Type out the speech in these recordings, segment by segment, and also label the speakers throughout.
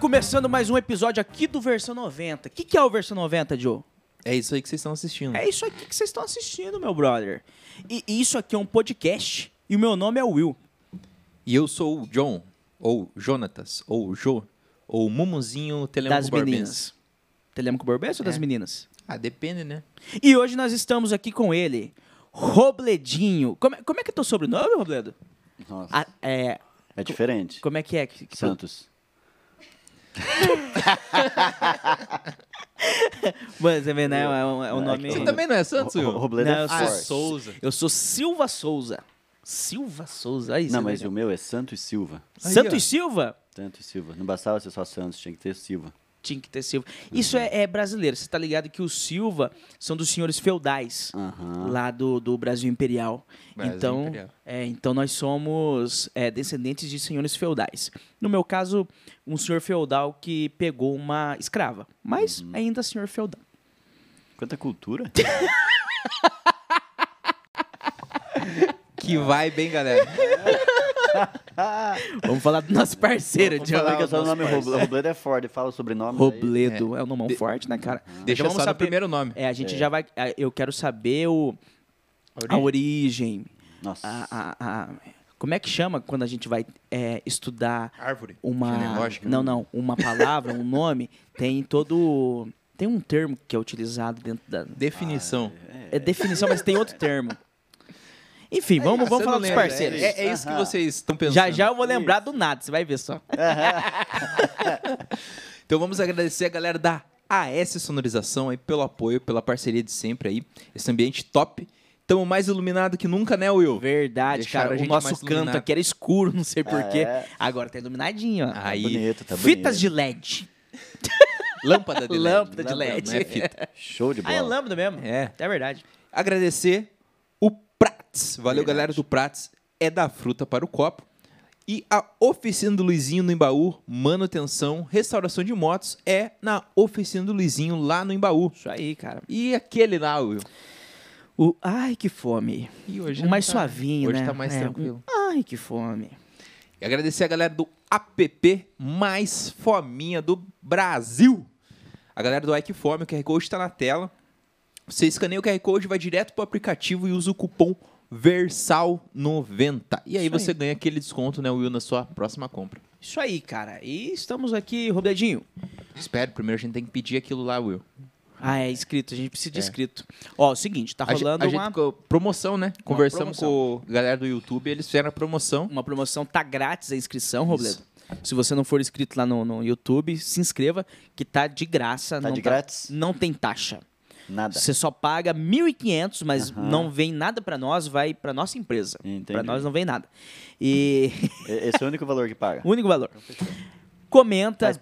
Speaker 1: Começando mais um episódio aqui do Versão 90. O que, que é o Versão 90, Joe?
Speaker 2: É isso aí que vocês estão assistindo.
Speaker 1: É isso aqui que vocês estão assistindo, meu brother. E isso aqui é um podcast. E o meu nome é Will.
Speaker 2: E eu sou o John, ou Jonatas, ou Jo, ou Mumuzinho Telemaco
Speaker 1: das
Speaker 2: Barbens.
Speaker 1: meninas. Telemaco Borbense ou das
Speaker 2: É.
Speaker 1: meninas?
Speaker 2: Ah, depende, né?
Speaker 1: E hoje nós estamos aqui com ele, Robledinho. Como, é- como é que é teu sobrenome, Robledo?
Speaker 3: Nossa,
Speaker 1: Ah, é,
Speaker 3: é diferente.
Speaker 1: como é que é? Que- que-
Speaker 3: Santos.
Speaker 1: Mas é, né, é um, é um
Speaker 3: É,
Speaker 1: nome...
Speaker 3: que-
Speaker 2: Você também não é Santos,
Speaker 3: Ro-
Speaker 2: Will?
Speaker 3: Ro- Robledo
Speaker 1: Não, né, eu
Speaker 3: é
Speaker 1: sou
Speaker 2: Ah,
Speaker 3: forte.
Speaker 2: Souza.
Speaker 1: Eu sou Silva Souza. Silva Souza, aí
Speaker 3: Não,
Speaker 1: você
Speaker 3: mas
Speaker 1: vê.
Speaker 3: o meu é Santos Silva.
Speaker 1: Santos
Speaker 2: Aí, ó.
Speaker 1: Silva?
Speaker 3: Santos Silva. Não bastava ser só Santos, tinha que ter Silva.
Speaker 1: Tinha que ter Silva.
Speaker 2: Uhum.
Speaker 1: Isso é, é brasileiro. Você tá ligado que os Silva são dos senhores feudais
Speaker 3: Aham.
Speaker 1: lá do, do Brasil Imperial.
Speaker 2: Ah. Brasil
Speaker 1: então,
Speaker 2: Imperial.
Speaker 1: é, então nós somos é, descendentes de senhores feudais. No meu caso, um senhor feudal que pegou uma escrava, mas
Speaker 2: Uhum.
Speaker 1: ainda senhor feudal.
Speaker 3: Quanta cultura.
Speaker 2: Que vai bem, galera.
Speaker 3: Então
Speaker 1: Vamos falar do nosso parceiro,
Speaker 2: Vamos
Speaker 1: Diogo.
Speaker 2: falar
Speaker 3: Como é que é o seu
Speaker 2: nosso
Speaker 3: nome?
Speaker 2: parceiro.
Speaker 3: Robledo, Robledo é Ford. Fala o sobrenome. daí.
Speaker 1: Robledo é, um nome forte, né, cara?
Speaker 2: Deixa
Speaker 1: Já
Speaker 2: só no primeiro nome.
Speaker 1: É, a gente já vai. a- Eu quero saber o, a origem.
Speaker 3: Nossa.
Speaker 1: a- a- a- como é que chama quando a gente vai é, estudar
Speaker 2: Árvore.
Speaker 1: uma.
Speaker 2: Genealógica. né?
Speaker 1: Não, não. Uma palavra, um nome. Tem todo. Tem um termo que é utilizado dentro da.
Speaker 2: Definição.
Speaker 3: Ah,
Speaker 1: É definição, mas tem outro termo. Enfim, vamos, vamos
Speaker 2: Você
Speaker 1: falar
Speaker 2: não
Speaker 1: dos
Speaker 2: lembra,
Speaker 1: parceiros.
Speaker 2: É, é isso né? que
Speaker 3: Aham.
Speaker 2: vocês estão pensando.
Speaker 1: já já eu vou lembrar do nada, você vai ver só.
Speaker 2: Então vamos agradecer a galera da AS Sonorização aí pelo apoio, pela parceria de sempre aí. Esse ambiente top. Estamos mais iluminado que nunca, né, Will?
Speaker 1: Verdade,
Speaker 2: Deixaram a
Speaker 1: cara. O
Speaker 2: gente
Speaker 1: nosso
Speaker 2: mais
Speaker 1: canto
Speaker 2: iluminado.
Speaker 1: aqui era escuro, não sei porquê.
Speaker 3: é.
Speaker 1: Agora tá iluminadinho, ó.
Speaker 2: Ah, aí.
Speaker 3: Bonito, tá bonito.
Speaker 1: Fitas de LED.
Speaker 2: Lâmpada de LED.
Speaker 1: Lâmpada de LED.
Speaker 2: Não é fita.
Speaker 3: Show de
Speaker 1: Ah,
Speaker 3: bola.
Speaker 1: é lâmpada mesmo?
Speaker 2: É.
Speaker 1: É verdade.
Speaker 2: Agradecer o Prats. Valeu,
Speaker 3: Verdade.
Speaker 2: galera do Prats. É da fruta para o copo. E a oficina do Luizinho no Embaú, manutenção, restauração de motos, é na oficina do Luizinho lá no Embaú.
Speaker 1: Isso aí, cara.
Speaker 2: E aquele lá, Will?
Speaker 1: O... Ai, que fome.
Speaker 2: E
Speaker 1: Um mais suavinho,
Speaker 2: hoje
Speaker 1: né?
Speaker 2: tá mais
Speaker 1: É, um-
Speaker 2: tranquilo.
Speaker 1: Ai, que fome.
Speaker 2: E agradecer a galera do app mais fominha do Brasil. A galera do Ike Fome, o QR Code está na tela. Você escaneia o QR Code, vai direto pro aplicativo e usa o cupom VERSAL90. E aí
Speaker 1: Isso aí.
Speaker 2: você ganha aquele desconto, né, Will, na sua próxima compra.
Speaker 1: Isso aí, cara. E estamos aqui, Robledinho.
Speaker 2: Espero, primeiro a gente tem que pedir aquilo lá, Will.
Speaker 1: Ah, é inscrito. A gente precisa de inscrito. Ó, o seguinte, tá
Speaker 2: A gente-
Speaker 1: rolando
Speaker 2: a gente
Speaker 1: uma...
Speaker 2: ficou- promoção, né? Conversamos
Speaker 1: promoção.
Speaker 2: com a galera do YouTube, eles fizeram a promoção.
Speaker 1: uma promoção, tá grátis a inscrição, Robledo. Se você não for inscrito lá no, no YouTube, se inscreva, que tá de graça.
Speaker 3: Tá
Speaker 1: não
Speaker 3: de grátis?
Speaker 1: Não tem taxa.
Speaker 3: Nada.
Speaker 1: Você só paga 1.500, mas
Speaker 3: Aham.
Speaker 1: não vem nada pra nós, vai pra nossa empresa.
Speaker 3: Entendi.
Speaker 1: Pra nós não vem nada. E
Speaker 3: E- Esse é o único valor que paga.
Speaker 1: único valor. Comenta,
Speaker 3: Faz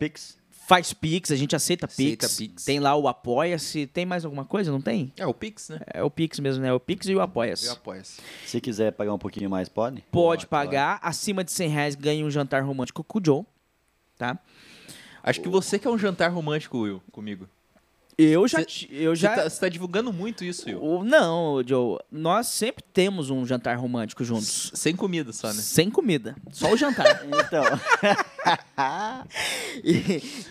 Speaker 1: faz,
Speaker 3: Pix.
Speaker 1: Pix, a gente aceita Pix.
Speaker 2: Aceita Pix.
Speaker 1: Tem lá o Apoia-se, tem mais alguma coisa? Não tem?
Speaker 2: É o Pix, né?
Speaker 1: É o Pix mesmo, né? O Pix e o Apoia-se.
Speaker 2: apoio-se.
Speaker 3: Se quiser pagar um pouquinho mais, pode?
Speaker 1: Pode
Speaker 2: Pode,
Speaker 1: pagar, acima de 100 reais ganha um jantar romântico com o John, tá?
Speaker 2: Acho que você quer um jantar romântico, Will, comigo.
Speaker 1: Eu já...
Speaker 2: Cê-
Speaker 1: ti- eu
Speaker 2: Você
Speaker 1: já...
Speaker 2: tá, você tá divulgando muito isso, Will.
Speaker 1: O- Não, Joe, nós sempre temos um jantar romântico juntos.
Speaker 2: S- Sem comida só, né?
Speaker 1: Sem comida, só o jantar.
Speaker 3: Então.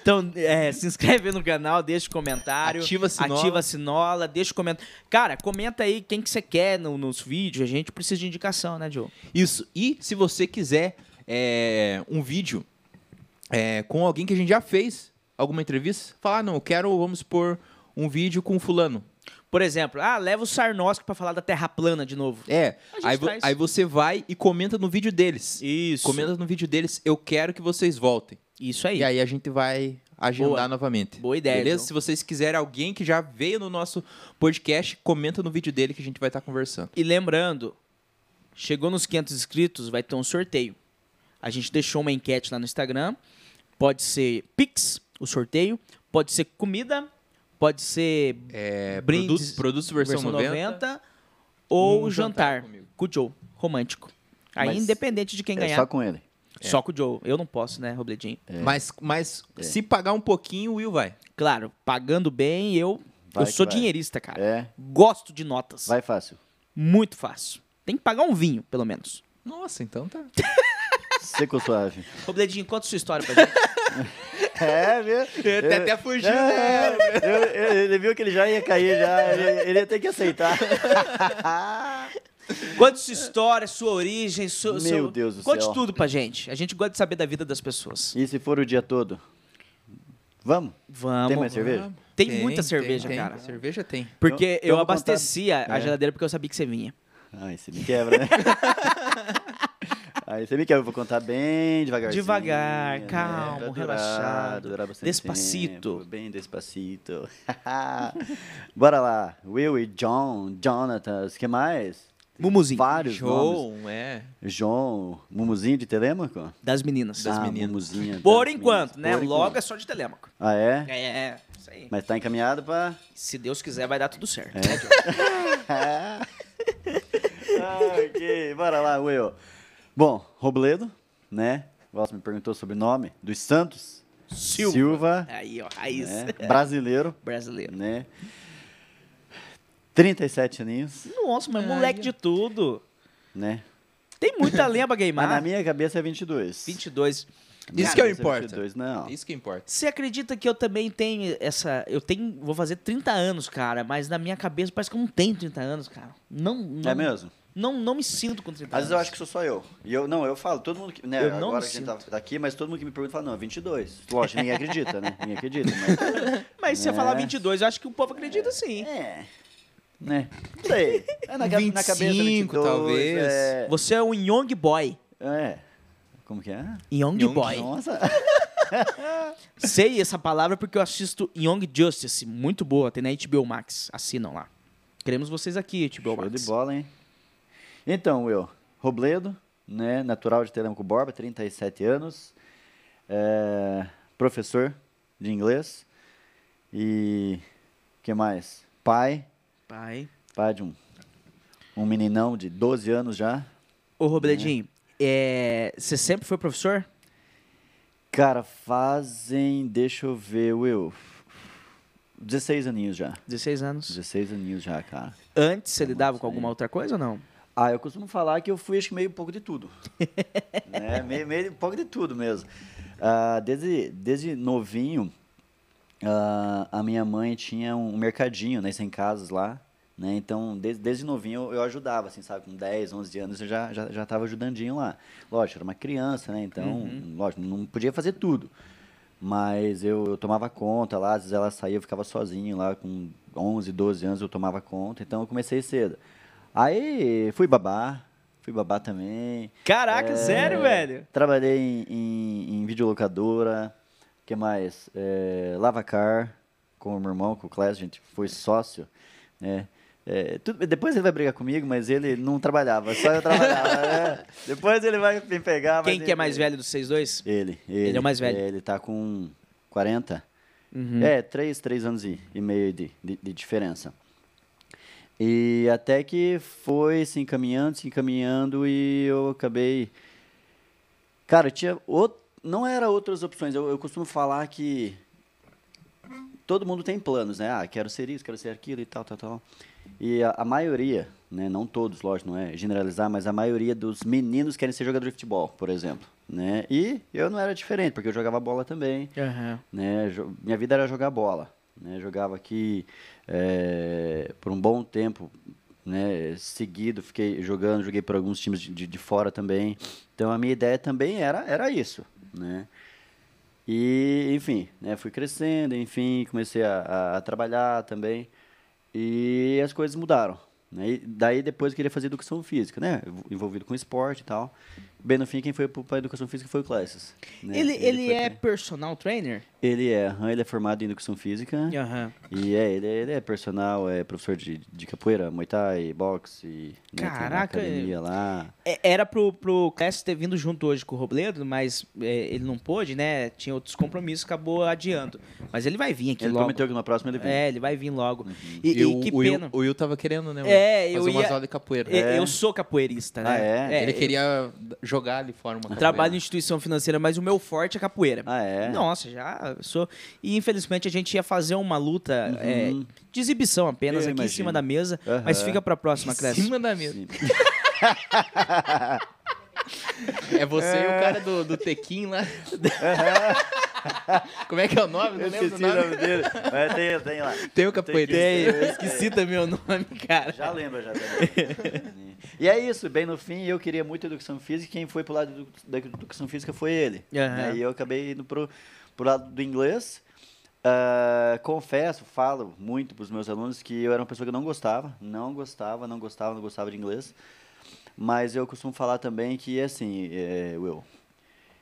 Speaker 1: então, é, se inscreve no canal, deixa o comentário.
Speaker 2: Ativa a sinola.
Speaker 1: Ativa a sinola, deixa o comentário. Cara, comenta aí quem que você quer no- nos vídeos. A gente precisa de indicação, né, Joe?
Speaker 2: Isso. E se você quiser é, um vídeo é, com alguém que a gente já fez alguma entrevista, fala, ah, não, eu quero, vamos pôr um vídeo com fulano.
Speaker 1: Por exemplo, ah, leva o Sarnosco pra falar da Terra plana de novo.
Speaker 2: É,
Speaker 1: A gente
Speaker 2: aí, vo-
Speaker 1: traz.
Speaker 2: aí você vai e comenta no vídeo deles.
Speaker 1: Isso. É
Speaker 2: Comenta no vídeo deles, eu quero que vocês voltem.
Speaker 1: Isso aí.
Speaker 2: E aí a gente vai agendar
Speaker 1: Boa.
Speaker 2: novamente.
Speaker 1: Boa ideia, então.
Speaker 2: Beleza?
Speaker 1: João.
Speaker 2: Se vocês quiserem alguém que já veio no nosso podcast, comenta no vídeo dele que a gente vai estar conversando.
Speaker 1: E lembrando, chegou nos 500 inscritos, vai ter um sorteio. A gente deixou uma enquete lá no Instagram. Pode ser Pix, o sorteio. Pode ser comida. Pode ser
Speaker 2: É,
Speaker 1: Brindes,
Speaker 2: produto- produtos versão, 90.
Speaker 1: ou
Speaker 2: um
Speaker 1: jantar,
Speaker 2: jantar comigo.
Speaker 1: com o Joe, romântico. Aí,
Speaker 3: Hum, Mas
Speaker 1: independente de quem
Speaker 3: É
Speaker 1: ganhar,
Speaker 3: só com é. ele.
Speaker 1: só com o Joe. Eu não posso, né, Robledinho?
Speaker 2: Mas, mas se pagar um pouquinho, o Will vai.
Speaker 1: Claro, pagando bem, eu,
Speaker 3: Vai
Speaker 1: eu
Speaker 3: que
Speaker 1: sou
Speaker 3: vai.
Speaker 1: dinheirista, cara.
Speaker 3: É.
Speaker 1: Gosto de notas.
Speaker 3: Vai fácil.
Speaker 1: Muito fácil. Tem que pagar um vinho, pelo menos.
Speaker 2: Nossa, então tá.
Speaker 3: Seco suave.
Speaker 1: Robledinho, conta sua história pra gente.
Speaker 3: É, mesmo.
Speaker 4: Ele tá
Speaker 3: Eu-
Speaker 4: até fugindo
Speaker 3: Não,
Speaker 4: dela.
Speaker 3: É, eu- eu- ele viu que ele já ia cair, já. Ele, ele ia ter que aceitar.
Speaker 1: Conte sua história, sua origem, seu,
Speaker 3: Meu
Speaker 1: seu-
Speaker 3: Deus do
Speaker 1: Conte
Speaker 3: céu.
Speaker 1: tudo pra gente. A gente gosta de saber da vida das pessoas.
Speaker 3: E se for o dia todo? Vamos?
Speaker 1: Vamos.
Speaker 3: Tem mais cerveja?
Speaker 1: Ah, Tem muita cerveja, cara.
Speaker 4: Cerveja tem.
Speaker 1: Porque
Speaker 3: Então- então
Speaker 1: eu
Speaker 3: vou contar-
Speaker 1: abastecia a
Speaker 3: É.
Speaker 1: geladeira porque eu sabia que você vinha.
Speaker 3: Ai, você me quebra, né? Aí você me quebra, eu vou contar bem devagarzinho.
Speaker 1: Devagar,
Speaker 3: né?
Speaker 1: calmo,
Speaker 3: Pra
Speaker 1: relaxado,
Speaker 3: durar bastante
Speaker 1: despacito.
Speaker 3: tempo, bem despacito. Bora lá. Will e John, Jonathan, que mais?
Speaker 1: Mumuzinho.
Speaker 3: Vários nomes.
Speaker 4: Show, é.
Speaker 3: João, Mumuzinho de Telêmaco?
Speaker 1: Das meninas.
Speaker 3: ah,
Speaker 4: meninas.
Speaker 3: Mumuzinha,
Speaker 1: Por
Speaker 3: das
Speaker 1: enquanto,
Speaker 3: meninas.
Speaker 1: né?
Speaker 3: Por
Speaker 1: Logo
Speaker 3: enquanto.
Speaker 1: é só de Telêmaco.
Speaker 3: Ah, é?
Speaker 1: É, é, é. Isso aí.
Speaker 3: Mas É. tá encaminhado pra...
Speaker 1: Se Deus quiser, vai dar tudo certo.
Speaker 3: Ah, ok, É. bora lá, Will. Bom, Robledo, né? O Wallace me perguntou sobre o nome dos Santos.
Speaker 1: Silva.
Speaker 3: Silva
Speaker 1: Aí, ó.
Speaker 4: É
Speaker 1: Raiz.
Speaker 3: né? Brasileiro,
Speaker 1: Brasileiro.
Speaker 3: né? 37 aninhos,
Speaker 1: Nossa, mas
Speaker 4: Ai,
Speaker 1: moleque
Speaker 4: ó.
Speaker 1: de tudo.
Speaker 3: né?
Speaker 1: Tem muita lenha pra
Speaker 3: Mas na
Speaker 1: queimar.
Speaker 3: minha cabeça é 22.
Speaker 1: 22.
Speaker 3: Na
Speaker 4: Isso que é o
Speaker 3: cabeça
Speaker 4: importa.
Speaker 3: 22, não.
Speaker 4: Isso que importa.
Speaker 1: Você acredita que eu também tenho essa. Eu tenho. Vou fazer 30 anos, cara, mas na minha cabeça parece que eu não tenho 30 anos, cara. Não. não
Speaker 3: É mesmo?
Speaker 1: Não, não me sinto com 30
Speaker 3: Às
Speaker 1: anos.
Speaker 3: vezes eu acho que sou só eu. E eu, não, eu falo, todo mundo que. Né,
Speaker 1: Eu não
Speaker 3: agora
Speaker 1: me
Speaker 3: que a gente tá, tá aqui, mas todo mundo que me pergunta fala, não, é 22. Lógico, ninguém acredita, né? Ninguém acredita, mas.
Speaker 1: Mas se eu falar
Speaker 3: É.
Speaker 1: 22, eu acho que o povo acredita sim.
Speaker 3: É. Né? Não sei. É na, ca- na cabeça
Speaker 4: 25,
Speaker 3: 22,
Speaker 4: talvez.
Speaker 3: É,
Speaker 1: Você é um young boy.
Speaker 3: é. Como que é?
Speaker 1: Young,
Speaker 4: Young,
Speaker 1: Um boy.
Speaker 3: Nossa.
Speaker 1: Sei essa palavra porque eu assisto Young Justice. Muito boa. Tem na HBO Max. Assinam lá. Queremos vocês aqui, HBO
Speaker 3: Show
Speaker 1: Max.
Speaker 3: de bola, hein? Então, Will, Robledo, né, natural de Telemaco Borba, 37 anos, é, professor de inglês e que mais? Pai,
Speaker 1: Pai.
Speaker 3: pai de um, um meninão de 12 anos já.
Speaker 1: Ô, Robledinho, é, você sempre foi professor?
Speaker 3: Cara, fazem, deixa eu ver, Will, 16 aninhos já.
Speaker 1: 16 anos.
Speaker 3: 16 aninhos já, cara.
Speaker 1: Antes você lidava com alguma outra coisa ou não?
Speaker 3: Ah, eu costumo falar que eu fui acho que meio um pouco de tudo. né? meio, meio um pouco de tudo mesmo. Ah, desde, desde novinho, ah, a minha mãe tinha um mercadinho, né? Sem casas lá. Né? Então, desde, desde novinho eu, eu ajudava, assim, sabe? Com 10, 11 anos eu já, já, já tava ajudandinho lá. Lógico, era uma criança, né? Então, lógico, não podia fazer tudo. Mas eu, eu tomava conta lá, às vezes ela saía, eu ficava sozinho lá, com 11, 12 anos eu tomava conta, então eu comecei cedo. Aí fui babá, fui babá também.
Speaker 1: Caraca,
Speaker 3: É,
Speaker 1: sério, velho?
Speaker 3: Trabalhei em, em, em videolocadora, o que mais? É, Lavacar, com o meu irmão, com o Clécio, a gente foi sócio, né? É, tudo- depois ele vai brigar comigo, mas ele não trabalhava, só eu trabalhava. né? Depois ele vai me pegar. mas
Speaker 1: Quem que é
Speaker 3: ele-
Speaker 1: mais velho dos vocês dois?
Speaker 3: Ele, ele.
Speaker 1: é o mais velho. Uhum.
Speaker 3: Ele tá com 40. É, 3, três anos e, e meio de, de, de diferença. E até que foi se encaminhando, se encaminhando e eu acabei. Cara, eu tinha. Out... Não era outras opções. Eu, eu costumo falar que. Todo mundo tem planos, né? Ah, quero ser isso, quero ser aquilo e tal, tal, tal. E a, a maioria, né? Não todos, lógico, não é generalizar, mas a maioria dos meninos querem ser jogador de futebol, por exemplo. Né? E eu não era diferente, porque eu jogava bola também
Speaker 1: Aham.
Speaker 3: né? jo- Minha vida era jogar bola, né? Jogava aqui eh, por um bom tempo, né? Seguido, fiquei jogando, joguei por alguns times de, de, de fora também. Então a minha ideia também era era isso, né? E enfim, né? Fui crescendo, enfim, comecei a, a- a trabalhar também e as coisas mudaram. Né? E daí depois eu queria fazer educação física, né? Envo- Envolvido com esporte e tal. Bem no fim, quem foi para educação física foi o Classes. né?
Speaker 1: Ele, ele,
Speaker 3: foi
Speaker 1: é
Speaker 3: pra-
Speaker 1: personal trainer?
Speaker 3: ele é, aham, ele é formado em educação física.
Speaker 1: Aham.
Speaker 3: E é, ele, é- ele é personal, é professor de, de capoeira, muay thai, boxe. né, tem uma
Speaker 1: Caraca,
Speaker 3: academia lá.
Speaker 1: É, Era pro, pro Clécio ter vindo junto hoje com o Robledo, mas é, ele não pôde, né? Tinha outros compromissos, acabou adiando. Mas ele vai vir aqui
Speaker 3: Ele
Speaker 1: logo.
Speaker 3: prometeu que na próxima ele Uhum. vem.
Speaker 1: É, ele vai vir logo. E, e
Speaker 4: o,
Speaker 1: que
Speaker 4: o Will-
Speaker 1: pena.
Speaker 4: O Will tava querendo, né?
Speaker 1: É,
Speaker 4: Will?
Speaker 1: eu
Speaker 4: Fazer umas
Speaker 1: ia-
Speaker 4: aulas de capoeira.
Speaker 1: E- Eu sou capoeirista, né?
Speaker 3: É. Ah, é?
Speaker 4: Ele queria jogar ali fora uma
Speaker 1: eu
Speaker 4: capoeira.
Speaker 1: Trabalho em instituição financeira, mas o meu forte é capoeira.
Speaker 3: Ah, é?
Speaker 1: Nossa, já sou. E infelizmente a gente ia fazer uma luta é, de exibição apenas
Speaker 3: Uhum. Eu
Speaker 1: aqui em
Speaker 3: imagino.
Speaker 1: cima da mesa,
Speaker 3: Aham.
Speaker 1: mas fica pra próxima,
Speaker 4: Em
Speaker 1: Clécio.
Speaker 4: cima da mesa.
Speaker 3: Sim.
Speaker 4: É você e o cara do, do Tequim lá. Como é que é o nome?
Speaker 3: Eu
Speaker 4: Não lembro
Speaker 3: esqueci
Speaker 4: do
Speaker 3: o
Speaker 4: nome.
Speaker 3: nome dele. Mas tem, tem lá.
Speaker 4: Tem o capoeirista.
Speaker 3: Tem,
Speaker 1: Eu esqueci também o nome, cara.
Speaker 3: Já lembra, já lembra. e é isso, bem no fim, eu queria muito educação física, e quem foi pro lado do- da educação física foi ele.
Speaker 1: Aham.
Speaker 3: né? E eu acabei indo pro, pro lado do inglês. Ah, confesso, falo muito pros meus alunos que eu era uma pessoa que eu não gostava, não gostava, não gostava, não gostava de inglês. Mas eu costumo falar também que, assim, é, Will,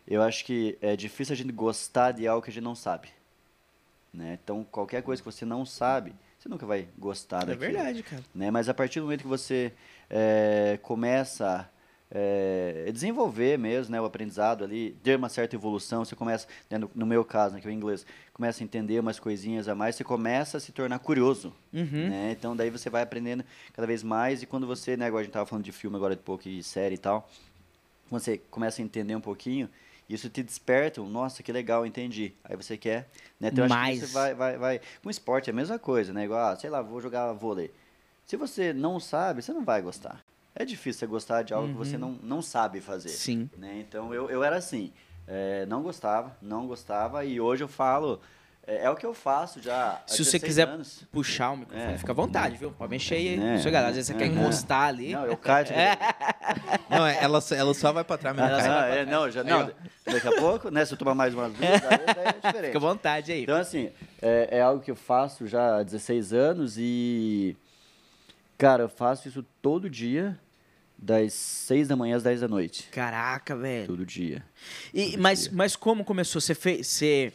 Speaker 3: eu acho que é difícil a gente gostar de algo que a gente não sabe. Né? Então, qualquer coisa que você não sabe, você nunca vai gostar
Speaker 1: É
Speaker 3: daquilo
Speaker 1: verdade, cara.
Speaker 3: né? Mas a partir do momento que você eh, começa eh, a desenvolver mesmo né, o aprendizado ali, ter uma certa evolução, você começa, né, no, no meu caso, né, que é o inglês, começa a entender umas coisinhas a mais, você começa a se tornar curioso.
Speaker 1: Uhum.
Speaker 3: Né? Então daí você vai aprendendo cada vez mais e quando você, né, agora a gente tava falando de filme agora de pouco e série e tal, quando você começa a entender um pouquinho, isso te desperta, um, nossa, que legal, entendi. Aí você quer, né? Então eu acho
Speaker 1: Mais.
Speaker 3: que você vai, vai, vai. Com esporte é a mesma coisa, né? Igual, ah, sei lá, vou jogar vôlei. Se você não sabe, você não vai gostar. É difícil você gostar de algo que você não, não sabe fazer
Speaker 1: Uhum. Sim.
Speaker 3: né? Então eu, eu era assim, é, não gostava, não gostava e hoje eu falo, é, é o que eu faço já. há
Speaker 1: Se você
Speaker 3: 16
Speaker 1: quiser
Speaker 3: anos.
Speaker 1: puxar o microfone,
Speaker 3: É.
Speaker 1: fica à vontade, viu? Pode mexer aí.
Speaker 3: Né?
Speaker 1: Não sei, galera. Às vezes você quer
Speaker 3: Uhum.
Speaker 1: encostar ali.
Speaker 3: Não, eu caio. de-
Speaker 4: Não, ela, só- ela só vai pra trás, mas
Speaker 3: É. Ah,
Speaker 4: não cai.
Speaker 3: não, é, não, já, não, daqui a pouco, né? Se eu tomar mais umas duas, daí, daí é diferente.
Speaker 1: Fica à vontade aí.
Speaker 3: Então, assim, é, é algo que eu faço já há 16 anos e. Cara, eu faço isso todo dia, das 6 da manhã às 10 da noite.
Speaker 1: Caraca, velho.
Speaker 3: Todo dia.
Speaker 1: E, mas, mas como começou? Você fez. Você,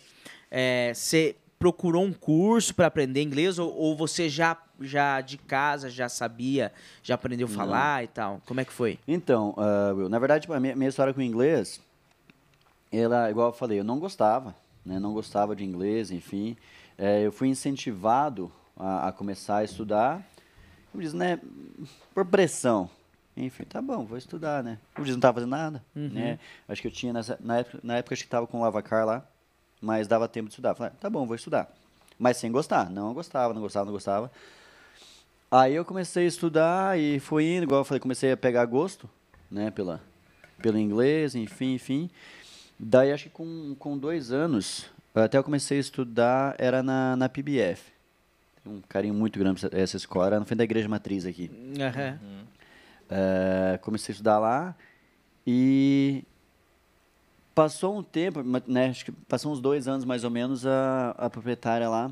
Speaker 1: é, você procurou um curso pra aprender inglês ou, ou você já, já de casa já sabia, já aprendeu a falar e tal? Como é que foi?
Speaker 3: Então, ah, Will, na verdade, a minha, minha história com o inglês, ela, igual eu falei, eu não gostava, né? Não gostava de inglês, enfim. Eh, eu fui incentivado a, a começar a estudar, como diz, né? Por pressão. Enfim, tá bom, vou estudar, né? Como diz, não estava fazendo nada, né? Acho que eu tinha, nessa, na, época, na época, acho que estava com o Lavacar lá, mas dava tempo de estudar. Falei, tá bom, vou estudar. Mas sem gostar, não gostava, não gostava, não gostava. Aí eu comecei a estudar e fui indo, igual eu falei, comecei a pegar gosto, né, pela, pelo inglês, enfim, enfim. Daí acho que com, com dois anos, até eu comecei a estudar, era na, na PBF. Tem Um carinho muito grande pra essa- essa escola, era na frente da igreja matriz aqui.
Speaker 1: Aham.
Speaker 3: É, comecei a estudar lá e passou um tempo, ma- né, acho que passou uns dois anos mais ou menos, a, a proprietária lá,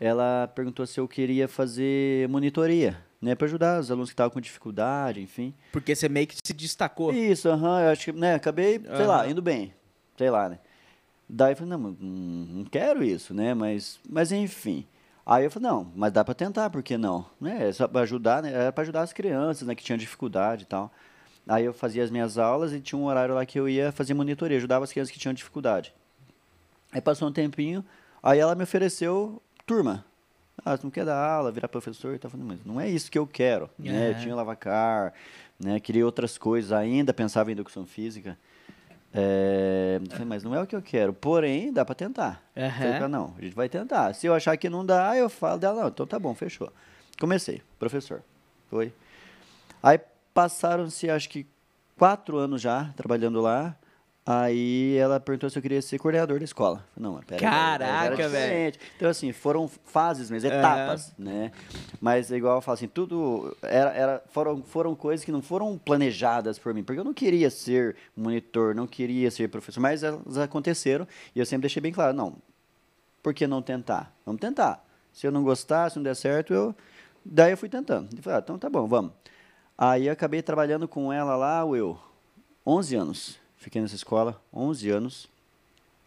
Speaker 3: ela perguntou se eu queria fazer monitoria, né, para ajudar os alunos que estavam com dificuldade, enfim.
Speaker 1: Porque você meio que se destacou.
Speaker 3: Isso, aham, eu acho que, né, acabei, sei lá,
Speaker 1: Aham.
Speaker 3: indo bem, sei lá, né. Daí eu falei, não, mas, hum, não quero isso, né, mas, mas enfim. Aí eu falei, não, mas dá pra tentar, por que não? Né, é só pra ajudar, né, era pra ajudar as crianças, né, que tinham dificuldade e tal. Aí eu fazia as minhas aulas e tinha um horário lá que eu ia fazer monitoria, ajudava as crianças que tinham dificuldade. Aí passou um tempinho, aí ela me ofereceu turma. Ah, você não quer dar aula, virar professor e tal. Eu falei, mas não é isso que eu quero. Né?
Speaker 1: É.
Speaker 3: Eu tinha lavacar, né? queria outras coisas ainda, pensava em educação física. É, eu falei, mas não é o que eu quero. Porém, dá pra tentar. Eu Falei
Speaker 1: Aham.
Speaker 3: pra ela, não, a gente vai tentar. Se eu achar que não dá, eu falo dela, não, então tá bom, fechou. Comecei, professor. Foi. Aí passaram-se, acho que, quatro anos já trabalhando lá. Aí ela perguntou se eu queria ser coordenador da escola. Falei, Não, mas pera,
Speaker 1: Caraca, velho.
Speaker 3: diferente. Então, assim, foram fases mesmo,
Speaker 1: Aham.
Speaker 3: etapas, né? Mas, igual eu falo assim, tudo era, era- foram, foram coisas que não foram planejadas por mim, porque eu não queria ser monitor, não queria ser professor, mas elas aconteceram e eu sempre deixei bem claro, não, por que não tentar? Vamos tentar. Se eu não gostar, se não der certo, eu. Daí eu fui tentando. E falei, ah, então tá bom, vamos. Aí eu acabei trabalhando com ela lá, eu, 11 anos. Fiquei nessa escola 11 anos,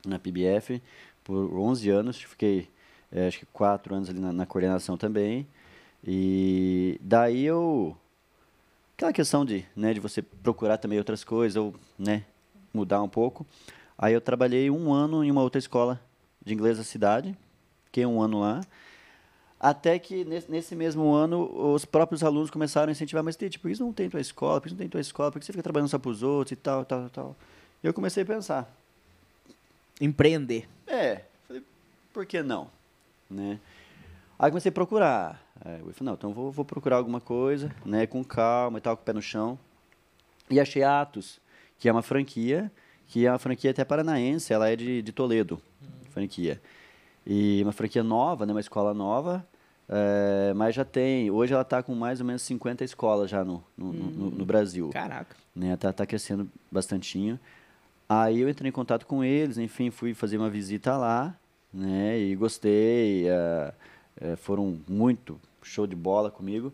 Speaker 3: na PBF, por 11 anos. Fiquei, eh, acho que 4 anos ali na, na coordenação também. E daí eu. Aquela questão de, né, de você procurar também outras coisas, ou, né, mudar um pouco. Aí eu trabalhei um ano em uma outra escola de inglês da cidade. Fiquei um ano lá. Até que nesse, nesse mesmo ano os próprios alunos começaram a incentivar, mas Tite, por que você não tem tua escola? Por que você não tem tua escola? Por que você fica trabalhando só para os outros e tal, tal, tal? E eu comecei a pensar,
Speaker 1: Empreender.
Speaker 3: é, falei, por que não? Né? Aí comecei a procurar. Aí eu falei, não, então vou, vou procurar alguma coisa, né, com calma e tal, com o pé no chão. E achei a Atos, que é uma franquia, que é uma franquia até paranaense, ela é de, de Toledo. franquia. E uma franquia nova, né? Uma escola nova. é, mas já tem. Hoje ela está com mais ou menos 50 escolas já no, no, no- no Brasil
Speaker 1: Caraca.
Speaker 3: né? Tá, tá crescendo bastantinho. Aí eu entrei em contato com eles, enfim, fui fazer uma visita lá, né? E gostei, ah, eh, foram muito show de bola comigo.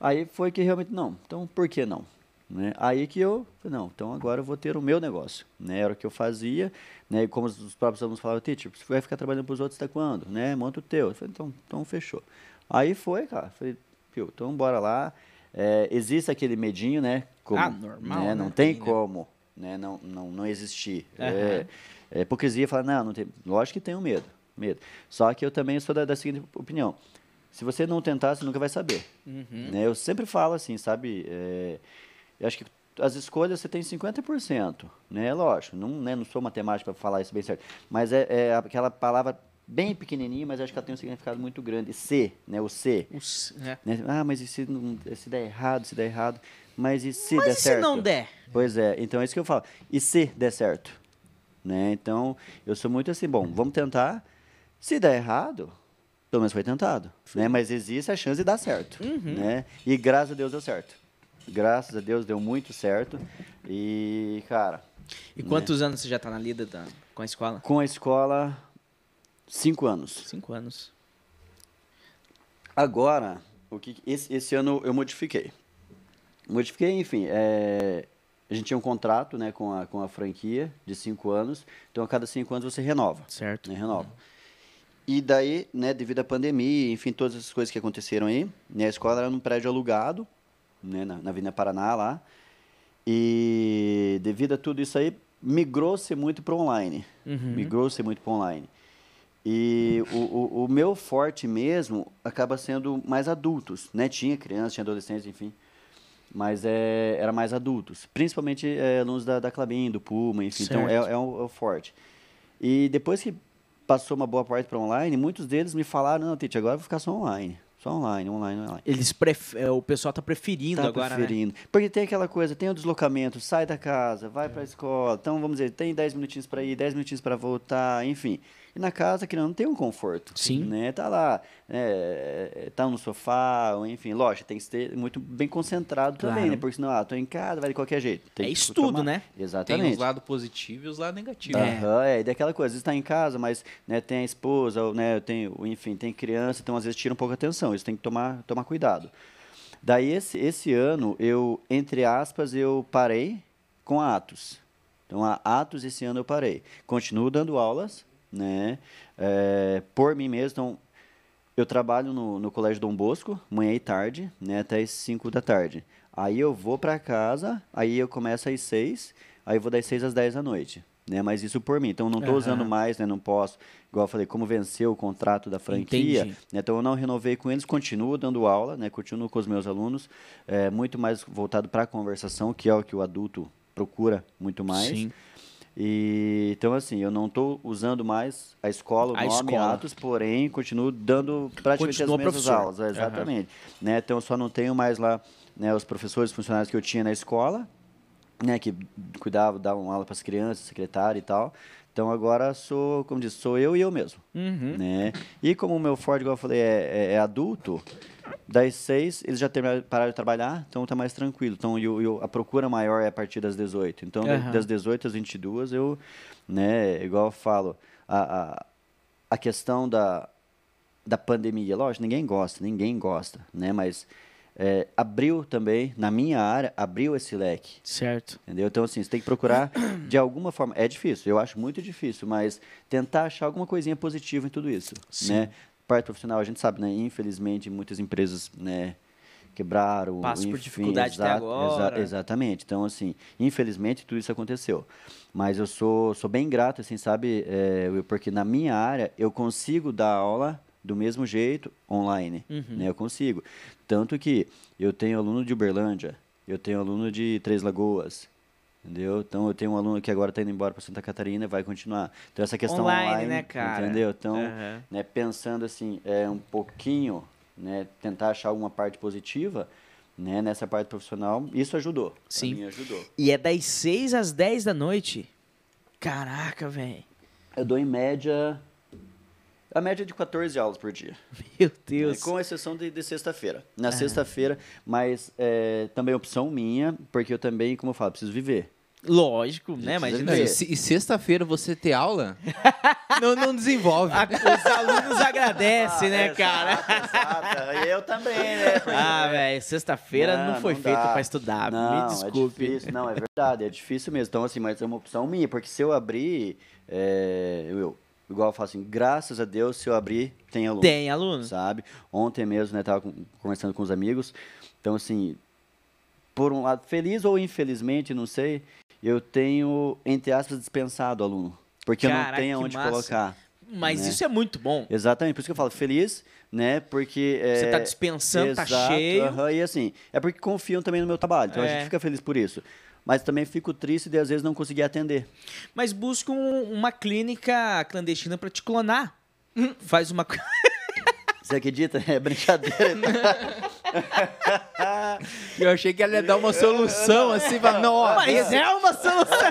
Speaker 3: Aí foi que realmente não. Então por que não? Né? Aí que eu falei, não, então agora eu vou ter o meu negócio. Né? Era o que eu fazia, né? E como os- os próprios alunos falavam, Tite, você vai ficar trabalhando para os outros até quando? Né? Monta o teu. Eu falei, então, então fechou. Aí foi, cara. Falei, Pio, então bora lá. É, existe aquele medinho, né? Como,
Speaker 1: Ah, normal,
Speaker 3: Né?
Speaker 1: né?
Speaker 3: Não tem
Speaker 4: Sim, né?
Speaker 3: como né? não, não, não existir.
Speaker 1: Aham.
Speaker 3: É, é hipocrisia falar, não, não tem. Lógico que tenho medo, medo. Só que eu também sou da, da seguinte opinião. Se você não tentar, você nunca vai saber.
Speaker 1: Uhum. Hum.
Speaker 3: Né? Eu sempre falo assim, sabe? É, eu acho que as escolhas você tem 50%, né? Lógico, não, né, não sou matemático para falar isso bem certo, mas é, é aquela palavra bem pequenininha, mas acho que ela tem um significado muito grande. C, né? O C.
Speaker 1: Os- é.
Speaker 3: né? Ah, mas e se, não- se der errado, se der errado? Mas e se der
Speaker 1: Mas e se
Speaker 3: é certo?
Speaker 1: não der?
Speaker 3: Pois é, então é isso que eu falo. E se der certo? Né? Então, eu sou muito assim, bom, vamos tentar. Se der errado, pelo menos foi tentado. Né? Mas existe a chance de dar certo. Né? E graças a Deus deu certo. Graças a Deus deu muito certo. E, cara,
Speaker 1: E
Speaker 3: é.
Speaker 1: quantos anos você já tá na lida da- com a escola?
Speaker 3: com a escola, cinco anos.
Speaker 1: Cinco anos.
Speaker 3: Agora, o que esse, esse ano eu modifiquei. Modifiquei, enfim, é, a gente tinha um contrato né, com, a, com a franquia de cinco anos, então a cada cinco anos você renova.
Speaker 1: Certo.
Speaker 3: né, renova. E daí, né, devido à pandemia, enfim, todas essas coisas que aconteceram aí, né, a escola era num prédio alugado, né, na, na Avenida Paraná lá, e devido a tudo isso aí, migrou-se muito para online,
Speaker 1: Uhum.
Speaker 3: migrou-se muito para online. E o, o, o meu forte mesmo acaba sendo mais adultos, né, tinha crianças, tinha adolescentes, enfim, mas é, era mais adultos, principalmente é, alunos da, da Clabin, do Puma, enfim, então é,
Speaker 1: Certo.
Speaker 3: é, o, é o forte. E depois que passou uma boa parte para online, muitos deles me falaram, não, Tite, agora eu vou ficar só online. Só online, online, online.
Speaker 1: Eles pref... é, O pessoal tá preferindo
Speaker 3: Tá
Speaker 1: agora, né?
Speaker 3: preferindo. Porque tem aquela coisa, tem o deslocamento, sai da casa, vai
Speaker 1: É.
Speaker 3: pra escola. Então, vamos dizer, tem 10 minutinhos pra ir, 10 minutinhos pra voltar, enfim. E na casa, que não tem um conforto.
Speaker 1: Sim.
Speaker 3: Né? Tá lá, é, tá no sofá, ou enfim. Lógico, tem que ser muito bem concentrado também,
Speaker 1: Claro.
Speaker 3: né? Porque senão, ah, tô em casa, vai de qualquer jeito. Tem
Speaker 1: É
Speaker 3: que
Speaker 1: estudo,
Speaker 3: tomar.
Speaker 1: né?
Speaker 3: Exatamente.
Speaker 4: Tem os lados positivos e os lados negativos.
Speaker 1: É.
Speaker 3: Aham, é, e daquela coisa, às vezes está em casa, mas né, tem a esposa, ou, né, tem, ou, enfim, tem criança, então às vezes tira um pouco a atenção, isso tem que tomar, tomar cuidado. Daí esse, esse ano, eu, entre aspas, eu parei com a Atos. Então a Atos esse ano eu parei. Continuo dando aulas, né, é, por mim mesmo, então eu trabalho no, no Colégio Dom Bosco, manhã e tarde, né, até as 5 da tarde. Aí eu vou para casa, aí eu começo às 6, aí eu vou das 6 às 10 da noite. Né, mas isso por mim. Então, eu não estou
Speaker 1: Aham.
Speaker 3: usando mais, né, não posso. Igual eu falei, como venceu o contrato da franquia.
Speaker 1: Entendi.
Speaker 3: né, então, eu não renovei com eles, continuo dando aula, né, continuo com os meus alunos. É, muito mais voltado para a conversação, que é o que o adulto procura muito mais.
Speaker 1: Sim.
Speaker 3: E, então, assim, eu não estou usando mais a escola, o
Speaker 1: A
Speaker 3: nome
Speaker 1: escola.
Speaker 3: Atos, porém, continuo dando praticamente
Speaker 1: Continua
Speaker 3: as mesmas
Speaker 1: professor.
Speaker 3: aulas. é, Exatamente. Né, então, eu só não tenho mais lá né, os professores, funcionários que eu tinha na escola, né, que cuidavam, davam aula para as crianças, secretária e tal. Então, agora sou, como disse, sou eu e eu mesmo.
Speaker 1: Uhum.
Speaker 3: Né? E como o meu Ford, igual eu falei, é, é- é adulto, das seis eles já terminaram, pararam de trabalhar, então tá mais tranquilo. Então e o- e o- a procura maior é a partir das 18. Então da-
Speaker 1: Aham.
Speaker 3: das 18 às 22 eu, né, igual eu falo, a, a, a questão da, da pandemia, lógico, ninguém gosta, ninguém gosta, né, mas é, abriu também, na minha área, abriu esse leque.
Speaker 1: Certo.
Speaker 3: Entendeu? Então, assim, você tem que procurar de alguma forma. É difícil, eu acho muito difícil, mas tentar achar alguma coisinha positiva em tudo isso.
Speaker 1: Sim.
Speaker 3: Né? Parte profissional, a gente sabe, né? Infelizmente, muitas empresas né, quebraram.
Speaker 1: Passa por
Speaker 3: enfim,
Speaker 1: dificuldade até agora.
Speaker 3: exatamente. Então, assim, infelizmente, tudo isso aconteceu. Mas eu sou, sou bem grato, assim, sabe, é, Will, porque na minha área eu consigo dar aula do mesmo jeito online.
Speaker 1: Uhum.
Speaker 3: Né? Eu consigo. Tanto que eu tenho aluno de Uberlândia, eu tenho aluno de Três Lagoas, entendeu? Então eu tenho um aluno que agora está indo embora para Santa Catarina e vai continuar. Então essa questão
Speaker 1: Online,
Speaker 3: online,
Speaker 1: né, cara? É.
Speaker 3: entendeu? Então,
Speaker 1: Aham.
Speaker 3: né, pensando assim, é um pouquinho, né, tentar achar alguma parte positiva, né, nessa parte profissional, isso ajudou. Pra
Speaker 1: Sim.
Speaker 3: mim ajudou.
Speaker 1: E é das 6 às 10 da noite. Caraca, velho.
Speaker 3: Eu dou em média. A média é de 14 aulas por dia.
Speaker 1: Meu
Speaker 3: né,
Speaker 1: Deus.
Speaker 3: Com exceção de, de sexta-feira.
Speaker 1: É.
Speaker 3: Na sexta-feira, mas é, também é opção minha, porque eu também, como eu falo, preciso viver.
Speaker 1: Lógico, né?
Speaker 3: Precisa
Speaker 1: Imagina.
Speaker 4: Não, e se- e sexta-feira você ter aula, Ah, não, não desenvolve.
Speaker 1: A- os alunos agradecem, né,
Speaker 3: Ah,
Speaker 1: cara?
Speaker 3: exato, exato. Eu também, né? Porque-
Speaker 1: Ah, velho, sexta-feira não,
Speaker 3: Não,
Speaker 1: foi
Speaker 3: não
Speaker 1: feito
Speaker 3: dá.
Speaker 1: pra estudar.
Speaker 3: Não,
Speaker 1: Ah, Me desculpe.
Speaker 3: É difícil, não, é verdade, é difícil mesmo. Então, assim, mas é uma opção minha, porque se eu abrir, é, eu- eu, igual eu falo assim, graças a Deus, se eu abrir, tem aluno.
Speaker 1: Tem aluno?
Speaker 3: Sabe? Ontem mesmo, né, tava com- conversando com os amigos. Então, assim, por um lado, feliz ou infelizmente, não sei, eu tenho, entre aspas, dispensado aluno. Porque eu
Speaker 1: Caraca,
Speaker 3: não tenho
Speaker 1: que
Speaker 3: onde
Speaker 1: massa.
Speaker 3: colocar.
Speaker 1: Mas
Speaker 3: né?
Speaker 1: isso é muito bom.
Speaker 3: Exatamente, por isso que eu falo feliz, né? Porque.
Speaker 1: Você
Speaker 3: é,
Speaker 1: tá dispensando, tá
Speaker 3: Exato,
Speaker 1: cheio.
Speaker 3: aham, e assim, é porque confiam também no meu trabalho, então a
Speaker 1: É.
Speaker 3: gente fica feliz por isso. Mas também fico triste de às vezes não conseguir atender.
Speaker 1: Mas busca um- uma clínica clandestina pra te clonar. Faz uma. co-
Speaker 3: Você acredita? É brincadeira.
Speaker 4: Eu achei que ela ia dar uma solução assim, pra, não,
Speaker 3: Ah,
Speaker 4: ó,
Speaker 1: Mas
Speaker 4: esse-
Speaker 1: é uma solução.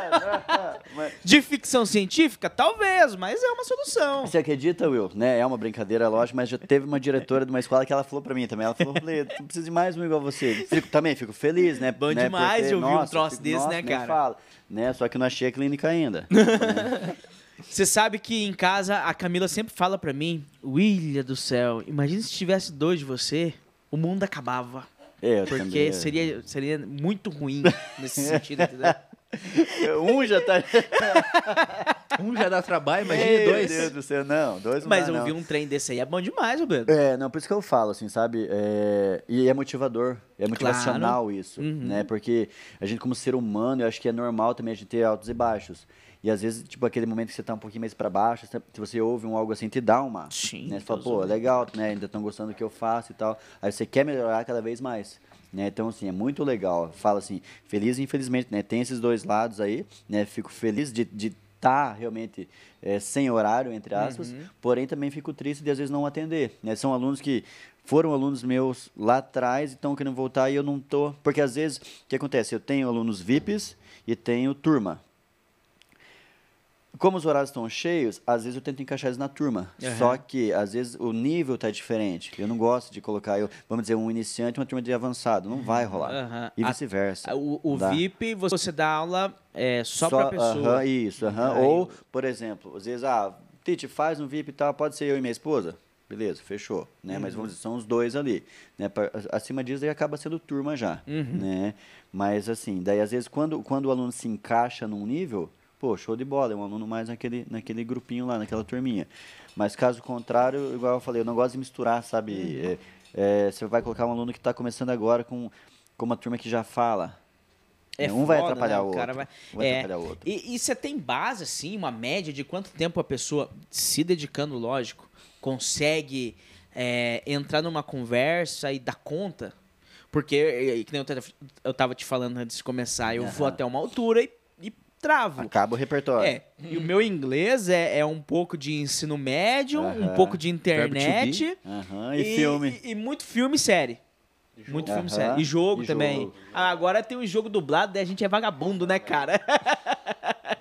Speaker 3: Mas
Speaker 1: De ficção científica? Talvez, mas é uma solução.
Speaker 3: Você acredita, Will? Né? É uma brincadeira, lógico, mas já teve uma diretora de uma escola que ela falou pra mim também. Ela falou, Lê, tu precisa de mais um igual você. Fico- também fico feliz, né?
Speaker 1: Bom
Speaker 3: né,
Speaker 1: demais de ouvir um
Speaker 3: nossa,
Speaker 1: troço desse,
Speaker 3: nossa,
Speaker 1: né,
Speaker 3: nem
Speaker 1: cara?
Speaker 3: fala, né? Só que eu não achei a clínica ainda.
Speaker 1: Você sabe que em casa a Camila sempre fala pra mim: William do céu, imagina se tivesse dois de você, o mundo acabava.
Speaker 3: É, eu
Speaker 1: Porque
Speaker 3: também-
Speaker 1: seria, seria muito ruim nesse sentido, entendeu?
Speaker 3: Um já tá.
Speaker 4: um já dá trabalho, imagine
Speaker 3: Meu
Speaker 4: dois.
Speaker 3: Deus do céu, não. Dois não
Speaker 1: Mas
Speaker 3: dá, não.
Speaker 1: ouvir um trem desse aí é bom demais, Roberto.
Speaker 3: É, não, por isso que eu falo, assim, sabe? É, e é motivador, é motivacional isso,
Speaker 1: Uhum.
Speaker 3: né? Porque a gente, como ser humano, eu acho que é normal também a gente ter altos e baixos. E às vezes, tipo, aquele momento que você tá um pouquinho mais pra baixo, você- se você ouve um algo assim, te dá uma.
Speaker 1: Sim,
Speaker 3: Né? Você fala,
Speaker 1: Deus
Speaker 3: pô,
Speaker 1: do
Speaker 3: legal, né? Ainda estão gostando do que eu faço e tal. Aí você quer melhorar cada vez mais. Né? Então, assim, é muito legal. Fala assim, feliz e infelizmente, né? Tem esses dois lados aí, né? Fico feliz de estar realmente é, sem horário, entre aspas, porém também fico triste de às vezes não atender. Né? São alunos que foram alunos meus lá atrás e estão querendo voltar e eu não tô. Porque às vezes, o que acontece? Eu tenho alunos VIPs e tenho turma. Como os horários estão cheios, às vezes eu tento encaixar eles na turma.
Speaker 1: Aham.
Speaker 3: Só que, às vezes, o nível tá diferente. Eu não gosto de colocar, eu, vamos dizer, um iniciante e uma turma de avançado. Não vai rolar.
Speaker 1: Aham.
Speaker 3: E
Speaker 1: A-
Speaker 3: vice-versa.
Speaker 1: O, Ah, o
Speaker 3: Dá.
Speaker 1: VIP, você dá aula é, só, pra pessoa.
Speaker 3: aham, isso, aham.
Speaker 1: Ah,
Speaker 3: Ou, por exemplo, às vezes, ah, Tite, faz um VIP e tal, pode ser eu e minha esposa? Beleza, fechou. Né? Mas
Speaker 1: Uhum.
Speaker 3: vamos dizer, são os dois ali. Né? Pra- Acima disso, aí acaba sendo turma já.
Speaker 1: Uhum.
Speaker 3: Né? Mas assim, daí às vezes quando, quando o aluno se encaixa num nível, pô, show de bola, é um aluno mais naquele, naquele grupinho lá, naquela turminha. Mas caso contrário, igual eu falei, eu não gosto de misturar, sabe?
Speaker 1: Uhum.
Speaker 3: É, é, você vai colocar um aluno que está começando agora com, com uma turma que já fala.
Speaker 1: É
Speaker 3: um vai
Speaker 1: foda,
Speaker 3: atrapalhar
Speaker 1: né?
Speaker 3: o
Speaker 1: O
Speaker 3: outro.
Speaker 1: cara vai-
Speaker 3: Um vai
Speaker 1: é.
Speaker 3: atrapalhar o outro.
Speaker 1: E, e você tem base, assim, uma média de quanto tempo a pessoa, se dedicando, lógico, consegue é, entrar numa conversa e dar conta? Porque, é, é, que nem eu, tava- eu tava te falando antes de começar, eu vou
Speaker 3: Aham.
Speaker 1: até uma altura e, e travo.
Speaker 3: Acaba o repertório.
Speaker 1: É, e o meu inglês é, é um pouco de ensino médio, um
Speaker 3: Aham.
Speaker 1: pouco de
Speaker 4: Verbo to be.
Speaker 1: internet.
Speaker 3: Aham, e, filme.
Speaker 1: E, e muito filme e série. Muito filme e
Speaker 3: Aham.
Speaker 1: série. E jogo
Speaker 3: E
Speaker 1: também.
Speaker 3: jogo.
Speaker 1: Ah, agora tem um jogo dublado, daí a gente é vagabundo, né, cara?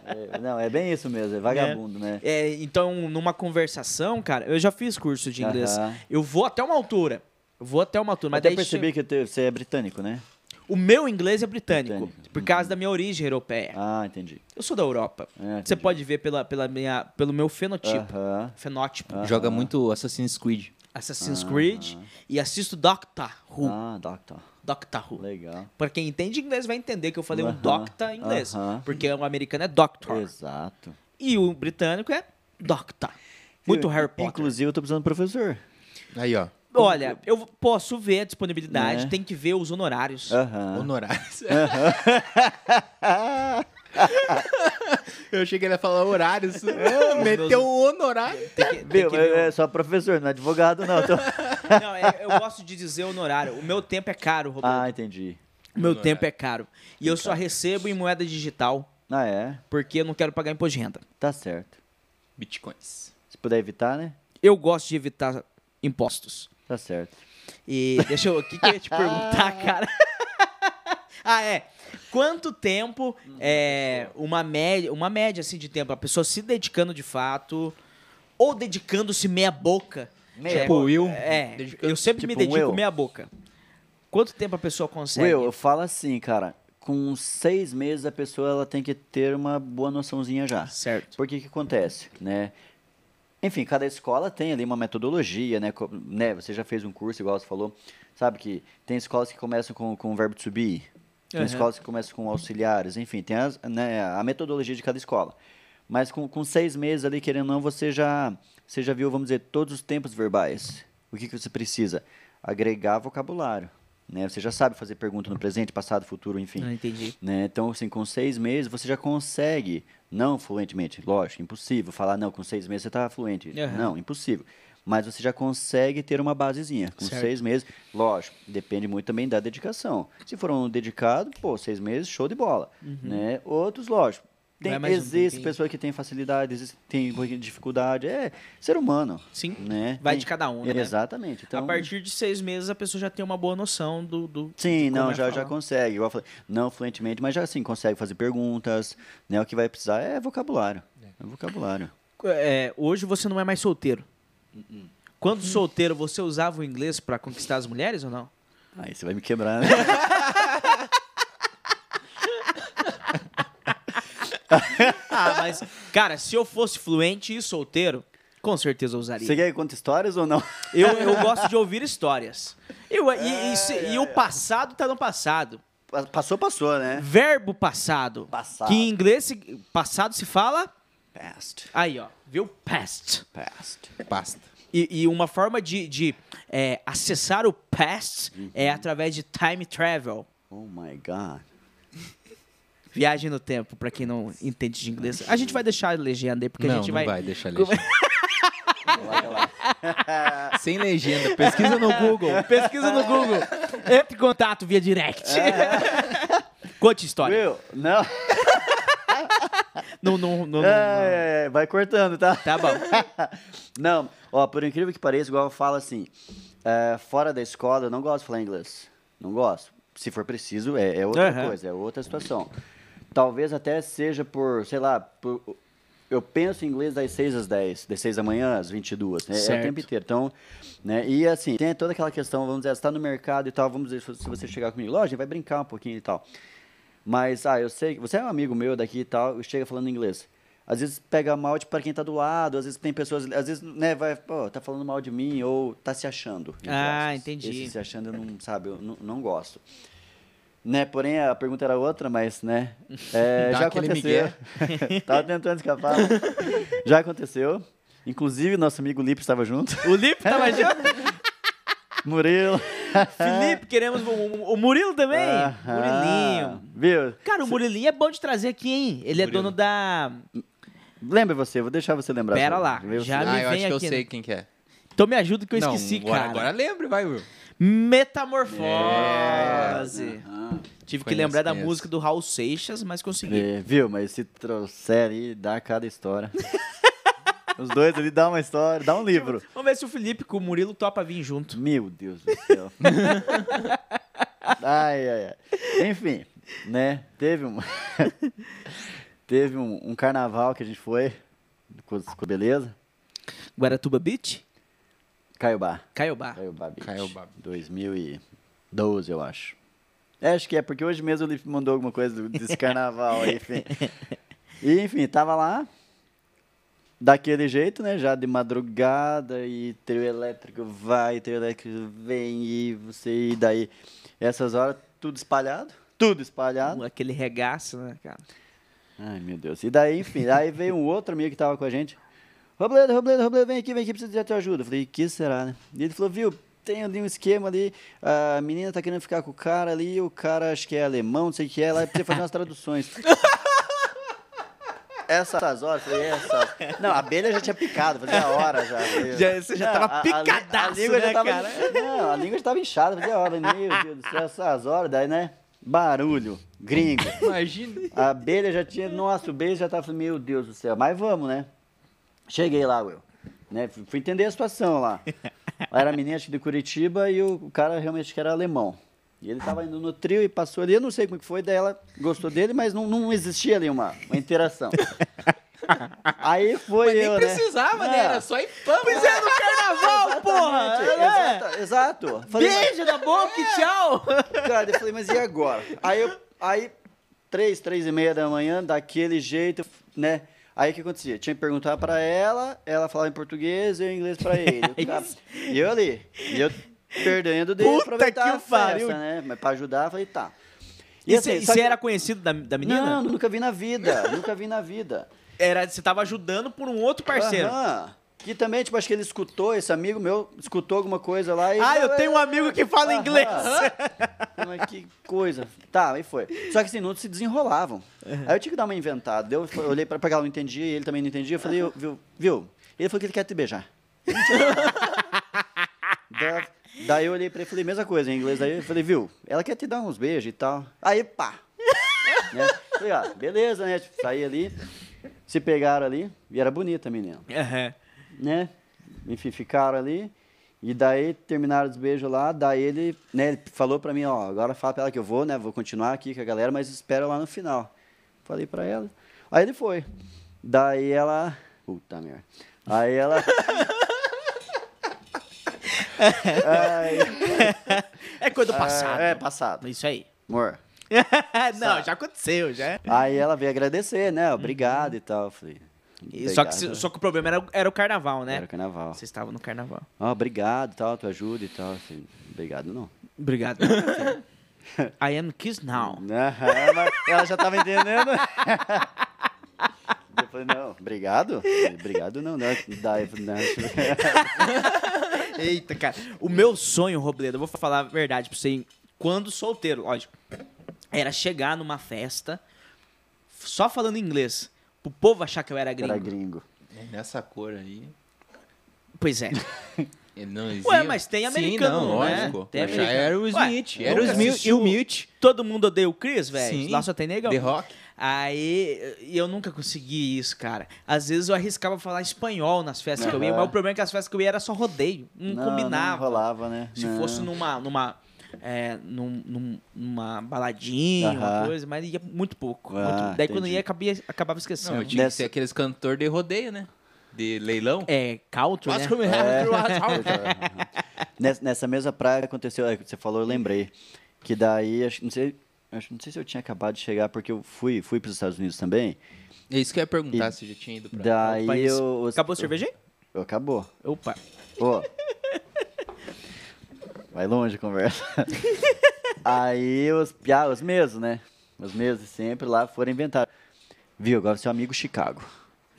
Speaker 3: É, não, é bem isso mesmo, é vagabundo, né?
Speaker 1: É, então, numa conversação, cara, eu já fiz curso de inglês.
Speaker 3: Aham.
Speaker 1: Eu vou até uma altura. Eu vou até uma altura. Mas
Speaker 3: Até
Speaker 1: daí
Speaker 3: percebi que te- você é britânico, né?
Speaker 1: chega- o meu inglês é britânico,
Speaker 3: Britânico. Uhum.
Speaker 1: por causa da minha origem europeia.
Speaker 3: Ah, entendi.
Speaker 1: Eu sou da Europa.
Speaker 3: É, entendi.
Speaker 1: É.
Speaker 3: Ah.
Speaker 1: Você pode tipo, ver pela, pela minha, pelo meu fenotipo.
Speaker 3: Aham.
Speaker 1: Fenótipo.
Speaker 4: Joga muito Assassin's Creed.
Speaker 1: Assassin's Creed. E assisto Doctor Who.
Speaker 3: Ah, doctor.
Speaker 1: Doctor Who.
Speaker 3: Legal.
Speaker 1: Pra quem entende inglês vai entender que eu falei um
Speaker 3: Aham,
Speaker 1: doctor em inglês.
Speaker 3: aham.
Speaker 1: Porque o americano é doctor.
Speaker 3: Exato.
Speaker 1: E o britânico é doctor. Muito
Speaker 3: Eu-
Speaker 1: Harry Potter.
Speaker 3: Inclusive, eu tô precisando de professor.
Speaker 4: Aí, ó.
Speaker 1: Olha, eu posso ver a disponibilidade,
Speaker 3: Né? É.
Speaker 1: tem que ver os honorários.
Speaker 4: Ah.
Speaker 3: Aham.
Speaker 4: Honorários. Eu achei que ele ia falar horários. Meteu o honorário.
Speaker 1: Tem que- tem
Speaker 3: Viu,
Speaker 1: que
Speaker 3: é,
Speaker 1: ver o-
Speaker 3: é só professor, não é advogado, não. Então-
Speaker 1: Não, é- eu gosto de dizer honorário. O meu tempo é caro, Roberto.
Speaker 3: Ah, entendi.
Speaker 1: o meu
Speaker 4: honorário.
Speaker 1: tempo é caro. E eu só recebo em moeda digital,
Speaker 3: Ah, é?
Speaker 1: porque eu não quero pagar imposto de renda.
Speaker 3: Tá certo.
Speaker 4: Bitcoins.
Speaker 3: Se puder evitar, né?
Speaker 1: Eu gosto de evitar impostos.
Speaker 3: Tá certo.
Speaker 1: E deixa eu. O que, que eu ia te perguntar, cara? ah, é. quanto tempo é uma média, uma média assim de tempo a pessoa se dedicando de fato ou dedicando-se meia boca?
Speaker 3: Meia
Speaker 4: Tipo,
Speaker 3: boca.
Speaker 4: eu.
Speaker 1: É,
Speaker 4: dedicando-
Speaker 1: eu sempre me
Speaker 3: Tipo um
Speaker 1: dedico
Speaker 3: eu.
Speaker 1: meia boca. Quanto tempo a pessoa consegue?
Speaker 3: Will, eu falo assim, cara. Com seis meses a pessoa ela tem que ter uma boa noçãozinha já.
Speaker 1: Ah, Certo.
Speaker 3: Porque que acontece, né? Enfim, cada escola tem ali uma metodologia, né? Co- né? Você já fez um curso, igual você falou, sabe que tem escolas que começam com, com o verbo to be, tem
Speaker 1: Aham.
Speaker 3: escolas que começam com auxiliares, enfim, tem as- né, a metodologia de cada escola. Mas com, com seis meses ali, querendo ou não, você já, você já viu, vamos dizer, todos os tempos verbais. O que, que você precisa? Agregar vocabulário, né? Você já sabe fazer pergunta no presente, passado, futuro, enfim.
Speaker 1: Não entendi.
Speaker 3: Né? Então, assim, com seis meses você já consegue, não fluentemente, lógico, impossível falar, não, com seis meses você está fluente.
Speaker 1: Aham.
Speaker 3: Não, impossível. Mas você já consegue ter uma basezinha. Com
Speaker 1: Certo.
Speaker 3: seis meses, lógico, depende muito também da dedicação. Se for um dedicado, pô, seis meses, show de bola. Né? Outros, lógico. Tem,
Speaker 1: Uhum. Vai mais um
Speaker 3: existe
Speaker 1: tempinho.
Speaker 3: pessoa que tem facilidade, existe tem um pouquinho de dificuldade. É ser humano.
Speaker 1: Sim.
Speaker 3: Né?
Speaker 1: Vai
Speaker 3: Tem-
Speaker 1: de cada um, né?
Speaker 3: Exatamente. Então,
Speaker 1: a partir de seis meses a pessoa já tem uma boa noção do. do de
Speaker 3: Sim,
Speaker 1: como
Speaker 3: não,
Speaker 1: é
Speaker 3: já, já
Speaker 1: falar.
Speaker 3: consegue. Igual eu falei, não fluentemente, mas já assim, consegue fazer perguntas. Né? O que vai precisar é vocabulário. É vocabulário.
Speaker 1: É, hoje você não é mais solteiro. Quando solteiro, você usava o inglês pra conquistar as mulheres ou não? É.
Speaker 3: Aí você vai me quebrar, né?
Speaker 1: Ah, mas, cara, se eu fosse fluente e solteiro, com certeza eu usaria.
Speaker 3: Você quer que conte histórias ou não?
Speaker 1: Eu, eu gosto de ouvir histórias. Eu- e,
Speaker 3: É,
Speaker 1: e- e se- e o passado tá no passado.
Speaker 3: Pa- Passou, passou, né?
Speaker 1: Verbo passado.
Speaker 3: Passado.
Speaker 1: Que em inglês, se- passado se fala.
Speaker 3: Past.
Speaker 1: Aí, ó. Viu? Past.
Speaker 3: Past.
Speaker 4: Basta.
Speaker 1: E, e uma forma de, de, é, acessar o past é
Speaker 3: Uhum.
Speaker 1: através de time travel.
Speaker 3: Oh my God.
Speaker 1: Viagem no tempo, pra quem não entende de inglês. A gente vai deixar a legenda aí, porque
Speaker 4: não,
Speaker 1: a gente
Speaker 4: não
Speaker 1: vai.
Speaker 4: vai, deixar legenda. Sem legenda. Pesquisa no Google.
Speaker 1: Pesquisa no Google. Entre em contato via direct.
Speaker 3: É.
Speaker 1: Conte história.
Speaker 3: Will, não.
Speaker 1: Não, não, não, não, não.
Speaker 3: É, é, é, vai cortando, tá?
Speaker 1: Tá bom.
Speaker 3: Não, ó, por incrível que pareça, igual eu falo assim, é, fora da escola eu não gosto de falar inglês. Não gosto. Se for preciso, é, é outra
Speaker 1: Aham.
Speaker 3: coisa, é outra situação. Talvez até seja por, sei lá, por- eu penso em inglês das 6 às 10, das 6 da manhã às 22, né? É
Speaker 1: Certo.
Speaker 3: o tempo inteiro. Então, né? E assim, tem toda aquela questão, vamos dizer, você está no mercado e tal, vamos dizer, se você chegar comigo, loja, vai brincar um pouquinho e tal. Mas, ah, eu sei que você é um amigo meu daqui e tal, chega falando inglês. Às vezes pega mal de para quem tá do lado, às vezes tem pessoas, às vezes, né, vai, pô, tá falando mal de mim ou tá se achando. entre
Speaker 1: Ah,
Speaker 3: aspas.
Speaker 1: entendi.
Speaker 3: Esse se achando, eu não, sabe, eu não, não gosto. Né, porém, a pergunta era outra, mas, né, é,
Speaker 4: Dá
Speaker 3: já
Speaker 4: aquele
Speaker 3: aconteceu. Tava tentando escapar. mas já aconteceu. Inclusive, nosso amigo Lipe estava junto.
Speaker 1: O Lipe tá tava junto.
Speaker 3: Murilo.
Speaker 1: Felipe, queremos o, o- o Murilo também.
Speaker 3: Aham.
Speaker 1: Murilinho.
Speaker 3: Ah, Viu?
Speaker 1: Cara, o Murilinho é bom de trazer aqui, hein? Ele é dono da.
Speaker 3: Lembra você, vou deixar você lembrar.
Speaker 1: Pera lá,
Speaker 3: Viu?
Speaker 1: já-
Speaker 4: Ah,
Speaker 1: me
Speaker 4: eu
Speaker 1: vem
Speaker 4: acho que eu
Speaker 1: aqui,
Speaker 4: sei
Speaker 1: né?
Speaker 4: quem que é.
Speaker 1: Então me ajuda que eu
Speaker 4: não,
Speaker 1: esqueci,
Speaker 4: agora,
Speaker 1: cara.
Speaker 4: agora lembre, vai, Will.
Speaker 1: Metamorfose.
Speaker 3: É.
Speaker 1: Tive que
Speaker 4: Conheço,
Speaker 1: lembrar da
Speaker 4: conheço.
Speaker 1: música do Raul Seixas, mas consegui.
Speaker 3: É, viu? Mas se trouxer aí, dá cada história. Os dois ali dá uma história, dá um livro.
Speaker 1: Vamos ver se o Felipe com o Murilo topa vir junto.
Speaker 3: Meu Deus do céu. ai, ai, ai. Enfim, né? Teve um. teve um, um carnaval que a gente foi. Com, com beleza?
Speaker 1: Guaratuba Beach?
Speaker 3: Caiobá.
Speaker 1: Caiobá.
Speaker 3: Caiobá Beach.
Speaker 4: Caiobá Beach.
Speaker 3: 2012, eu acho. É, acho que é, porque hoje mesmo ele mandou alguma coisa do- desse carnaval aí, enfim. E, enfim, tava lá, daquele jeito, né? Já de madrugada, e trio elétrico vai, trio elétrico vem, e você, e daí, essas horas, tudo espalhado, tudo espalhado.
Speaker 1: Aquele regaço, né, cara?
Speaker 3: Ai, meu Deus. E daí, enfim, aí veio um outro amigo que tava com a gente. Robledo, Robledo, Robledo, vem aqui, vem aqui, preciso de tua ajuda. Eu falei, que será, né? E ele falou, viu, tem ali um esquema ali, a menina tá querendo ficar com o cara ali, o cara acho que é alemão, não sei o que é, lá precisa fazer umas traduções. Essas horas, eu falei, essa. Não, a abelha já tinha picado, fazia hora já.
Speaker 1: Já- você já tava
Speaker 3: a- a- a
Speaker 1: picadaço,
Speaker 3: língua já
Speaker 1: né,
Speaker 3: tava-
Speaker 1: cara?
Speaker 3: Não, a língua já tava inchada, fazia hora. Meu Deus do céu, essas horas, daí, né? Barulho, gringo.
Speaker 4: Imagina.
Speaker 3: A abelha já tinha. Nossa, o beijo já tava falando, meu Deus do céu. Mas vamos, né? Cheguei lá, Will. Né? Fui fui entender a situação lá. Lá Era a menina acho que de Curitiba e o cara realmente que era alemão. E ele estava indo no trio e passou ali, eu não sei como que foi, daí ela gostou dele, mas não, não existia ali uma, uma interação. Aí foi
Speaker 4: Mas nem
Speaker 3: eu, né?
Speaker 4: precisava, né?
Speaker 3: É.
Speaker 4: Era só né? infama.
Speaker 1: Pois é, no carnaval, porra! É.
Speaker 3: Exato, exato. né? Falei, É.
Speaker 1: Beijo na boca e tchau!
Speaker 3: Cara, eu falei, mas e agora? Aí, eu, aí três, três e meia da manhã, daquele jeito, né? Aí o que acontecia? Tinha que perguntar pra ela, ela falava em português e eu em inglês pra ele. Eu ficava- E eu ali, e eu perdendo de
Speaker 1: Puta
Speaker 3: aproveitar
Speaker 1: que
Speaker 3: a
Speaker 1: pariu.
Speaker 3: festa, né? Mas pra ajudar, eu falei, tá.
Speaker 1: E
Speaker 3: assim,
Speaker 1: você
Speaker 3: só
Speaker 1: você
Speaker 3: que-
Speaker 1: era conhecido da, da menina?
Speaker 3: Não, nunca vi na vida, nunca vi na vida.
Speaker 1: Era, você tava ajudando por um outro parceiro.
Speaker 3: Aham. Que também, tipo, acho que ele escutou, esse amigo meu, escutou alguma coisa lá e...
Speaker 1: Ah, eu tenho um amigo que fala
Speaker 3: Aham.
Speaker 1: inglês.
Speaker 3: Mas que coisa. Tá, aí foi. Só que assim, não se desenrolavam. Aí eu tinha que dar uma inventada. Daí Eu f- olhei pra, pra ela, não entendia, e ele também não entendia. Eu falei, eu- viu, viu? Ele falou que ele quer te beijar. Da- Daí eu olhei pra ele e falei, mesma coisa em inglês. Daí eu falei, viu, ela quer te dar uns beijos e tal. Aí, pá! né? Falei, ó, beleza, né? Tipo, Saí ali, se pegaram ali, e era bonita a menina
Speaker 1: Aham.
Speaker 3: né? Enfim, ficaram ali. E daí terminaram os beijos lá, daí ele, né, ele falou pra mim, ó, agora fala pra ela que eu vou, né? Vou continuar aqui com a galera, mas espera lá no final. Falei pra ela. Aí ele foi. Daí ela. Puta merda. Aí ela. Ai,
Speaker 1: É coisa do passado.
Speaker 3: É, passado.
Speaker 1: Isso aí.
Speaker 3: Amor.
Speaker 1: Não, já aconteceu, já.
Speaker 3: Aí ela veio agradecer, né? Obrigado e tal. Eu Falei.
Speaker 1: Uhum. E Só que,
Speaker 3: "Obrigado." né?
Speaker 1: se- só que o problema era, era o carnaval, né?
Speaker 3: Era carnaval.
Speaker 1: Vocês estavam no carnaval.
Speaker 3: Ó, obrigado e tal, tua ajuda e tal. Eu Falei, obrigado né? não.
Speaker 1: Obrigado. I am kiss now.
Speaker 3: Aham, mas ela já tava entendendo. Eu falei, não, obrigado? Obrigado não, não. Daí, eu falei, não, deixa eu ver.
Speaker 1: Eita, cara. O meu sonho, Robledo, eu vou falar a verdade pra você, hein? quando solteiro, lógico, era chegar numa festa só falando inglês, pro povo achar que eu era gringo.
Speaker 3: Era gringo.
Speaker 4: É Nessa cor aí.
Speaker 1: Pois é.
Speaker 4: Ele não existe.
Speaker 1: Ué, mas tem americano,
Speaker 4: Sim, não,
Speaker 1: né?
Speaker 4: lógico.
Speaker 1: Tem
Speaker 4: Mas já
Speaker 1: americano.
Speaker 4: era o
Speaker 1: Ué,
Speaker 4: Smith.
Speaker 1: eu
Speaker 4: era o
Speaker 1: nunca
Speaker 4: Smith
Speaker 1: assisti
Speaker 4: e o
Speaker 1: o-
Speaker 4: Mitch.
Speaker 1: Todo mundo odeia o Chris, velho.
Speaker 4: Sim.
Speaker 1: Lá só tem negão.
Speaker 4: The Rock.
Speaker 1: Aí, e eu nunca consegui isso, cara. Às vezes eu arriscava falar espanhol nas festas que eu ia,
Speaker 3: Aham.
Speaker 1: mas o problema é que as festas que eu ia era só rodeio. Não, combinava.
Speaker 3: Não rolava, né?
Speaker 1: Se
Speaker 3: Não.
Speaker 1: fosse numa. numa é, num- num- numa baladinha, uma
Speaker 3: Aham.
Speaker 1: coisa, mas ia muito pouco.
Speaker 3: Ah,
Speaker 1: muito- Daí quando
Speaker 3: entendi.
Speaker 1: ia, acabia, acabava
Speaker 4: Não,
Speaker 1: esquecendo.
Speaker 4: mas tinha que
Speaker 3: Nessa-
Speaker 4: ser aqueles cantor de rodeio, né? De leilão.
Speaker 1: É, country, né?
Speaker 4: Posso comer
Speaker 3: É.
Speaker 4: rápido?
Speaker 3: Nessa, nessa mesma praia aconteceu, é, que você falou, eu lembrei. Que daí, acho, não, sei, acho, não sei se eu tinha acabado de chegar, porque eu fui, fui para os Estados Unidos também.
Speaker 4: É isso que eu ia perguntar, se já tinha ido pra...
Speaker 3: Daí
Speaker 1: Opa, isso-
Speaker 3: eu.
Speaker 1: Acabou a cerveja aí?
Speaker 3: Acabou.
Speaker 1: Opa.
Speaker 3: Ô. Vai longe a conversa. Aí os piá, os mesmos, né? Os mesmos sempre lá foram inventados. Viu, agora seu amigo Chicago.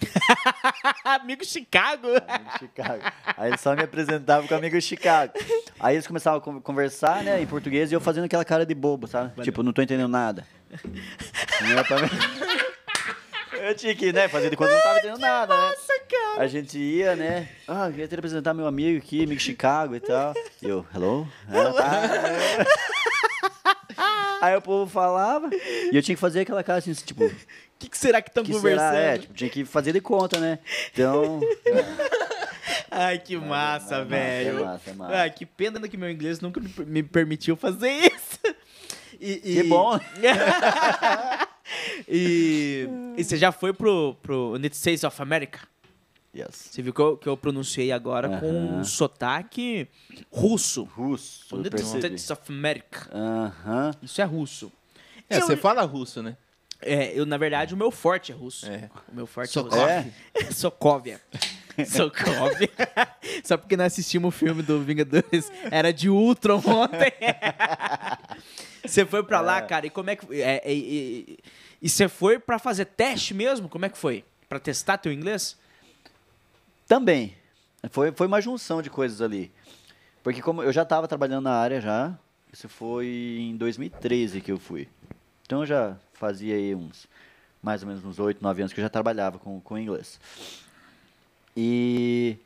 Speaker 1: Amigo Chicago.
Speaker 3: Amigo Chicago. Aí eles só me apresentavam com o amigo Chicago. Aí eles começavam a con- conversar, né, em português e eu fazendo aquela cara de bobo, sabe? Tipo, não tô entendendo nada. Não era pra mim. Eu tinha que, né, fazer de conta que não tava entendendo nada, né? A gente ia, né? Ah, eu queria te apresentar meu amigo aqui, amigo de Chicago e tal. E eu, hello? Ah, tá. Aí o povo falava e eu tinha que fazer aquela cara assim, tipo,
Speaker 1: O que, que será que estão
Speaker 3: que será?
Speaker 1: conversando?
Speaker 3: É, tipo, tinha que fazer de conta, né? Então,
Speaker 1: Ai, que massa,
Speaker 3: é massa,
Speaker 1: velho.
Speaker 3: é massa, é massa.
Speaker 1: Ai, que pena que meu inglês nunca me per- me permitiu fazer isso. E, e-
Speaker 3: Que bom.
Speaker 1: e, e você já foi pro, pro United States of America?
Speaker 3: yes.
Speaker 1: Você viu que eu, que eu pronunciei agora com um
Speaker 3: Aham.
Speaker 1: sotaque russo.
Speaker 3: Russo, eu
Speaker 1: United
Speaker 3: percebi.
Speaker 1: States of America.
Speaker 3: Aham.
Speaker 1: Isso é russo.
Speaker 4: É,
Speaker 1: eu,
Speaker 4: você fala russo, né?
Speaker 1: é, eu, na verdade, o meu forte é russo.
Speaker 4: É.
Speaker 1: O meu forte
Speaker 4: Sokov.
Speaker 1: é russo.
Speaker 3: É?
Speaker 1: Sokovia. Sokovia. Só porque nós assistimos o filme do Vingadores
Speaker 3: É.
Speaker 1: era de Ultron ontem. Você foi pra lá, cara, e como é que. é, é, e- e- e você foi pra fazer teste mesmo? Como é que foi? Pra testar teu inglês?
Speaker 3: Também. Foi, foi uma junção de coisas ali. Porque como eu já estava trabalhando na área já, isso foi em 2013 que eu fui. Então eu já fazia aí uns, mais ou menos uns 8, 9 anos que eu já trabalhava com, com inglês. E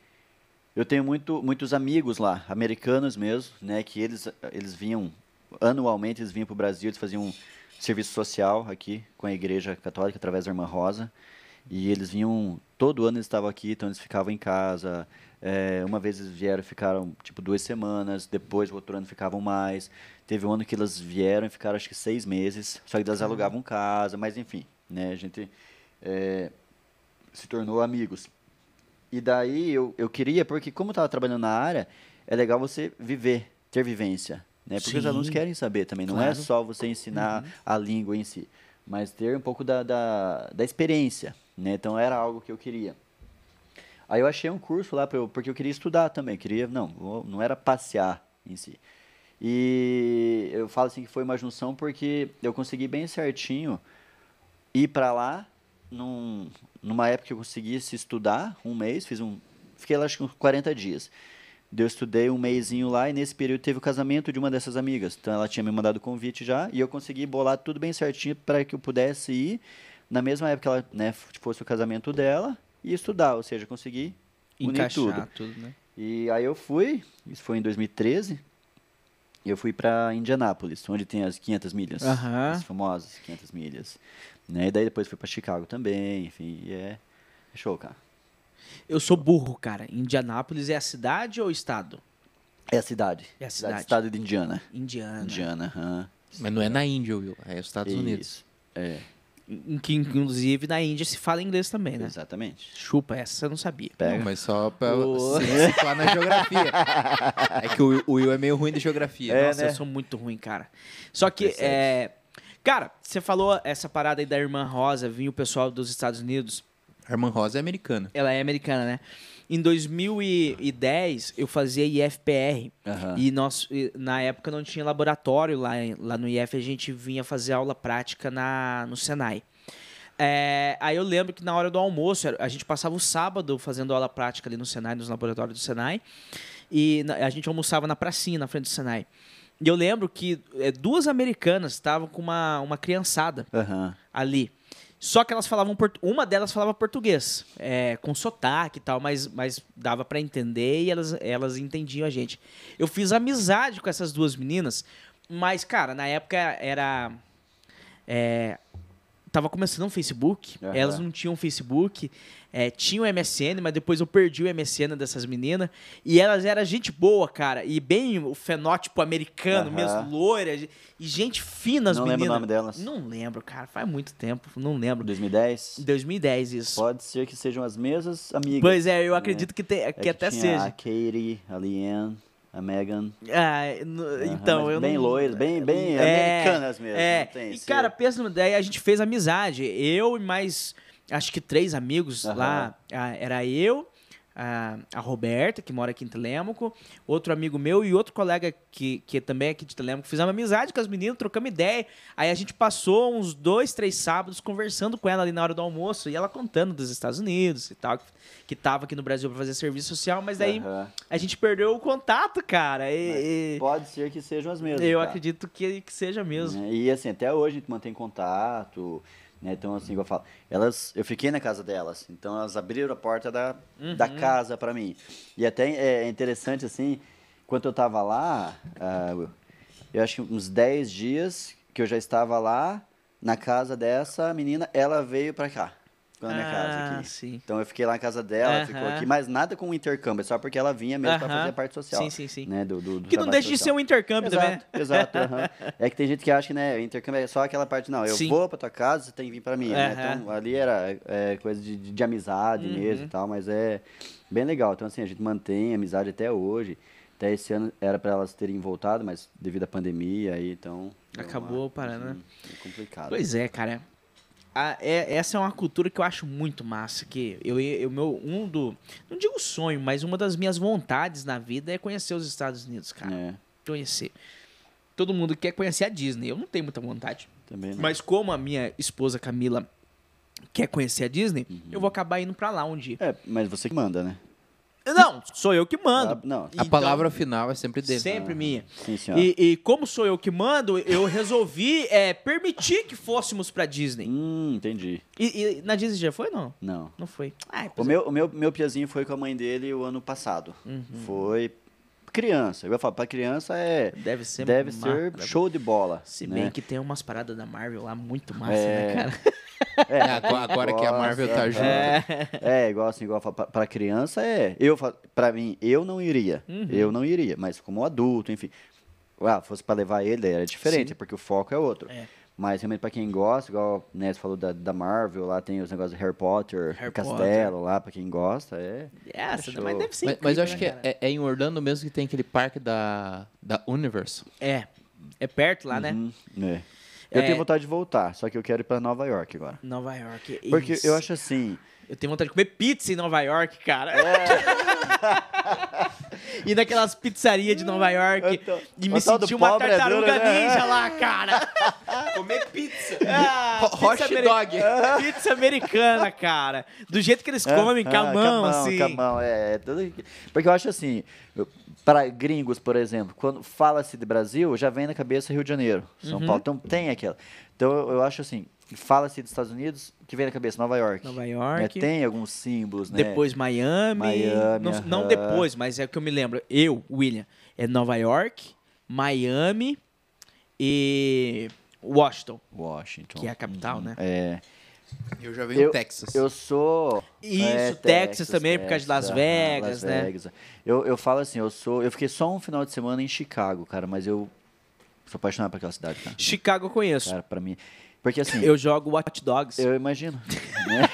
Speaker 3: eu tenho muito, muitos amigos lá, americanos mesmo, né? Que eles, eles vinham, anualmente eles vinham para o Brasil, eles faziam um serviço social aqui com a igreja católica através da Irmã Rosa. E eles vinham, todo ano eles estavam aqui, então eles ficavam em casa. É, uma vez eles vieram, ficaram tipo duas semanas, depois o outro ano ficavam mais. Teve um ano que elas vieram e ficaram acho que seis meses, só que elas alugavam casa, mas enfim, né? A gente é, se tornou amigos. E daí eu, eu queria, porque como eu estava trabalhando na área, é legal você viver, ter vivência. Né? Porque os
Speaker 1: Sim.
Speaker 3: alunos querem saber também, não é
Speaker 1: Claro. Uhum.
Speaker 3: só você ensinar a língua em si, mas ter um pouco da, da, da experiência. Né? Então era algo que eu queria. Aí eu achei um curso lá, pra eu, porque eu queria estudar também, eu queria, não, vou- não era passear em si. E eu falo assim que foi uma junção porque eu consegui bem certinho ir para lá num, numa época que eu conseguisse estudar um mês, fiz um, fiquei lá acho que uns 40 dias. Daí Eu estudei um mêsinho lá e nesse período teve o casamento de uma dessas amigas. Então ela tinha me mandado o convite já e eu consegui bolar tudo bem certinho para que eu pudesse ir na mesma época que ela, né, fosse o casamento dela e estudar, ou seja, consegui unir tudo.
Speaker 1: Encaixar tudo, né?
Speaker 3: E aí eu fui, isso foi em 2013, e eu fui para Indianápolis, onde tem as 500 milhas,
Speaker 1: Aham.
Speaker 3: as famosas 500 milhas. Né? E daí depois fui para Chicago também, enfim, e é é show, cara.
Speaker 1: Eu sou burro, cara. Indianápolis é a cidade ou o estado?
Speaker 3: É a cidade.
Speaker 1: É a
Speaker 3: do
Speaker 1: cidade.
Speaker 3: estado de Indiana.
Speaker 1: Indiana.
Speaker 3: Indiana, aham.
Speaker 4: Mas não é na Índia, viu? É os Estados Unidos.
Speaker 3: Isso, É,
Speaker 1: Em que, inclusive, na Índia se fala inglês também, né?
Speaker 3: exatamente.
Speaker 1: Chupa, essa eu não sabia.
Speaker 3: Pega.
Speaker 4: Não, mas só pra
Speaker 1: O-
Speaker 4: se situar na geografia. É que o Will- o Will é meio ruim de geografia.
Speaker 3: É,
Speaker 1: Nossa,
Speaker 3: né?
Speaker 1: eu sou muito ruim, cara. Só que, é... cara, você falou essa parada aí da irmã Rosa, vinha o pessoal dos Estados Unidos.
Speaker 4: A irmã Rosa é americana.
Speaker 1: Ela é americana, né? Em 2010, eu fazia IFPR.
Speaker 3: Aham.
Speaker 1: E nós, e na época não tinha laboratório lá, em- lá no IF, a gente vinha fazer aula prática na, no Senai. É, aí eu lembro que na hora do almoço, era- a gente passava o sábado fazendo aula prática ali no Senai, nos laboratórios do Senai, e na- a gente almoçava na pracinha, na frente do Senai. E eu lembro que é, duas americanas estavam com uma, uma criançada
Speaker 3: Aham.
Speaker 1: ali. Só que elas falavam portu- uma delas falava português, é, com sotaque e tal, mas, mas dava pra entender e elas, elas entendiam a gente. Eu fiz amizade com essas duas meninas, mas cara, na época era é, tava começando um Facebook,
Speaker 3: Aham.
Speaker 1: elas não tinham Facebook, é, tinham MSN, mas depois eu perdi o MSN dessas meninas e elas eram gente boa, cara, e bem o fenótipo americano,
Speaker 3: Aham.
Speaker 1: mesmo loira e gente fina as
Speaker 3: Não
Speaker 1: meninas.
Speaker 3: lembro o nome delas.
Speaker 1: Não lembro, cara. Faz muito tempo. Não lembro.
Speaker 3: 2010.
Speaker 1: 2010, isso.
Speaker 3: Pode ser que sejam as mesmas amigas.
Speaker 1: pois é, eu
Speaker 3: né?
Speaker 1: acredito que, te- que,
Speaker 3: É
Speaker 1: até
Speaker 3: tinha A
Speaker 1: seja.
Speaker 3: Katie, a Leanne, a Megan.
Speaker 1: Ah, n- então,
Speaker 3: Aham, mas
Speaker 1: eu
Speaker 3: bem
Speaker 1: não...
Speaker 3: loiras, bem, bem
Speaker 1: É,
Speaker 3: americanas mesmo.
Speaker 1: É,
Speaker 3: não tem
Speaker 1: e
Speaker 3: esse-
Speaker 1: cara, pensa, numa- daí a gente fez amizade. Eu e mais, acho que três amigos
Speaker 3: Aham.
Speaker 1: lá. Ah, Era eu, a, a Roberta, que mora aqui em Telêmaco, outro amigo meu e outro colega que, que também é aqui de Telêmaco. Fizemos amizade com as meninas, trocamos ideia. Aí a gente passou uns dois, três sábados conversando com ela ali na hora do almoço e ela contando dos Estados Unidos e tal, que, que tava aqui no Brasil pra fazer serviço social, mas daí
Speaker 3: Aham.
Speaker 1: a gente perdeu o contato, cara. E,
Speaker 3: Pode ser que sejam as
Speaker 1: e
Speaker 3: mesmas.
Speaker 1: é, eu
Speaker 3: cara.
Speaker 1: acredito que, que seja mesmo.
Speaker 3: Né? E assim, até hoje a gente mantém contato, né? Então, assim, igual eu falo, elas, eu fiquei na casa delas, então elas abriram a porta da,
Speaker 1: Uhum.
Speaker 3: da casa pra mim. E até é interessante, assim, quando eu tava lá, ah, eu- eu acho que uns 10 dias que eu já estava lá, na casa dessa menina, ela veio pra cá, na minha casa
Speaker 1: Ah,
Speaker 3: aqui.
Speaker 1: sim.
Speaker 3: Então eu fiquei lá na casa dela, ela ficou
Speaker 1: Aham.
Speaker 3: aqui, mas nada com intercâmbio, é só porque ela vinha mesmo pra
Speaker 1: Aham.
Speaker 3: fazer a parte social.
Speaker 1: Sim, sim, sim.
Speaker 3: Né, do, do, do
Speaker 1: Que não
Speaker 3: trabalho
Speaker 1: deixa de
Speaker 3: social.
Speaker 1: ser um intercâmbio também.
Speaker 3: Exato,
Speaker 1: né?
Speaker 3: exato. aham. É que tem gente que acha que né, intercâmbio é só aquela parte, não, eu
Speaker 1: Sim.
Speaker 3: vou pra tua casa, você tem que vir pra mim. né?
Speaker 1: Aham. Uhum.
Speaker 3: Então ali era é, coisa de, de- de amizade mesmo e tal, mas é bem legal. Então assim, a gente mantém a amizade até hoje. Até esse ano era pra elas terem voltado, mas devido à pandemia aí, então... deu
Speaker 1: Acabou parando, né?
Speaker 3: assim, complicado.
Speaker 1: Pois é, cara. A- é- essa é uma cultura que eu acho muito massa. Que eu, eu meu, um do. Não digo sonho, mas uma das minhas vontades na vida é conhecer os Estados Unidos, cara.
Speaker 3: É,
Speaker 1: Conhecer. Todo mundo quer conhecer a Disney. Eu não tenho muita vontade.
Speaker 3: também né? não.
Speaker 1: Mas como a minha esposa Camila quer conhecer a Disney,
Speaker 3: Uhum.
Speaker 1: eu vou acabar indo pra lá um dia.
Speaker 3: É, mas você que manda, né?
Speaker 1: Não, sou eu que mando.
Speaker 3: Ah, não.
Speaker 4: A palavra final é sempre dele.
Speaker 1: Sempre minha.
Speaker 3: Sim, senhora.
Speaker 1: E, e como sou eu que mando, eu resolvi é, permitir que fôssemos pra Disney.
Speaker 3: Hum, entendi.
Speaker 1: E, e na Disney já foi, não?
Speaker 3: Não.
Speaker 1: Não foi. Ah, Uhum.
Speaker 3: O meu, o meu, meu piazinho foi com a mãe dele o ano passado. Foi criança. Eu ia falar, pra criança é.
Speaker 1: Deve ser
Speaker 3: deve
Speaker 1: má-
Speaker 3: ser show de bola.
Speaker 1: Se
Speaker 3: né?
Speaker 1: bem que tem umas paradas da Marvel lá muito massa,
Speaker 3: É.
Speaker 1: né, cara?
Speaker 3: É,
Speaker 4: agora agora que a Marvel tá
Speaker 3: Nossa,
Speaker 4: junto.
Speaker 3: É, igual assim, igual eu falo, pra, pra criança é. Eu falo, pra mim, eu não iria.
Speaker 1: Uhum.
Speaker 3: Eu não iria, mas como adulto, enfim. Ah, fosse pra levar ele, daí era diferente, porque o foco é outro.
Speaker 1: É.
Speaker 3: Mas realmente pra quem gosta, igual né, você falou da, da Marvel, lá tem os negócios de Harry Potter,
Speaker 1: Harry
Speaker 3: Castelo,
Speaker 1: Potter.
Speaker 3: lá, pra quem gosta, é.
Speaker 1: É, essa-
Speaker 3: Show.
Speaker 1: mas deve ser.
Speaker 2: Mas, mas
Speaker 1: incrível,
Speaker 2: eu acho
Speaker 1: né,
Speaker 2: que
Speaker 1: cara?
Speaker 2: é, é em Orlando mesmo que tem aquele parque da, da Universo.
Speaker 1: É. É perto lá, né?
Speaker 3: Hum, é. Eu
Speaker 1: É.
Speaker 3: tenho vontade de voltar, só que eu quero ir pra Nova York agora.
Speaker 1: Nova York.
Speaker 3: Porque
Speaker 1: isso.
Speaker 3: eu acho assim.
Speaker 1: Eu tenho vontade de comer pizza em Nova York, cara.
Speaker 3: É.
Speaker 1: e naquelas pizzarias de Nova York.
Speaker 3: Então,
Speaker 1: e me
Speaker 3: mas tal do
Speaker 1: senti uma
Speaker 3: pobre é duro,
Speaker 1: tartaruga
Speaker 3: né?
Speaker 1: ninja lá, cara.
Speaker 4: Comer pizza.
Speaker 1: Ah,
Speaker 2: Hot
Speaker 1: pizza ameri-
Speaker 2: dog.
Speaker 1: É Pizza americana, cara. Do jeito que eles
Speaker 3: É,
Speaker 1: comem,
Speaker 3: é,
Speaker 1: calmão, assim.
Speaker 3: Camão, é. é tudo que- Porque eu acho assim, para gringos, por exemplo, quando fala-se de Brasil, já vem na cabeça Rio de Janeiro,
Speaker 1: Uhum.
Speaker 3: São Paulo. Então tem aquela. Então eu, eu acho assim, fala-se dos Estados Unidos, que vem na cabeça Nova York.
Speaker 1: Nova
Speaker 3: Né,
Speaker 1: York.
Speaker 3: Tem alguns símbolos, né?
Speaker 1: Depois Miami.
Speaker 3: Miami,
Speaker 1: não, não
Speaker 3: aham.
Speaker 1: depois, mas é o que eu me lembro. Eu, William, é Nova York, Miami e Washington,
Speaker 3: Washington.
Speaker 1: que é a capital, né?
Speaker 3: É.
Speaker 2: Eu já venho
Speaker 3: Eu-
Speaker 2: do Texas.
Speaker 3: Eu sou.
Speaker 1: Isso,
Speaker 3: é,
Speaker 1: Texas, também, por causa de Las
Speaker 3: aham,
Speaker 1: Vegas, né?
Speaker 3: Vegas. Eu, eu falo assim, eu sou. Eu fiquei só um final de semana em Chicago, cara, mas eu sou apaixonado por aquela cidade, cara.
Speaker 1: Chicago eu conheço.
Speaker 3: Cara, pra mim. Porque assim.
Speaker 1: Eu jogo Watch Dogs.
Speaker 3: É, Eu imagino. né?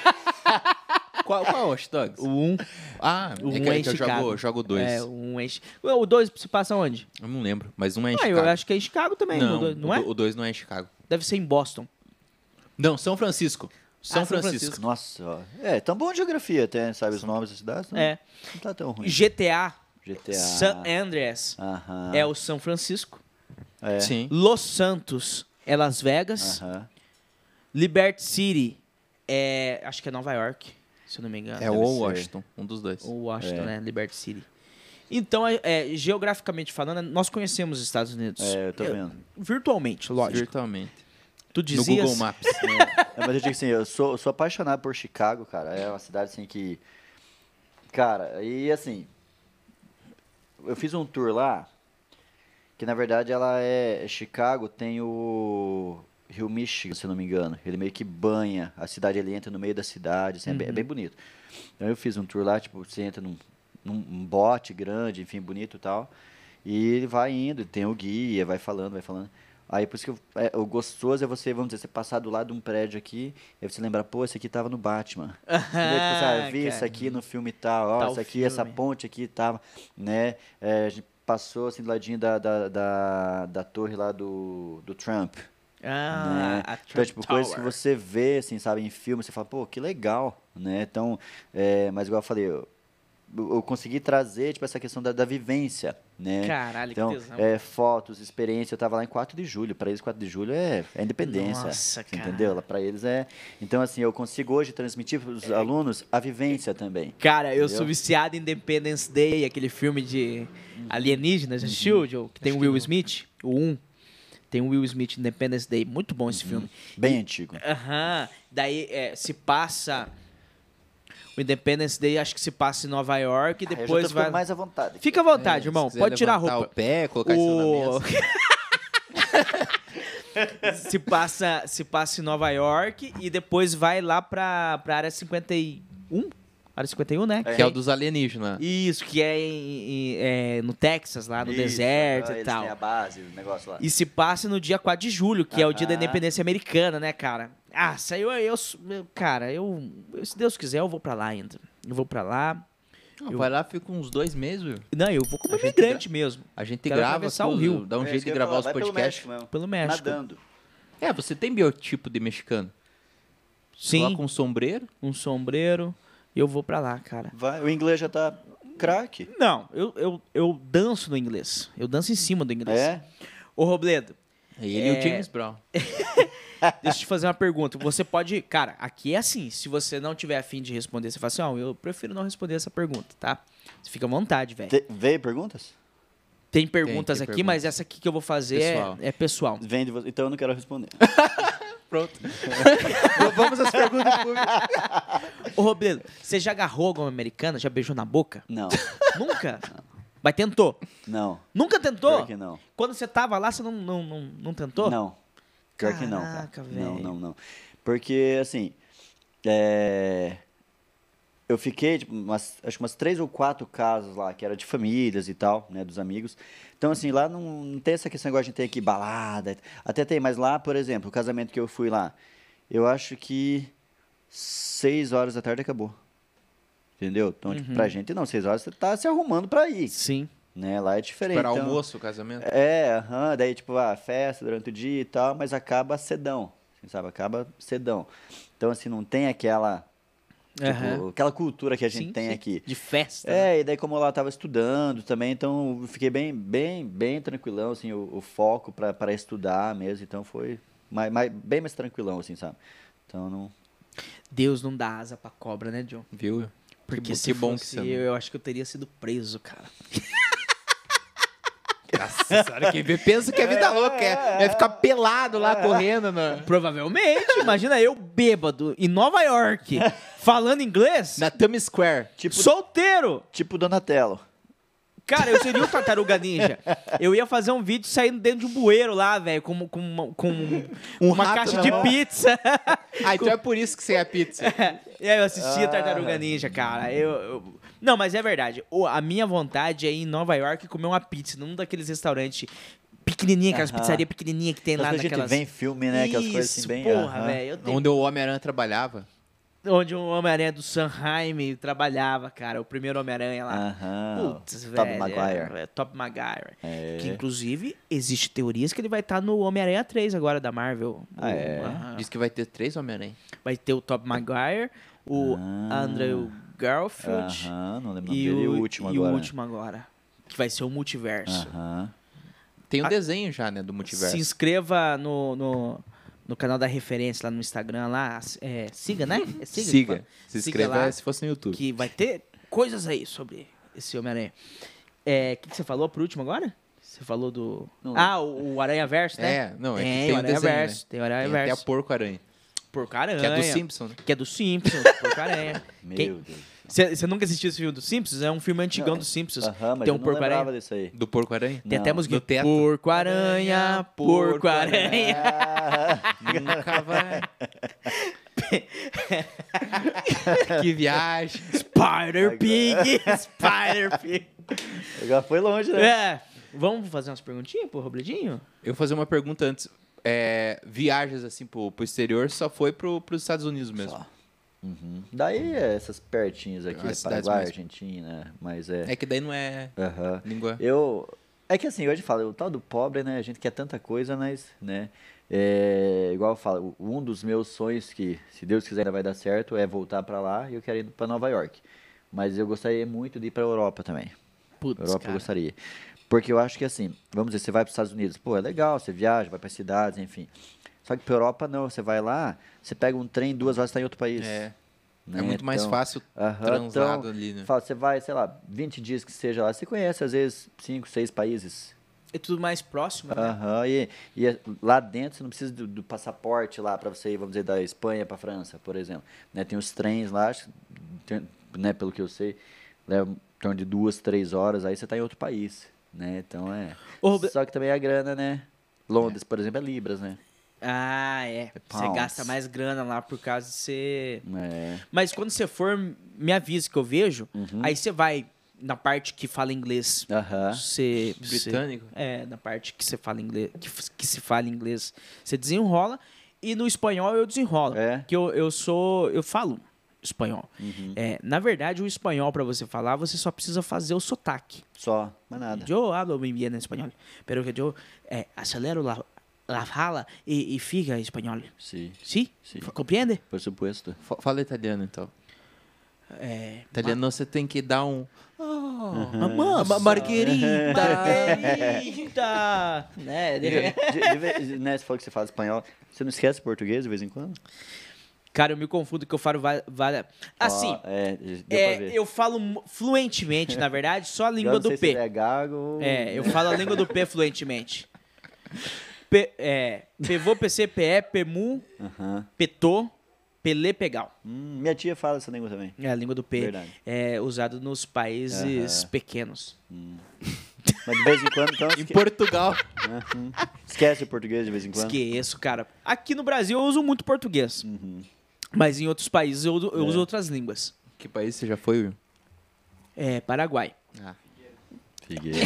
Speaker 2: Qual, qual é o Watch Dogs?
Speaker 1: O 1 um,
Speaker 2: Ah,
Speaker 1: O
Speaker 2: é
Speaker 1: um
Speaker 2: que,
Speaker 1: é
Speaker 2: é
Speaker 1: em
Speaker 2: que eu
Speaker 1: Chicago.
Speaker 2: jogo, eu jogo dois.
Speaker 1: é um enche. O 2 se passa onde?
Speaker 2: Eu não lembro, mas um é em
Speaker 1: Ah,
Speaker 2: Chicago.
Speaker 1: eu acho que é em Chicago também, não,
Speaker 2: não,
Speaker 1: não, é?
Speaker 2: o- O dois não é em Chicago.
Speaker 1: Deve ser em Boston.
Speaker 2: Não, São Francisco. São
Speaker 1: Ah, São
Speaker 2: Francisco.
Speaker 1: Francisco.
Speaker 3: Nossa, ó. é, tão bom de geografia até, sabe? Os nomes das cidades
Speaker 2: Então,
Speaker 3: não,
Speaker 1: É.
Speaker 3: não tá tão ruim.
Speaker 1: GTA,
Speaker 3: GTA.
Speaker 1: San Andreas
Speaker 3: Aham.
Speaker 1: é o São Francisco.
Speaker 3: É.
Speaker 2: Sim.
Speaker 1: Los Santos é Las Vegas.
Speaker 3: Aham.
Speaker 1: Liberty City é. Acho que é Nova York, se eu não me engano.
Speaker 2: É
Speaker 3: Deve
Speaker 2: o
Speaker 3: ser.
Speaker 2: Washington, um dos dois.
Speaker 1: Ou Washington,
Speaker 3: É.
Speaker 1: né? Liberty City. Então, é, é, geograficamente falando, nós conhecemos os Estados Unidos.
Speaker 3: É, eu tô vendo.
Speaker 1: Virtualmente, assim- lógico.
Speaker 2: Virtualmente.
Speaker 1: Tu
Speaker 2: No
Speaker 1: dizias...
Speaker 2: Google Maps.
Speaker 3: É, mas eu digo assim, eu sou, eu sou apaixonado por Chicago, cara. É uma cidade assim que. Cara, e assim. Eu fiz um tour lá, que na verdade ela é. Chicago tem o. Rio Michigan, se eu não me engano. Ele meio que banha a cidade, ele entra no meio da cidade, assim, é, bem, é bem bonito. Então eu fiz um tour lá, tipo, você entra num, num um bote grande, enfim, bonito e tal. E ele vai indo, e tem o guia, vai falando, vai falando. Aí por isso que eu- é, o gostoso é você, vamos dizer, você passar do lado de um prédio aqui, aí você lembrar, pô, esse aqui tava no Batman. Entendeu? Tipo assim, ah, eu vi
Speaker 1: cara.
Speaker 3: isso aqui no filme tal, ó,
Speaker 1: Tal
Speaker 3: isso aqui, essa
Speaker 1: filme.
Speaker 3: ponte aqui tava, né? É, a gente passou assim do ladinho da, da, da, da torre lá do, do Trump.
Speaker 1: Ah,
Speaker 3: né?
Speaker 1: a
Speaker 3: Então,
Speaker 1: Trump
Speaker 3: tipo, coisas que
Speaker 1: Tower.
Speaker 3: você vê, assim, sabe, em filme, você fala, pô, que legal, né? Então, é, mas igual eu falei, eu, eu consegui trazer, tipo, essa questão da, da vivência, né?
Speaker 1: Caralho,
Speaker 3: então,
Speaker 1: que tesão.
Speaker 3: é, fotos, experiência, eu tava lá em 4 de julho, pra eles 4 de julho é, é independência,
Speaker 1: Nossa,
Speaker 3: você
Speaker 1: cara.
Speaker 3: entendeu? Pra eles é... Então, assim, eu consigo hoje transmitir pros
Speaker 1: É.
Speaker 3: alunos a vivência também.
Speaker 1: Cara, eu
Speaker 3: Entendeu? Uhum.
Speaker 1: sou viciado em Independence Day, aquele filme de alienígenas, já assistiu, Joe? Que tem o Will Smith, o 1. Tem o Will Smith Independence Day. Muito bom
Speaker 3: Uhum.
Speaker 1: esse filme.
Speaker 3: Bem antigo.
Speaker 1: Aham. Daí é, se passa. O Independence Day acho que se passa em Nova York e
Speaker 3: Ah, eu já tô
Speaker 1: depois
Speaker 3: ficando
Speaker 1: vai.
Speaker 3: mais É, à vontade.
Speaker 1: Fica à vontade, irmão.
Speaker 2: É, Se quiser
Speaker 1: Pode tirar a
Speaker 2: levantar
Speaker 1: roupa.
Speaker 2: o pé, colocar isso na mesa.
Speaker 1: se passa se passa em Nova York e depois vai lá pra, pra área 51. Área 51, né?
Speaker 2: Que é o dos alienígenas.
Speaker 1: Isso, que é, em- em- é no Texas, lá no
Speaker 3: Isso,
Speaker 1: deserto
Speaker 3: ah,
Speaker 1: e
Speaker 3: eles
Speaker 1: tal.
Speaker 3: têm a base, o negócio lá.
Speaker 1: E se passa no dia 4 de julho, que é o dia da
Speaker 3: Aham.
Speaker 1: independência americana, né, cara? Ah, saiu aí, eu, eu- Cara, eu, eu- Se Deus quiser, eu vou pra lá ainda. Eu vou pra lá.
Speaker 2: Não,
Speaker 1: Eu-
Speaker 2: Vai lá, fica uns dois meses, viu?
Speaker 1: Não, eu vou como
Speaker 2: A gente
Speaker 1: imigrante mesmo.
Speaker 2: A gente
Speaker 1: Quero
Speaker 2: grava
Speaker 1: atravessar o
Speaker 2: tudo,
Speaker 1: rio.
Speaker 2: dá um
Speaker 3: É, isso
Speaker 2: jeito
Speaker 3: que
Speaker 2: de
Speaker 3: eu ia
Speaker 2: gravar
Speaker 3: falar,
Speaker 2: os
Speaker 3: vai pelo
Speaker 2: podcasts.
Speaker 3: México mesmo.
Speaker 1: Pelo México.
Speaker 3: Nadando.
Speaker 2: É, você tem biotipo de mexicano.
Speaker 1: Sim,
Speaker 2: Coloca um sombreiro.
Speaker 1: um sombreiro. E eu vou pra lá, cara.
Speaker 3: Vai, o inglês já tá craque.
Speaker 1: Não, eu, eu, eu danço no inglês. Eu danço em cima do inglês.
Speaker 3: É?
Speaker 1: Ô, Robledo,
Speaker 2: E ele e o James Brown.
Speaker 1: deixa eu te fazer uma pergunta. Você pode. Cara, aqui é assim. Se você não tiver afim de responder, você fala assim: ó, eu prefiro não responder essa pergunta, tá? Você fica à vontade, velho.
Speaker 3: Te- veio perguntas?
Speaker 1: Tem perguntas
Speaker 2: tem
Speaker 1: aqui,
Speaker 2: perguntas.
Speaker 1: mas essa aqui que eu vou fazer é-
Speaker 2: Pessoal.
Speaker 1: É, pessoal.
Speaker 3: Vem de você. Então eu não quero responder.
Speaker 2: Pronto.
Speaker 4: Vamos às perguntas públicas.
Speaker 1: Ô, Robledo, você já agarrou alguma americana? Já beijou na boca?
Speaker 3: Não.
Speaker 1: Nunca? Mas tentou.
Speaker 3: Não.
Speaker 1: Nunca tentou?
Speaker 3: Pior que não.
Speaker 1: Quando você tava lá, você não, não, não, não tentou?
Speaker 3: Não. Pior que não, cara.
Speaker 1: Caraca,
Speaker 3: Não,
Speaker 1: velho.
Speaker 3: não, não. Porque, assim, é, eu fiquei, tipo, umas, acho que umas três ou quatro casos lá, que era de famílias e tal, né, dos amigos. Então, assim, lá não, não tem essa questão igual a gente tem aqui, balada. Até tem, mas lá, por exemplo, o casamento que eu fui lá, eu acho que seis horas da tarde acabou. Entendeu? Então, tipo,
Speaker 1: Uhum.
Speaker 3: pra gente não, seis horas você tá se arrumando pra ir,
Speaker 1: Sim.
Speaker 3: né? Lá é diferente.
Speaker 4: Para
Speaker 3: então-
Speaker 4: almoço, casamento.
Speaker 3: é, aham, daí tipo, ah, festa durante o dia e tal, mas acaba cedão, assim, sabe? Acaba cedão. Então, assim, não tem aquela, tipo,
Speaker 1: Aham.
Speaker 3: aquela cultura que a gente
Speaker 1: Sim,
Speaker 3: tem
Speaker 1: sim.
Speaker 3: aqui.
Speaker 1: De festa. né?
Speaker 3: É, e daí como eu lá tava estudando também, então eu fiquei bem, bem, bem tranquilão, assim, o, o foco para estudar mesmo, então foi mais, mais- bem mais tranquilão, assim, sabe? Então, não...
Speaker 1: Deus não dá asa pra cobra, né, John?
Speaker 4: Viu?
Speaker 1: Porque
Speaker 4: bo-
Speaker 1: se
Speaker 4: que bom que
Speaker 1: fosse
Speaker 4: você não-
Speaker 1: eu, eu acho que eu teria sido preso, cara.
Speaker 2: Nossa senhora, quem vê pensa que é vida louca. É, é ficar pelado lá correndo. Na,
Speaker 1: Provavelmente. Imagina eu bêbado em Nova York, falando inglês,
Speaker 2: na Times Square.
Speaker 3: Tipo,
Speaker 1: solteiro.
Speaker 3: tipo Donatello.
Speaker 1: Cara, eu seria o Tartaruga Ninja. Eu ia fazer um vídeo saindo dentro de um bueiro lá, velho, com, uma- com, uma- com
Speaker 2: Um
Speaker 1: uma
Speaker 2: rato
Speaker 1: caixa
Speaker 2: na
Speaker 1: de
Speaker 2: mão.
Speaker 1: pizza.
Speaker 2: Ah, então é por isso que você é a pizza.
Speaker 1: e aí eu assistia Tartaruga
Speaker 3: Ah.
Speaker 1: Ninja, cara. Eu, eu- Não, mas é verdade. O- a minha vontade é ir em Nova York e comer uma pizza num daqueles restaurantes pequenininha, aquelas
Speaker 3: Aham.
Speaker 1: pizzarias pequenininhas que tem
Speaker 3: Então,
Speaker 1: lá
Speaker 3: a gente
Speaker 1: naquelas...
Speaker 3: vê em filme, né, aquelas coisas assim,
Speaker 1: Isso,
Speaker 3: bem...
Speaker 1: porra,
Speaker 3: aham.
Speaker 1: velho. Eu tenho
Speaker 2: Onde o Homem-Aranha trabalhava.
Speaker 1: onde o Homem-Aranha do Sanheim trabalhava, cara. O primeiro Homem-Aranha lá.
Speaker 3: Aham,
Speaker 1: Putz,
Speaker 3: Ah, Tobey
Speaker 1: velho.
Speaker 3: Maguire.
Speaker 1: é, é, Top Maguire.
Speaker 3: É.
Speaker 1: Que, inclusive, existe teorias que ele vai estar no Homem-Aranha 3 agora, da Marvel.
Speaker 3: Ah,
Speaker 1: O-
Speaker 3: é?
Speaker 1: Aham.
Speaker 2: Diz que vai ter três Homem-Aranha.
Speaker 1: Vai ter o Top Maguire, o
Speaker 3: Ah.
Speaker 1: Andrew Garfield
Speaker 3: Aham, não lembro o nome
Speaker 1: e,
Speaker 3: dele,
Speaker 1: o,
Speaker 3: e o último
Speaker 1: e
Speaker 3: agora.
Speaker 1: o
Speaker 3: Ah, né?
Speaker 1: último agora. Que vai ser o multiverso.
Speaker 3: Aham.
Speaker 2: Tem um desenho já, né, do multiverso.
Speaker 1: Se inscreva no... no no canal da referência lá no Instagram lá, é, siga, né? É siga. que fala?
Speaker 4: Siga. Se
Speaker 1: Siga
Speaker 4: inscreva
Speaker 1: lá.
Speaker 4: se fosse no YouTube.
Speaker 1: que vai ter coisas aí sobre esse Homem-Aranha. É, o que, que você falou por último agora? Você falou do.
Speaker 3: Não.
Speaker 1: Ah, o, o Aranha Verso, né?
Speaker 2: É, não, é que
Speaker 1: tem,
Speaker 2: tem
Speaker 1: o
Speaker 2: um
Speaker 1: Aranha
Speaker 2: desenho,
Speaker 1: Verso.
Speaker 2: né?
Speaker 1: Tem o Aranha
Speaker 2: Tem até a
Speaker 1: Verso.
Speaker 2: Porco-Aranha.
Speaker 1: Porco Aranha.
Speaker 2: Que é do Simpson, né?
Speaker 1: Que é do Simpsons, Porco Aranha.
Speaker 3: Meu
Speaker 1: Quem-
Speaker 3: Deus.
Speaker 1: Você você nunca assistiu esse filme do Simpsons? É um filme antigão
Speaker 3: Não.
Speaker 1: do Simpsons.
Speaker 3: Aham, mas
Speaker 1: tem
Speaker 3: eu
Speaker 1: um
Speaker 3: não
Speaker 1: Porco
Speaker 3: lembrava
Speaker 1: Aranha.
Speaker 3: disso aí.
Speaker 2: Do Porco-Aranha?
Speaker 1: Tem até a
Speaker 3: Não,
Speaker 1: musiquinha.
Speaker 2: do teto.
Speaker 1: Porco Aranha, Porco Aranha.
Speaker 3: Ah,
Speaker 2: Nunca vai. que viagem.
Speaker 1: Spider Pig, Spider Pig.
Speaker 3: agora foi longe, né?
Speaker 1: É. Vamos fazer umas perguntinhas pro Robledinho?
Speaker 2: Eu vou fazer uma pergunta antes. É, viagens assim pro, pro exterior só foi pro, pros Estados Unidos mesmo.
Speaker 3: Só. Daí é essas pertinhas aqui,
Speaker 2: As
Speaker 3: né?
Speaker 2: cidades
Speaker 3: Paraguai,
Speaker 2: mesmo.
Speaker 3: Argentina, mas é.
Speaker 2: É que daí não é
Speaker 3: Aham.
Speaker 2: língua.
Speaker 3: Eu. É que assim, hoje falo, o tal do pobre, né? A gente quer tanta coisa, mas, né? É, igual eu falo, um dos meus sonhos que, se Deus quiser, ainda vai dar certo, é voltar pra lá e eu quero ir pra Nova York. Mas eu gostaria muito de ir pra Europa também.
Speaker 1: Putz,
Speaker 3: Europa eu
Speaker 1: cara.
Speaker 3: gostaria. Porque eu acho que assim, vamos dizer, você vai para os Estados Unidos, pô, é legal, você viaja, vai para cidades, enfim. Só que para Europa não, você vai lá, você pega um trem, duas horas está em outro país.
Speaker 2: É,
Speaker 3: né?
Speaker 2: é muito mais
Speaker 3: Então,
Speaker 2: fácil
Speaker 3: aham,
Speaker 2: transado
Speaker 3: então,
Speaker 2: ali, né?
Speaker 3: Fala, você vai, sei lá, 20 dias que seja lá, você conhece às vezes cinco, seis países.
Speaker 1: É tudo mais próximo, né?
Speaker 3: Aham, e, e é- lá dentro você não precisa do, do passaporte lá para você ir, vamos dizer, da Espanha para França, por exemplo. Né, tem os trens lá, acho que tem- né, pelo que eu sei, leva em torno de duas, três horas, aí você está em outro país. Né? Então é.
Speaker 1: Ô, Roble-
Speaker 3: Só que também a grana, né? Londres, por exemplo, é Libras, né?
Speaker 1: Ah, é. Você
Speaker 3: pounds.
Speaker 1: gasta mais grana lá por causa de você.
Speaker 3: É. uhum.
Speaker 1: Mas quando você for, me avisa que eu vejo. Aí você vai na parte que fala inglês.
Speaker 3: Aham.
Speaker 1: Você, você-
Speaker 2: Britânico.
Speaker 1: É, na parte que você fala inglês, que, f- que se fala inglês, você desenrola. E no espanhol eu desenrolo.
Speaker 3: É. uhum.
Speaker 1: Que eu, eu sou. Eu falo espanhol.
Speaker 3: Hum.
Speaker 1: É, na verdade, o espanhol, pra você falar, você só precisa fazer o sotaque.
Speaker 3: Só, mas nada.
Speaker 1: Yo hablo muy bien español, pero que yo eh, acelero la, la fala y, y fica español.
Speaker 3: Sim,
Speaker 1: ¿Sí?
Speaker 3: Sí.
Speaker 1: ¿Comprende?
Speaker 3: por supuesto.
Speaker 2: Fa- Fala italiano, então.
Speaker 1: Eh,
Speaker 2: Italiano você tem que dar um...
Speaker 1: Mamãe,
Speaker 2: Uma marguerita!
Speaker 1: Margarita! né?
Speaker 3: De, de- de vez- né, você falou que você fala espanhol. Você não esquece português de vez em quando?
Speaker 1: Cara, eu me confundo que eu falo va- várias... Assim,
Speaker 3: Ó, é, deu pra
Speaker 1: é,
Speaker 3: ver.
Speaker 1: eu falo mu- fluentemente, na verdade, só a
Speaker 3: Eu
Speaker 1: língua
Speaker 3: não
Speaker 1: do
Speaker 3: sei
Speaker 1: P.
Speaker 3: se ele é gago ou-
Speaker 1: É, eu falo a língua do P fluentemente. P, é, PVO, PCPE, PMU,
Speaker 3: Aham.
Speaker 1: PETO, Pelé Pegal.
Speaker 3: Hum, minha tia fala essa língua também.
Speaker 1: É a língua do P.
Speaker 3: Verdade.
Speaker 1: É usado nos países pequenos.
Speaker 3: Mas de vez em quando, então,
Speaker 2: Em
Speaker 3: esque-
Speaker 2: Portugal.
Speaker 3: esquece o português de vez em quando.
Speaker 1: Esqueço, cara. Aqui no Brasil eu uso muito português.
Speaker 3: Uhum.
Speaker 1: Mas em outros países eu, eu
Speaker 3: É.
Speaker 1: uso outras línguas.
Speaker 2: Que país você já foi, Will?
Speaker 1: É, Paraguai.
Speaker 3: Figueira.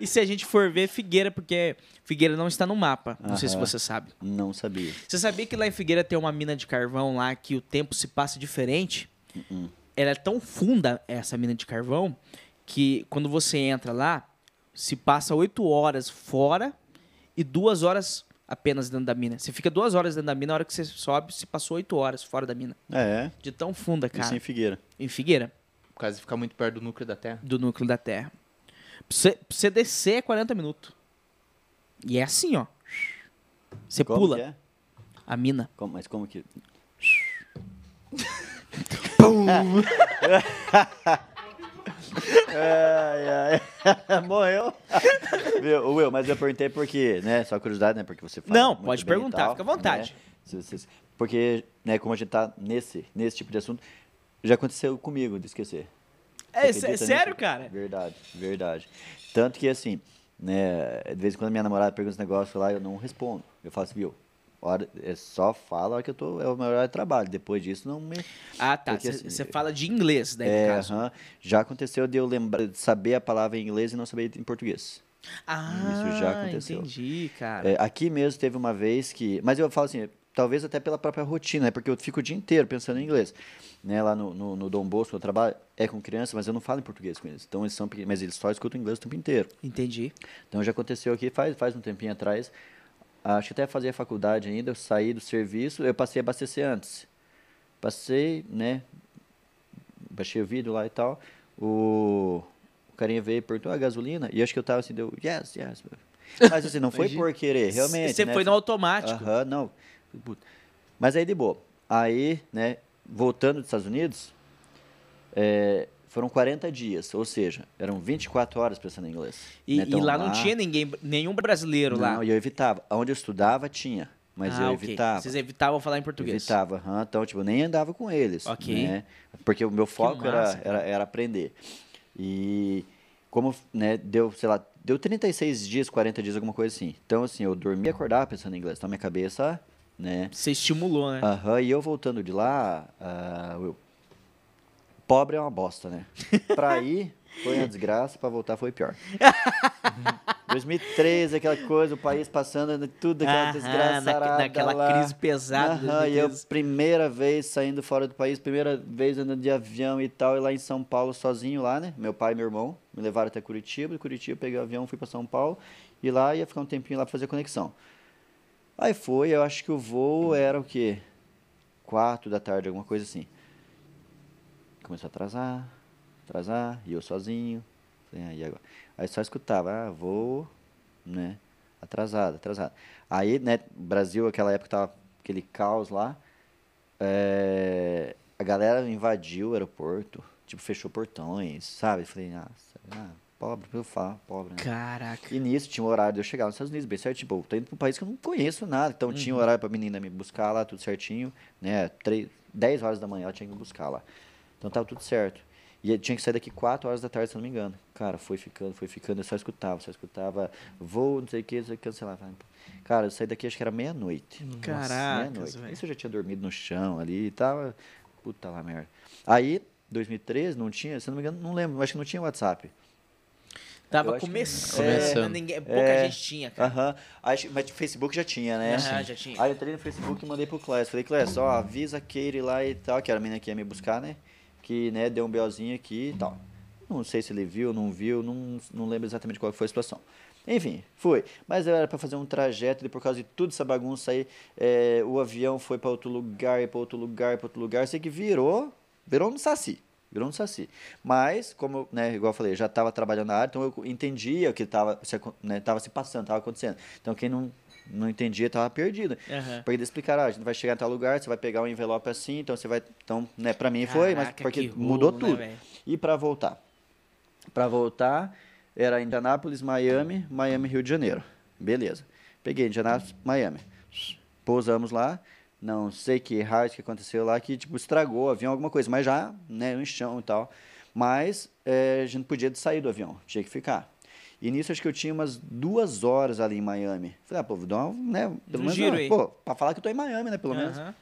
Speaker 1: E se a gente for ver Figueira, porque Figueira não está no mapa. Não sei se
Speaker 3: Aham.
Speaker 1: você sabe.
Speaker 3: Não sabia.
Speaker 1: Você sabia que lá em Figueira tem uma mina de carvão lá que o tempo se passa diferente? Ela é tão funda, essa mina de carvão, que quando você entra lá, se passa oito horas fora e duas horas apenas dentro da mina. Você fica duas horas dentro da mina, a hora que você sobe, se passou oito horas fora da mina.
Speaker 3: É, é.
Speaker 1: De tão funda,
Speaker 3: Isso
Speaker 1: cara.
Speaker 3: em Figueira.
Speaker 1: Em Figueira,
Speaker 2: Por causa de ficar muito perto do núcleo da Terra.
Speaker 1: do núcleo da Terra. Pra você, pra você descer é 40 minutos. E é assim, ó. Você
Speaker 3: Como
Speaker 1: pula
Speaker 3: que é?
Speaker 1: a mina.
Speaker 3: Como- mas como que... ai, ai. Morreu. Viu, Will, mas eu perguntei porque, né? Só curiosidade, né? Porque você fala
Speaker 1: Não,
Speaker 3: muito
Speaker 1: pode
Speaker 3: bem e
Speaker 1: perguntar,
Speaker 3: tal,
Speaker 1: fica à vontade.
Speaker 3: né, se- se- se- Porque, né, como a gente tá nesse, nesse tipo de assunto, já aconteceu comigo de esquecer.
Speaker 1: É,
Speaker 3: Você
Speaker 1: sé-
Speaker 3: acredita
Speaker 1: sério,
Speaker 3: nisso?
Speaker 1: cara?
Speaker 3: Verdade, verdade. Tanto que assim, né, de vez em quando minha namorada pergunta esse negócio lá, eu não respondo. Eu faço, viu? Hora, é só fala a hora que eu tô, é o meu horário de trabalho. Depois disso não me
Speaker 1: Ah, tá.
Speaker 3: Porque,
Speaker 1: Você
Speaker 3: assim,
Speaker 1: você fala de inglês, né,
Speaker 3: é,
Speaker 1: no caso.
Speaker 3: aham. já aconteceu de eu lembrar, de saber a palavra em inglês e não saber em português.
Speaker 1: Ah,
Speaker 3: Isso já aconteceu.
Speaker 1: entendi, cara.
Speaker 3: É, aqui mesmo teve uma vez que. Mas eu falo assim, talvez até pela própria rotina, né? Porque eu fico o dia inteiro pensando em inglês. Né, lá no, no, no Dom Bosco, eu trabalho, é com criança, mas eu não falo em português com eles. Então eles são pequenos, mas eles só escutam inglês o tempo inteiro.
Speaker 1: Entendi.
Speaker 3: Então já aconteceu aqui faz, faz um tempinho atrás. Acho que até fazia faculdade ainda, eu saí do serviço, eu passei a abastecer antes. Passei, né? Baixei o vídeo lá e tal. O, o carinha veio e perguntou a gasolina. E acho que eu tava assim, deu, yes, yes. Mas assim, não foi por querer, realmente.
Speaker 1: Você
Speaker 3: né?
Speaker 1: foi no automático.
Speaker 3: Aham, não. Puta. Mas aí de boa. Aí, né, voltando dos Estados Unidos, é, foram 40 dias, ou seja, eram 24 horas pensando em inglês.
Speaker 1: E,
Speaker 3: né?
Speaker 1: e
Speaker 3: Então,
Speaker 1: lá não tinha ninguém, nenhum brasileiro
Speaker 3: Não,
Speaker 1: lá.
Speaker 3: e eu evitava. Onde eu estudava tinha, mas
Speaker 1: Ah,
Speaker 3: eu
Speaker 1: ok.
Speaker 3: evitava.
Speaker 1: Vocês evitavam falar em português.
Speaker 3: Evitava, aham. então, tipo, eu nem andava com eles.
Speaker 1: Ok.
Speaker 3: né? Porque o meu foco
Speaker 1: massa,
Speaker 3: era, era, era aprender. E como, né, deu, sei lá, deu 36 dias, 40 dias, alguma coisa assim. Então, assim, eu dormia e acordava pensando em inglês. Então, minha cabeça, né,
Speaker 1: Você estimulou, né?
Speaker 3: Aham, e eu voltando de lá, ah, Will, pobre é uma bosta, né? Pra ir foi uma desgraça, pra voltar foi pior. Uhum. 2013, aquela coisa, o país passando tudo aquela
Speaker 1: Aham,
Speaker 3: desgraça.
Speaker 1: naque- naquela crise pesada de
Speaker 3: Aham, e eu,
Speaker 1: 2013.
Speaker 3: primeira vez saindo fora do país, primeira vez andando de avião e tal, e lá em São Paulo sozinho lá, né? Meu pai e meu irmão me levaram até Curitiba, de Curitiba eu peguei o avião, fui pra São Paulo, e lá ia ficar um tempinho lá pra fazer conexão. Aí foi, eu acho que o voo era o quê? Quatro da tarde, alguma coisa assim. Começou a atrasar, atrasar, e eu sozinho. Falei, ah, e agora? Aí só escutava, ah, voo, né? Atrasado, atrasado. Aí, né, Brasil, aquela época tava aquele caos lá. É, a galera invadiu o aeroporto, tipo, fechou portões, sabe? Falei, ah, ah pobre, eu falo, pobre, né?
Speaker 1: Caraca.
Speaker 3: E nisso tinha um horário de eu chegar nos Estados Unidos, bem certinho. Pô, tô indo pra um país que eu não conheço nada. Então tinha um
Speaker 1: Uhum.
Speaker 3: horário pra menina me buscar lá, tudo certinho. Né? Três, 10 horas da manhã ela tinha que me buscar lá. Então tava tudo certo. E eu tinha que sair daqui 4 horas da tarde, se eu não me engano. Cara, foi ficando, foi ficando. Eu só escutava, só escutava. Vou, não sei o que, não sei o que, cancelava. Cara, eu saí daqui acho que era meia-noite. Nossa,
Speaker 1: Caracas,
Speaker 3: meia-noite.
Speaker 1: velho.
Speaker 3: Isso eu já tinha dormido no chão ali e tava. Puta lá, merda. Aí, 2013, não tinha, se eu não me engano, não lembro, acho que não tinha WhatsApp. eu
Speaker 1: Tava
Speaker 3: acho que-
Speaker 1: começando. né?
Speaker 2: Começando.
Speaker 1: Ninguém, pouca
Speaker 3: É.
Speaker 1: gente tinha, cara.
Speaker 3: Aham. Acho- Mas o Facebook já tinha, né?
Speaker 1: Aham, Sim. já tinha.
Speaker 3: Aí eu entrei no Facebook e mandei pro Clécio. Falei, Clécio, ó, avisa a Katie lá e tal, que era a menina que ia me buscar, né? Que, né, deu um BOzinho aqui e tal. Não sei se ele viu, não viu, não, não lembro exatamente qual foi a situação. Enfim, fui. Mas era pra fazer um trajeto e por causa de tudo essa bagunça aí, é, o avião foi pra outro lugar, e pra outro lugar, e pra outro lugar. Sei que virou, virou um saci. Virou um saci. Mas, como, né, igual eu falei, eu já estava trabalhando na área, então eu entendia o que estava se, acon- né, tava se passando, estava acontecendo. Então, quem não, não entendia estava perdido.
Speaker 1: Aham.
Speaker 3: Porque eles explicaram, ah, a gente vai chegar em tal lugar, você vai pegar um envelope assim, então você vai... Então, né, para mim foi, mas
Speaker 1: Caraca,
Speaker 3: porque
Speaker 1: que
Speaker 3: mudou
Speaker 1: rolo, né,
Speaker 3: tudo.
Speaker 1: velho?
Speaker 3: e para voltar? Para voltar, era Indianápolis, Miami, Miami, Rio de Janeiro. Beleza. Peguei Indianápolis, Miami. Pousamos lá, não sei que raio que aconteceu lá, que tipo, estragou o avião, alguma coisa, mas já, né, no chão e tal. Mas é, a gente não podia sair do avião, tinha que ficar. E nisso acho que eu tinha umas duas horas ali em Miami. Falei, ah, pô, vou dar uma, né, pelo
Speaker 1: Um
Speaker 3: menos,
Speaker 1: giro
Speaker 3: uma-
Speaker 1: aí.
Speaker 3: pô, pra falar que eu tô em Miami, né, pelo menos.
Speaker 1: Aham.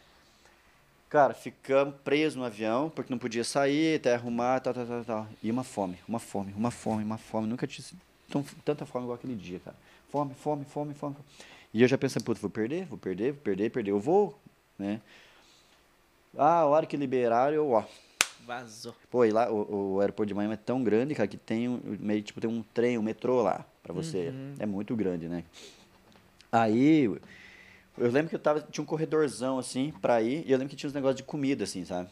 Speaker 3: Cara, ficamos presos no avião, porque não podia sair, até arrumar, tal, tal, tal, tal. E uma fome, uma fome, uma fome, uma fome. Nunca tinha sido tão, tanta fome igual aquele dia, cara. Fome, fome, fome, fome. E eu já pensando, puto, vou perder, vou perder, vou perder, perder. Eu vou, né? Ah, a hora que liberaram, eu, ó.
Speaker 1: Vazou.
Speaker 3: Pô, e lá o, o aeroporto de Miami é tão grande, cara, que tem um, meio, tipo, tem um trem, um metrô lá pra você. É muito grande, né? Aí, eu lembro que eu tava, tinha um corredorzão, assim, pra ir, e eu lembro que tinha uns negócios de comida, assim, sabe?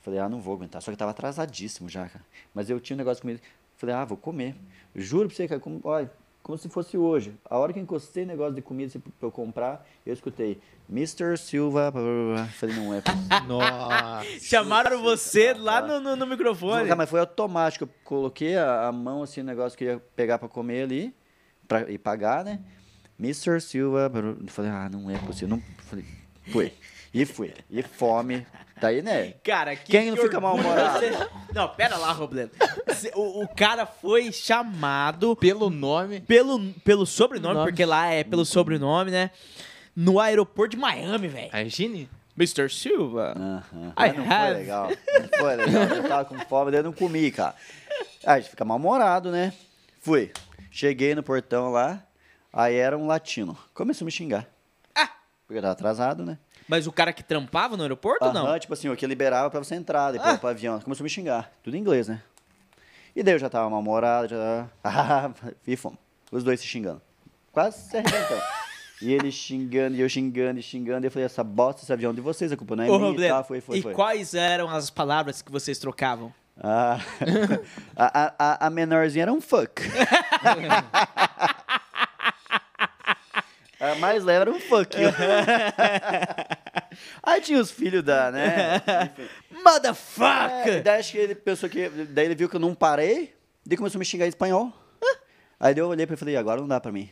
Speaker 3: Falei, ah, não vou aguentar. Só que eu tava atrasadíssimo já, cara. Mas eu tinha um negócio de comida. Falei, ah, vou comer. Juro pra você, cara, como, olha, como se fosse hoje. A hora que eu encostei no negócio de comida assim, pra eu comprar, eu escutei, Mr. Silva, blá, blá, blá. Falei, não é
Speaker 1: Ah,
Speaker 3: possível.
Speaker 2: Nossa.
Speaker 1: Chamaram você
Speaker 3: tá
Speaker 1: lá no, no, no microfone.
Speaker 3: Cara, mas foi automático. Eu coloquei a, a mão assim no negócio que eu ia pegar pra comer ali pra, e pagar, né? Mr. Silva. Eu falei, ah, não é possível. Não, falei, fui. E fui. E fome. Daí, né?
Speaker 1: Cara, que,
Speaker 3: Quem não
Speaker 1: que
Speaker 3: fica
Speaker 1: orgulho
Speaker 3: mal-humorado?
Speaker 1: você- Não, pera lá, Robledo. Cê- O, o cara foi chamado
Speaker 2: Pelo nome.
Speaker 1: pelo, pelo sobrenome,
Speaker 2: Nome.
Speaker 1: porque lá é pelo sobrenome, né? No aeroporto de Miami, velho.
Speaker 2: Imagine.
Speaker 1: Mr. Silva.
Speaker 3: Aham.
Speaker 1: I
Speaker 3: Mas não
Speaker 1: have.
Speaker 3: foi legal. Não foi legal. Eu tava com fome, daí eu não comi, cara. Aí a gente fica mal-humorado, né? Fui. Cheguei no portão lá, aí era um latino. Começou a me xingar.
Speaker 1: Ah!
Speaker 3: Porque eu tava atrasado, né?
Speaker 1: Mas o cara que trampava no aeroporto ou
Speaker 3: Aham,
Speaker 1: não?
Speaker 3: tipo assim, o que liberava pra você entrar, depois
Speaker 1: Ah.
Speaker 3: pro avião. Começou a me xingar. Tudo em inglês, né? E daí eu já tava mal-humorado, já. Ah, e fomos. Os dois se xingando. Quase se arrebentando. e ele xingando, e eu xingando, e xingando. E eu falei, essa bosta, esse avião de vocês, a culpa não é
Speaker 1: Ô,
Speaker 3: minha e
Speaker 1: Robledo,
Speaker 3: tal. Foi, foi,
Speaker 1: e
Speaker 3: foi.
Speaker 1: quais eram as palavras que vocês trocavam?
Speaker 3: Ah, a, a- a, a menorzinha era um fuck. A mais leve era um fuck. you. Aí tinha os filhos da, né? Enfim. É,
Speaker 1: Motherfucker!
Speaker 3: daí acho que ele pensou que. Daí ele viu que eu não parei, daí começou a me xingar em espanhol. Aí daí eu olhei pra ele e falei, agora não dá pra mim.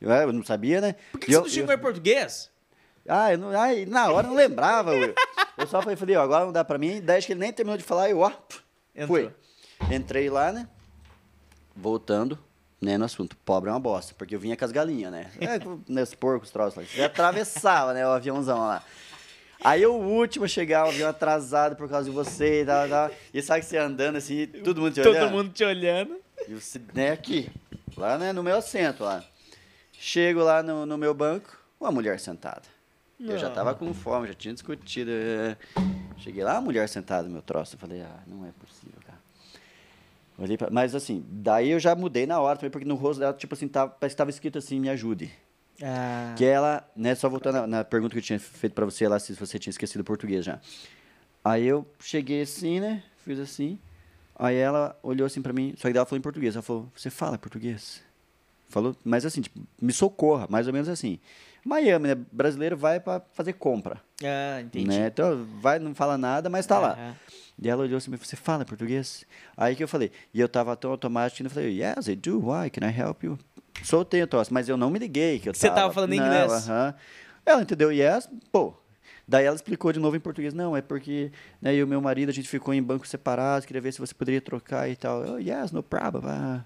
Speaker 3: Eu, eu não sabia, né?
Speaker 1: Por que,
Speaker 3: E
Speaker 1: que você
Speaker 3: eu-
Speaker 1: não
Speaker 3: eu-
Speaker 1: chegou em português?
Speaker 3: ah, eu não, ai, na hora eu não lembrava, Will. Eu só falei, falei, ó, agora não dá pra mim. Daí acho que ele nem terminou de falar, eu, ó, pf, fui. Entrei lá, né? Voltando, né, no assunto. Pobre é uma bosta, porque eu vinha com as galinhas, né? É, com- né, os porcos, os troços lá. Você atravessava, né, o aviãozão lá. Aí eu, o último a chegar, o avião atrasado por causa de você e tal, tal. E sabe que você andando assim, todo mundo te
Speaker 1: Todo
Speaker 3: olhando?
Speaker 1: mundo te olhando.
Speaker 3: E você, né, aqui. Lá, né, no meu assento lá. Chego lá no, no meu banco, uma mulher sentada. Eu já tava com fome, já tinha discutido. é. Cheguei lá, uma mulher sentada no meu troço. Eu falei, ah, não é possível, cara. Olhei pra- Mas assim, daí eu já mudei na hora também, porque no rosto dela, tipo assim, tava, parece que tava escrito assim, me ajude.
Speaker 1: Ah.
Speaker 3: Que ela, né, só voltando na, na pergunta que eu tinha feito pra você lá, se você tinha esquecido o português já. Aí eu cheguei assim, né, fiz assim. Aí ela olhou assim pra mim, só que daí ela falou em português. Ela falou, você fala português? Falou, mas assim, tipo, me socorra, mais ou menos assim. Miami, né, brasileiro vai pra fazer compra,
Speaker 1: Ah, entendi.
Speaker 3: né? Então vai, não fala nada, mas tá lá.
Speaker 1: Aham.
Speaker 3: E ela olhou assim, mas você fala português? Aí que eu falei, e eu tava tão automático, eu falei, yes, I do, why, can I help you? Soltei o troço, mas eu não me liguei que eu
Speaker 1: Você
Speaker 3: tava.
Speaker 1: tava falando em
Speaker 3: Não,
Speaker 1: inglês.
Speaker 3: aham. Ela entendeu yes, pô. Daí ela explicou de novo em português, não, é porque né, eu e meu marido, a gente ficou em bancos separados, queria ver se você poderia trocar e tal. Eu, yes, no problem. ah.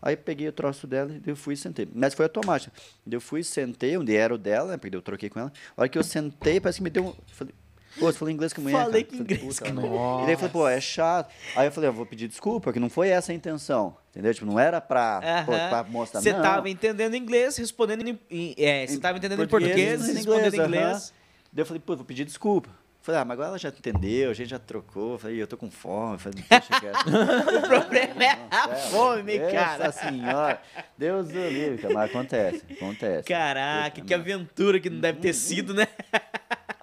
Speaker 3: Aí peguei o troço dela e daí eu fui e sentei. Mas foi automático. Daí Eu fui e sentei, onde era o dela, né, porque daí eu troquei com ela. A hora que eu sentei, parece que me deu um... Falei, pô, você falou inglês com a mulher?
Speaker 1: Falei
Speaker 3: cara?"
Speaker 1: que
Speaker 3: Falei,
Speaker 1: inglês
Speaker 3: "Puta,
Speaker 1: com
Speaker 3: né?" E daí eu falei, pô, é chato. Aí eu falei, eu vou pedir desculpa, que não foi essa a intenção. Entendeu? Tipo, não era pra, pô,
Speaker 1: Aham.
Speaker 3: pra mostrar,
Speaker 1: Você
Speaker 3: não.
Speaker 1: tava entendendo inglês, respondendo em. em- É, você tava entendendo em
Speaker 3: português,
Speaker 1: português,
Speaker 3: em
Speaker 1: respondendo em
Speaker 3: inglês,
Speaker 1: inglês.
Speaker 3: Daí eu falei, pô, vou pedir desculpa. Falei, ah, mas agora ela já entendeu, a gente já trocou. Eu Falei, eu tô com fome. Falei, deixa quieto.
Speaker 1: O problema é a fome,
Speaker 3: Essa
Speaker 1: cara.
Speaker 3: senhora. Deus do livre, cara. Mas acontece, acontece.
Speaker 1: Caraca,
Speaker 3: Puta,
Speaker 1: que aventura que não deve
Speaker 3: Uhum.
Speaker 1: ter sido, né?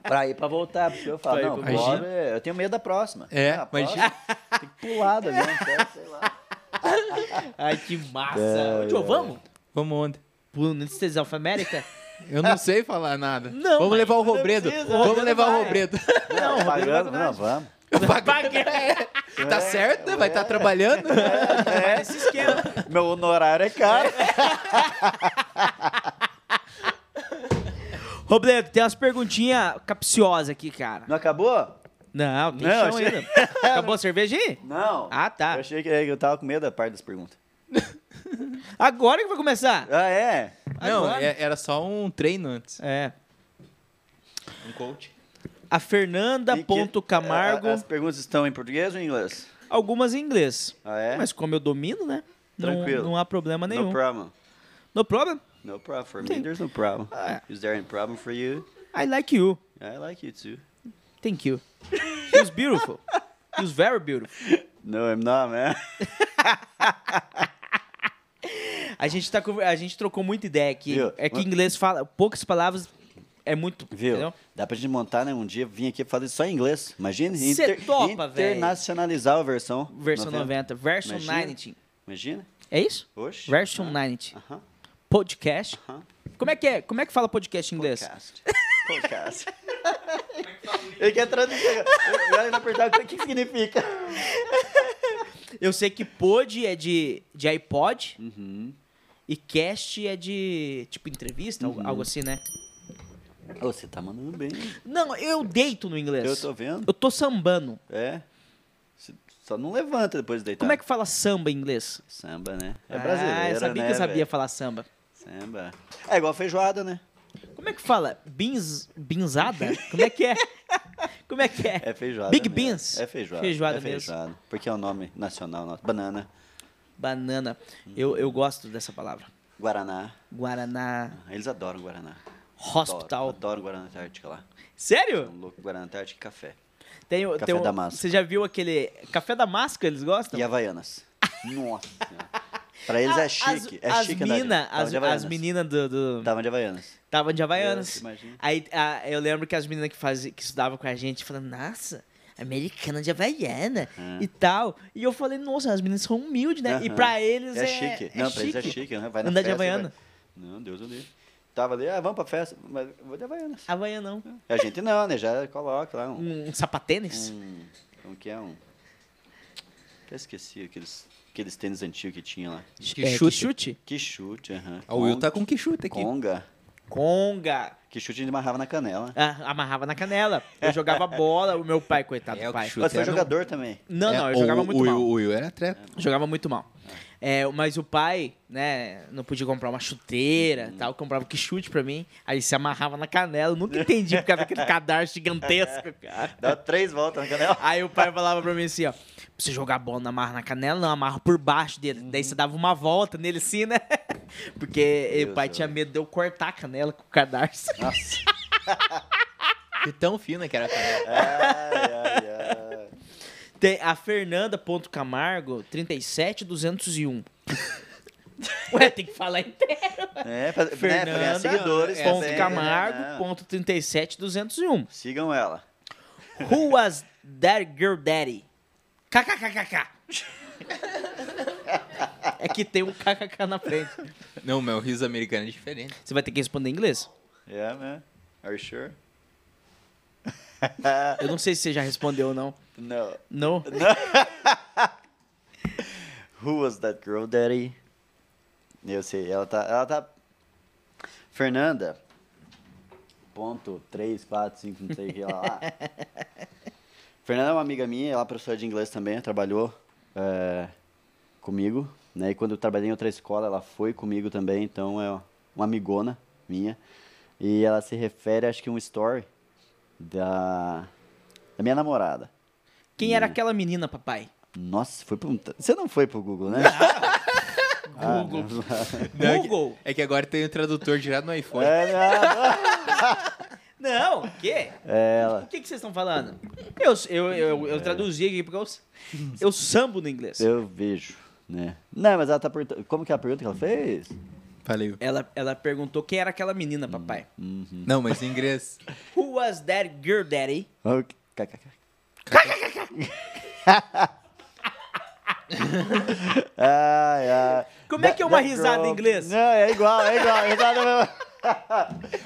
Speaker 3: Pra ir pra voltar, porque eu falo,
Speaker 1: Pra ir
Speaker 3: não,
Speaker 1: pra
Speaker 2: voltar.
Speaker 3: bora, eu tenho medo da próxima.
Speaker 2: É,
Speaker 3: Ah, a
Speaker 2: imagina.
Speaker 3: próxima, Tem que pular do avião, sério, sei lá.
Speaker 1: Ai, que massa.
Speaker 3: É,
Speaker 1: Tio,
Speaker 3: é.
Speaker 1: vamos?
Speaker 2: Vamos onde?
Speaker 1: Pro United States of America?
Speaker 2: Eu não sei falar nada.
Speaker 1: Não,
Speaker 2: Vamos
Speaker 1: mas
Speaker 2: levar o
Speaker 1: não
Speaker 2: Robredo.
Speaker 1: precisa,
Speaker 2: Vamos
Speaker 1: Robredo
Speaker 2: levar o
Speaker 1: vai.
Speaker 2: Robredo.
Speaker 3: Não, pagando, não, vamos.
Speaker 2: Tá certo, né? Vai estar trabalhando.
Speaker 1: É esse esquema.
Speaker 3: Meu honorário é caro.
Speaker 1: Robledo, tem umas perguntinhas capciosas aqui, cara.
Speaker 3: Não acabou?
Speaker 1: Não, tem
Speaker 3: Não,
Speaker 1: chão
Speaker 3: achei-
Speaker 1: ainda. Acabou a cerveja aí?
Speaker 3: Não.
Speaker 1: Ah, tá.
Speaker 3: Eu achei que eu tava com medo da parte das perguntas.
Speaker 1: Agora que vai começar.
Speaker 3: Ah, é?
Speaker 2: Não,
Speaker 1: Agora.
Speaker 2: é- era só um treino antes.
Speaker 1: É.
Speaker 2: Um coach.
Speaker 1: A Fernanda
Speaker 3: E que-
Speaker 1: ponto Camargo,
Speaker 3: a- As perguntas estão em português ou em inglês?
Speaker 1: algumas em inglês.
Speaker 3: Ah, é?
Speaker 1: Mas como eu domino, né? não-
Speaker 3: Tranquilo.
Speaker 1: Não, há problema nenhum.
Speaker 3: no problem.
Speaker 1: No problem?
Speaker 3: No problem. For me,
Speaker 1: Tem-
Speaker 3: there's no problem.
Speaker 1: Ah.
Speaker 3: Is there any problem for you?
Speaker 1: I like you.
Speaker 3: I like you too.
Speaker 1: Thank you. He was beautiful. He was very beautiful.
Speaker 3: No, I'm not, man.
Speaker 1: A gente, tá, conver- a gente trocou muita ideia aqui.
Speaker 3: Viu?
Speaker 1: É que inglês fala poucas palavras, é muito.
Speaker 3: Viu?
Speaker 1: entendeu?
Speaker 3: Dá pra gente montar, né? Um dia vim aqui fazer só em inglês. Imagina.
Speaker 1: Cê topa, véi.
Speaker 3: internacionalizar a versão.
Speaker 1: Version 90. Version
Speaker 3: Imagina.
Speaker 1: 90.
Speaker 3: Imagina.
Speaker 1: É isso?
Speaker 3: Oxe.
Speaker 1: Version
Speaker 3: Ah,
Speaker 1: 90.
Speaker 3: Aham.
Speaker 1: Podcast.
Speaker 3: Aham.
Speaker 1: Como é que é? Como é que fala podcast em inglês?
Speaker 3: Podcast. Podcast. Ele quer traduzir. Eu- Eu ia perguntar o que que significa.
Speaker 1: Eu sei que pod é de, de iPod
Speaker 3: Uhum.
Speaker 1: e cast é de tipo entrevista,
Speaker 3: Uhum.
Speaker 1: algo- algo assim, né?
Speaker 3: Ô, Você tá mandando bem.
Speaker 1: Não, eu deito no inglês.
Speaker 3: Eu tô vendo.
Speaker 1: Eu tô sambando.
Speaker 3: É. Cê Só não levanta depois de deitar.
Speaker 1: Como é que fala samba em inglês?
Speaker 3: Samba, né? Tá. É brasileiro.
Speaker 1: Ah, eu sabia
Speaker 3: né,
Speaker 1: que eu sabia
Speaker 3: véi?
Speaker 1: falar samba.
Speaker 3: Samba. É igual feijoada, né?
Speaker 1: Como é que fala? Beans, binzada? Como é que é? Como é que é?
Speaker 3: É feijoada.
Speaker 1: Big
Speaker 3: mesmo.
Speaker 1: Beans?
Speaker 3: É feijoada.
Speaker 1: Feijoada
Speaker 3: é
Speaker 1: mesmo.
Speaker 3: feijoada. Porque é o nome nacional nosso. Banana,
Speaker 1: Banana. Eu, eu gosto dessa palavra.
Speaker 3: Guaraná.
Speaker 1: Guaraná
Speaker 3: Eles adoram Guaraná. Adoro,
Speaker 1: Hospital.
Speaker 3: adoro Guaraná Antártica lá. São
Speaker 1: Sério?
Speaker 3: loucos. Guaraná Antártica e café.
Speaker 1: Tem, o-
Speaker 3: Café
Speaker 1: tem o-
Speaker 3: da máscara.
Speaker 1: Você já viu aquele. Café da máscara, eles gostam?
Speaker 3: E Havaianas. Nossa senhora. Pra eles é
Speaker 1: Ah, As-
Speaker 3: chique. é
Speaker 1: as
Speaker 3: chique andar de-
Speaker 1: mina,
Speaker 3: tava
Speaker 1: as,
Speaker 3: de
Speaker 1: as
Speaker 3: Havaianas.
Speaker 1: meninas do. do-
Speaker 3: Tava de Havaianas.
Speaker 1: Estavam de Havaianas.
Speaker 3: Eu, imagina.
Speaker 1: Aí a- eu lembro que as meninas que, faz, que estudavam com a gente falando, nossa, americana de Havaiana
Speaker 3: Ah.
Speaker 1: e tal. E eu falei, nossa, as meninas são humildes, né? E
Speaker 3: Aham.
Speaker 1: pra eles é.
Speaker 3: É chique. não, pra eles é chique. né? Vai na
Speaker 1: Andar de
Speaker 3: festa,
Speaker 1: Havaiana.
Speaker 3: vai- Não, Deus o livre. Tava ali, ah, vamos pra festa. Mas eu vou de Havaianas.
Speaker 1: Havaianão.
Speaker 3: A gente não, né? Já coloca lá um...
Speaker 1: Um, um sapatênis?
Speaker 3: um como que é? Um... Eu esqueci aqueles, aqueles tênis antigos que tinha lá.
Speaker 1: É, que
Speaker 2: chute.
Speaker 1: chute?
Speaker 3: Que chute, aham.
Speaker 2: O Will tá com que chute aqui.
Speaker 3: Conga.
Speaker 1: Conga.
Speaker 3: Que chute a gente amarrava na canela.
Speaker 1: Ah, amarrava na canela. Eu jogava bola, o meu pai, coitado
Speaker 2: É,
Speaker 1: do
Speaker 2: o
Speaker 1: pai.
Speaker 2: que chute.
Speaker 3: Mas foi
Speaker 2: era um-
Speaker 3: jogador também.
Speaker 1: Não,
Speaker 2: É,
Speaker 1: não, eu
Speaker 2: o-
Speaker 1: jogava muito
Speaker 2: o
Speaker 1: mal.
Speaker 2: Will, o Will era trap.
Speaker 1: Jogava muito mal. É, mas o pai, né, não podia comprar uma chuteira e tal, comprava que chute pra mim, aí se amarrava na canela. Eu nunca entendi por causa daquele cadarço gigantesco, cara.
Speaker 3: Dava três voltas na canela.
Speaker 1: Aí o pai falava pra mim assim, ó, pra você jogar bola, não amarra na canela, não, amarra por baixo dele. Daí você dava uma volta nele assim, né? Porque o
Speaker 3: Deus
Speaker 1: pai
Speaker 3: do
Speaker 1: tinha
Speaker 3: céu.
Speaker 1: medo de eu cortar a canela com o cadarço.
Speaker 3: Nossa.
Speaker 2: De tão fina que era a canela.
Speaker 3: Ai, ai, ai.
Speaker 1: Tem a Fernanda ponto Camargo 37201. Ué, tem que falar inteiro.
Speaker 3: É, pra, né, pra ganhar
Speaker 1: Fernanda é,
Speaker 3: seguidores
Speaker 1: ponto
Speaker 3: também, né?
Speaker 1: Camargo
Speaker 3: Não.
Speaker 1: ponto 37201.
Speaker 3: Sigam ela.
Speaker 1: Who was that girl daddy? KKKKK. é que tem um KKK na frente.
Speaker 2: Não, meu riso americano é diferente.
Speaker 1: Você vai ter que responder em inglês?
Speaker 3: Yeah, man. É, né? Are you sure?
Speaker 1: Eu não sei se você já respondeu ou não.
Speaker 3: no.
Speaker 1: Não?
Speaker 3: Who was that girl, daddy? Eu sei, ela tá. Ela tá. Fernanda. Ponto 3, 4, 5, não sei o que lá. lá. Fernanda é uma amiga minha, ela é professora de inglês também, trabalhou é, comigo, né? E quando eu trabalhei em outra escola, ela foi comigo também, então é uma amigona minha. E ela se refere, acho que, a um story da, da minha namorada.
Speaker 1: Quem era aquela menina, papai?
Speaker 3: Nossa, foi pro. Você não foi pro Google, né? Ah,
Speaker 1: Google.
Speaker 2: Não, é que-
Speaker 1: Google?
Speaker 2: É que agora tem o tradutor direto no iPhone.
Speaker 3: É,
Speaker 1: Não, o quê?
Speaker 3: não. É, ela.
Speaker 1: O que, que vocês estão falando? Eu, eu, eu, eu traduzi aqui porque eu, eu sambo no inglês.
Speaker 3: É. Eu vejo, né? Não, mas ela tá perguntando. Como que é a pergunta que ela fez?
Speaker 2: Falei. Will.
Speaker 1: Ela, ela perguntou quem era aquela
Speaker 3: Hum.
Speaker 1: menina, papai.
Speaker 2: Não, mas em inglês.
Speaker 1: Who was that girl daddy?
Speaker 3: Ok, kkk. Ai, ai.
Speaker 1: Como é que é uma
Speaker 3: That- that
Speaker 1: risada em
Speaker 3: girl-
Speaker 1: inglês?
Speaker 3: Não, é igual, é igual, risada mesmo.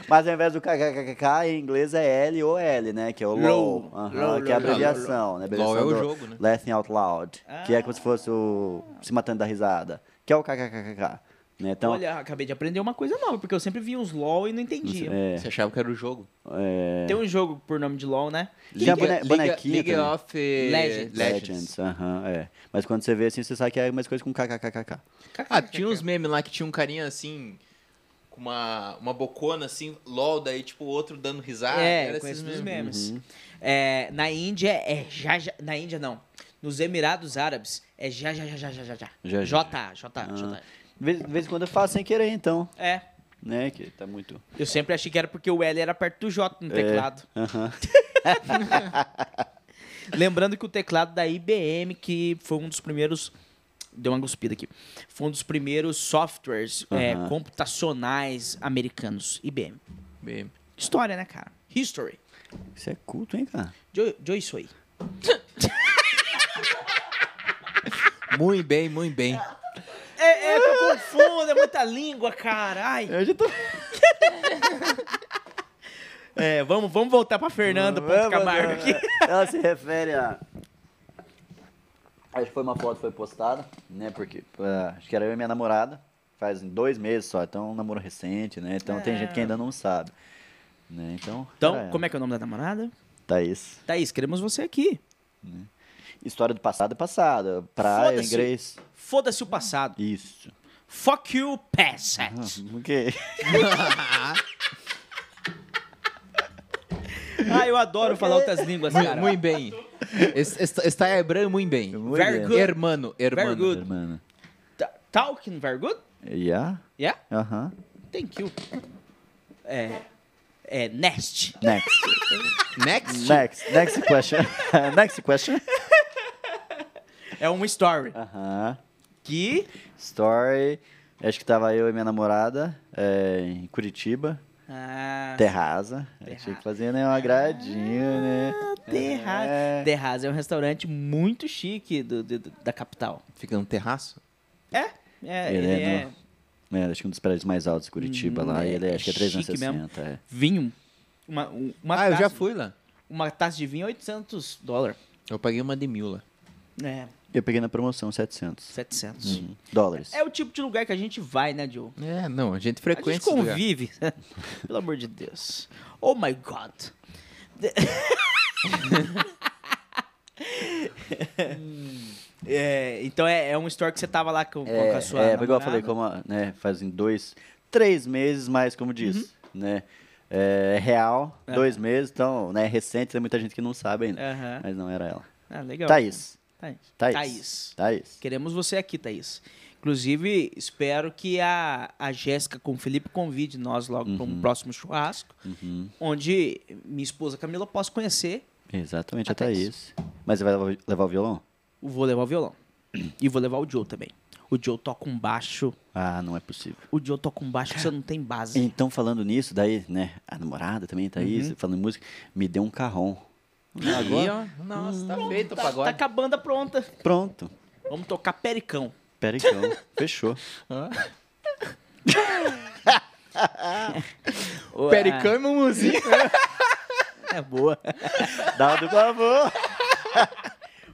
Speaker 3: Mas ao invés do kkkk, em inglês é LOL, né? Que é o LOL.
Speaker 1: Low.
Speaker 3: aham,
Speaker 1: Low,
Speaker 3: que é a
Speaker 1: low, low,
Speaker 3: abreviação, né?
Speaker 2: low. Low é o
Speaker 3: abreviação do
Speaker 2: jogo, né?
Speaker 1: Ah.
Speaker 3: Laughing Out Loud. Que é como se fosse o Se Matando da Risada. Que é o kkkk. Né? Então,
Speaker 1: Olha, acabei de aprender uma coisa nova, porque eu sempre vi uns LOL e não entendia.
Speaker 3: é,
Speaker 2: Você achava que era o jogo?
Speaker 1: Tem um jogo por nome de LOL, né?
Speaker 3: Tinha bone- bonequinha
Speaker 2: League
Speaker 3: também.
Speaker 2: of eh,
Speaker 1: Legends.
Speaker 2: Legends.
Speaker 3: Legends, aham, é. Mas quando você vê assim, você sabe que é mais coisa com kkkk.
Speaker 2: Ah, tinha uns memes lá que tinha um carinha assim, com uma, uma bocona assim, lol, daí tipo o outro dando risada.
Speaker 1: é,
Speaker 2: era
Speaker 1: eu
Speaker 2: esses
Speaker 1: conheço
Speaker 2: memes.
Speaker 1: os memes.
Speaker 3: Uhum.
Speaker 1: É, na Índia é já, já- Na Índia não. Nos Emirados Árabes é já já já já já já já.
Speaker 3: Já, Ah. já,
Speaker 1: J, J, J.
Speaker 3: De vez, de vez em quando eu faço sem querer, então,
Speaker 1: É.
Speaker 3: né? Que tá muito...
Speaker 1: Eu sempre achei que era porque o L era perto do J no teclado.
Speaker 3: Aham.
Speaker 1: Lembrando que o teclado da IBM, que foi um dos primeiros. Deu uma cuspida aqui. Foi um dos primeiros softwares é,
Speaker 3: Aham.
Speaker 1: computacionais americanos. IBM.
Speaker 2: Meme.
Speaker 1: História, né, cara? History.
Speaker 3: Isso é culto, hein, cara?
Speaker 1: Jo- Joe isso aí.
Speaker 2: Muito bem, muito bem.
Speaker 1: É, é que eu confundo, é muita língua, caralho.
Speaker 3: Eu já tô...
Speaker 1: É, vamos, vamos voltar pra Fernanda, ponto Camargo aqui.
Speaker 3: Ela se refere a... Acho que foi uma foto que foi postada, né? Porque ah, acho que era eu e minha namorada. Faz dois meses só, então é um namoro recente, né? Então tem gente que ainda não sabe. Né? Então, tá
Speaker 1: Então, como é que é o nome da namorada?
Speaker 3: Thaís.
Speaker 1: Thaís, queremos você aqui.
Speaker 3: História do passado é passado. Praia,
Speaker 1: Foda-se.
Speaker 3: inglês.
Speaker 1: Foda-se o passado.
Speaker 3: Isso.
Speaker 1: Fuck you, passat.
Speaker 3: Ok.
Speaker 1: Ah, eu adoro falar outras línguas,
Speaker 2: Mui-
Speaker 1: cara.
Speaker 2: Muito bem. Es- est- Está hebrando muito bem.
Speaker 3: Muito
Speaker 1: Very
Speaker 3: bem.
Speaker 1: good.
Speaker 2: Hermano, hermano.
Speaker 1: Very good.
Speaker 3: Hermana.
Speaker 1: Ta- Talking very good?
Speaker 3: Yeah? Uh-huh.
Speaker 1: Yeah?
Speaker 3: Aham.
Speaker 1: Thank you. É. É, nest.
Speaker 3: Next.
Speaker 2: Next.
Speaker 3: Next. Next question. Next question.
Speaker 1: É uma story. Uh-huh.
Speaker 3: Aham.
Speaker 1: Que.
Speaker 3: Story. Acho que tava eu e minha namorada é, em Curitiba.
Speaker 1: Ah,
Speaker 3: Terraza. Aí
Speaker 1: Terraza. Ah,
Speaker 3: Tinha que fazer né, um agradinho, né?
Speaker 1: Terraza.
Speaker 3: É.
Speaker 1: Terraza é um restaurante muito chique do, do- do- da capital.
Speaker 2: Fica no terraço?
Speaker 1: É. É,
Speaker 3: Ele
Speaker 1: ele,
Speaker 3: é
Speaker 1: é.
Speaker 3: do- É, acho que um dos prédios mais altos de Curitiba
Speaker 1: Hum,
Speaker 3: lá.
Speaker 1: é
Speaker 3: e ele acho que é
Speaker 1: chique
Speaker 3: 360. É.
Speaker 1: Vinho. Uma, um- uma
Speaker 2: ah, eu já
Speaker 1: taça-
Speaker 2: fui lá.
Speaker 1: Uma taça de vinho é 800 dólares.
Speaker 2: Eu paguei uma de mil lá.
Speaker 1: É,
Speaker 3: Eu peguei na promoção 700
Speaker 1: 700.
Speaker 3: dólares.
Speaker 1: É o tipo de lugar que a gente vai, né, Joe?
Speaker 2: É, não, a gente
Speaker 1: A gente
Speaker 2: frequenta. esse lugar.
Speaker 1: convive. né? Pelo amor de Deus. Oh my God. De- É, então é, é um story que você tava lá com, com a sua.
Speaker 3: é, igual eu
Speaker 1: namorada.
Speaker 3: falei, como, a- né, fazem dois, três meses mais, como diz, né? É real,
Speaker 1: Uhum. É.
Speaker 3: dois meses, então, né, recente, tem muita gente que não sabe ainda.
Speaker 1: Aham.
Speaker 3: Mas não era ela.
Speaker 1: Ah, legal.
Speaker 3: Thaís.
Speaker 1: Thaís.
Speaker 3: Thaís.
Speaker 1: Thaís.
Speaker 3: Thaís.
Speaker 1: Queremos você aqui, Thaís. Inclusive, espero que a, a Jéssica com o Felipe convide nós logo para um próximo churrasco,
Speaker 3: Uhum,
Speaker 1: onde minha esposa Camila possa conhecer
Speaker 3: Exatamente, a
Speaker 1: A Thaís.
Speaker 3: Thaís. Mas você vai levar- levar o violão?
Speaker 1: o Vou Levar o Violão. E vou levar o Joe também. O Joe toca um baixo
Speaker 3: Ah, não é possível.
Speaker 1: O Joe toca um baixo que você não tem base.
Speaker 3: Então, falando nisso, daí, né, a namorada também,
Speaker 1: Uhum.
Speaker 3: Thaís, falando em música, me deu um carrão.
Speaker 2: Aí, ó. Nossa, tá feito o
Speaker 1: Tá, tá
Speaker 2: pagode.
Speaker 1: com a banda pronta.
Speaker 3: Pronto.
Speaker 1: Vamos tocar Pericão.
Speaker 3: Pera então, fechou.
Speaker 2: Pericão e mumuzinho.
Speaker 1: É boa.
Speaker 3: Dá do favor.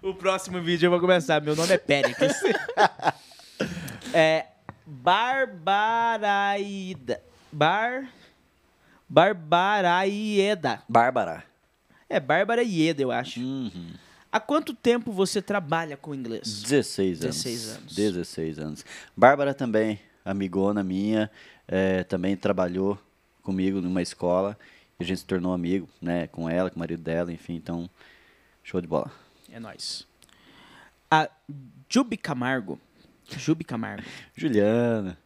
Speaker 1: O próximo vídeo eu vou começar. Meu nome é Pericles. é. Barbaraída. Bar. Barbaraieda.
Speaker 3: Bárbara.
Speaker 1: É Barbaraieda, eu acho. Hum.
Speaker 3: Uhum.
Speaker 1: Há quanto tempo você trabalha com inglês?
Speaker 3: 16 anos.
Speaker 1: 16 anos.
Speaker 3: 16 anos. Bárbara também, amigona minha, eh, também trabalhou comigo numa escola. E a gente se tornou amigo, né? Com ela, com o marido dela, enfim. Então, show de bola.
Speaker 1: É nóis. A Jubi Camargo. Jubi Camargo.
Speaker 3: Juliana,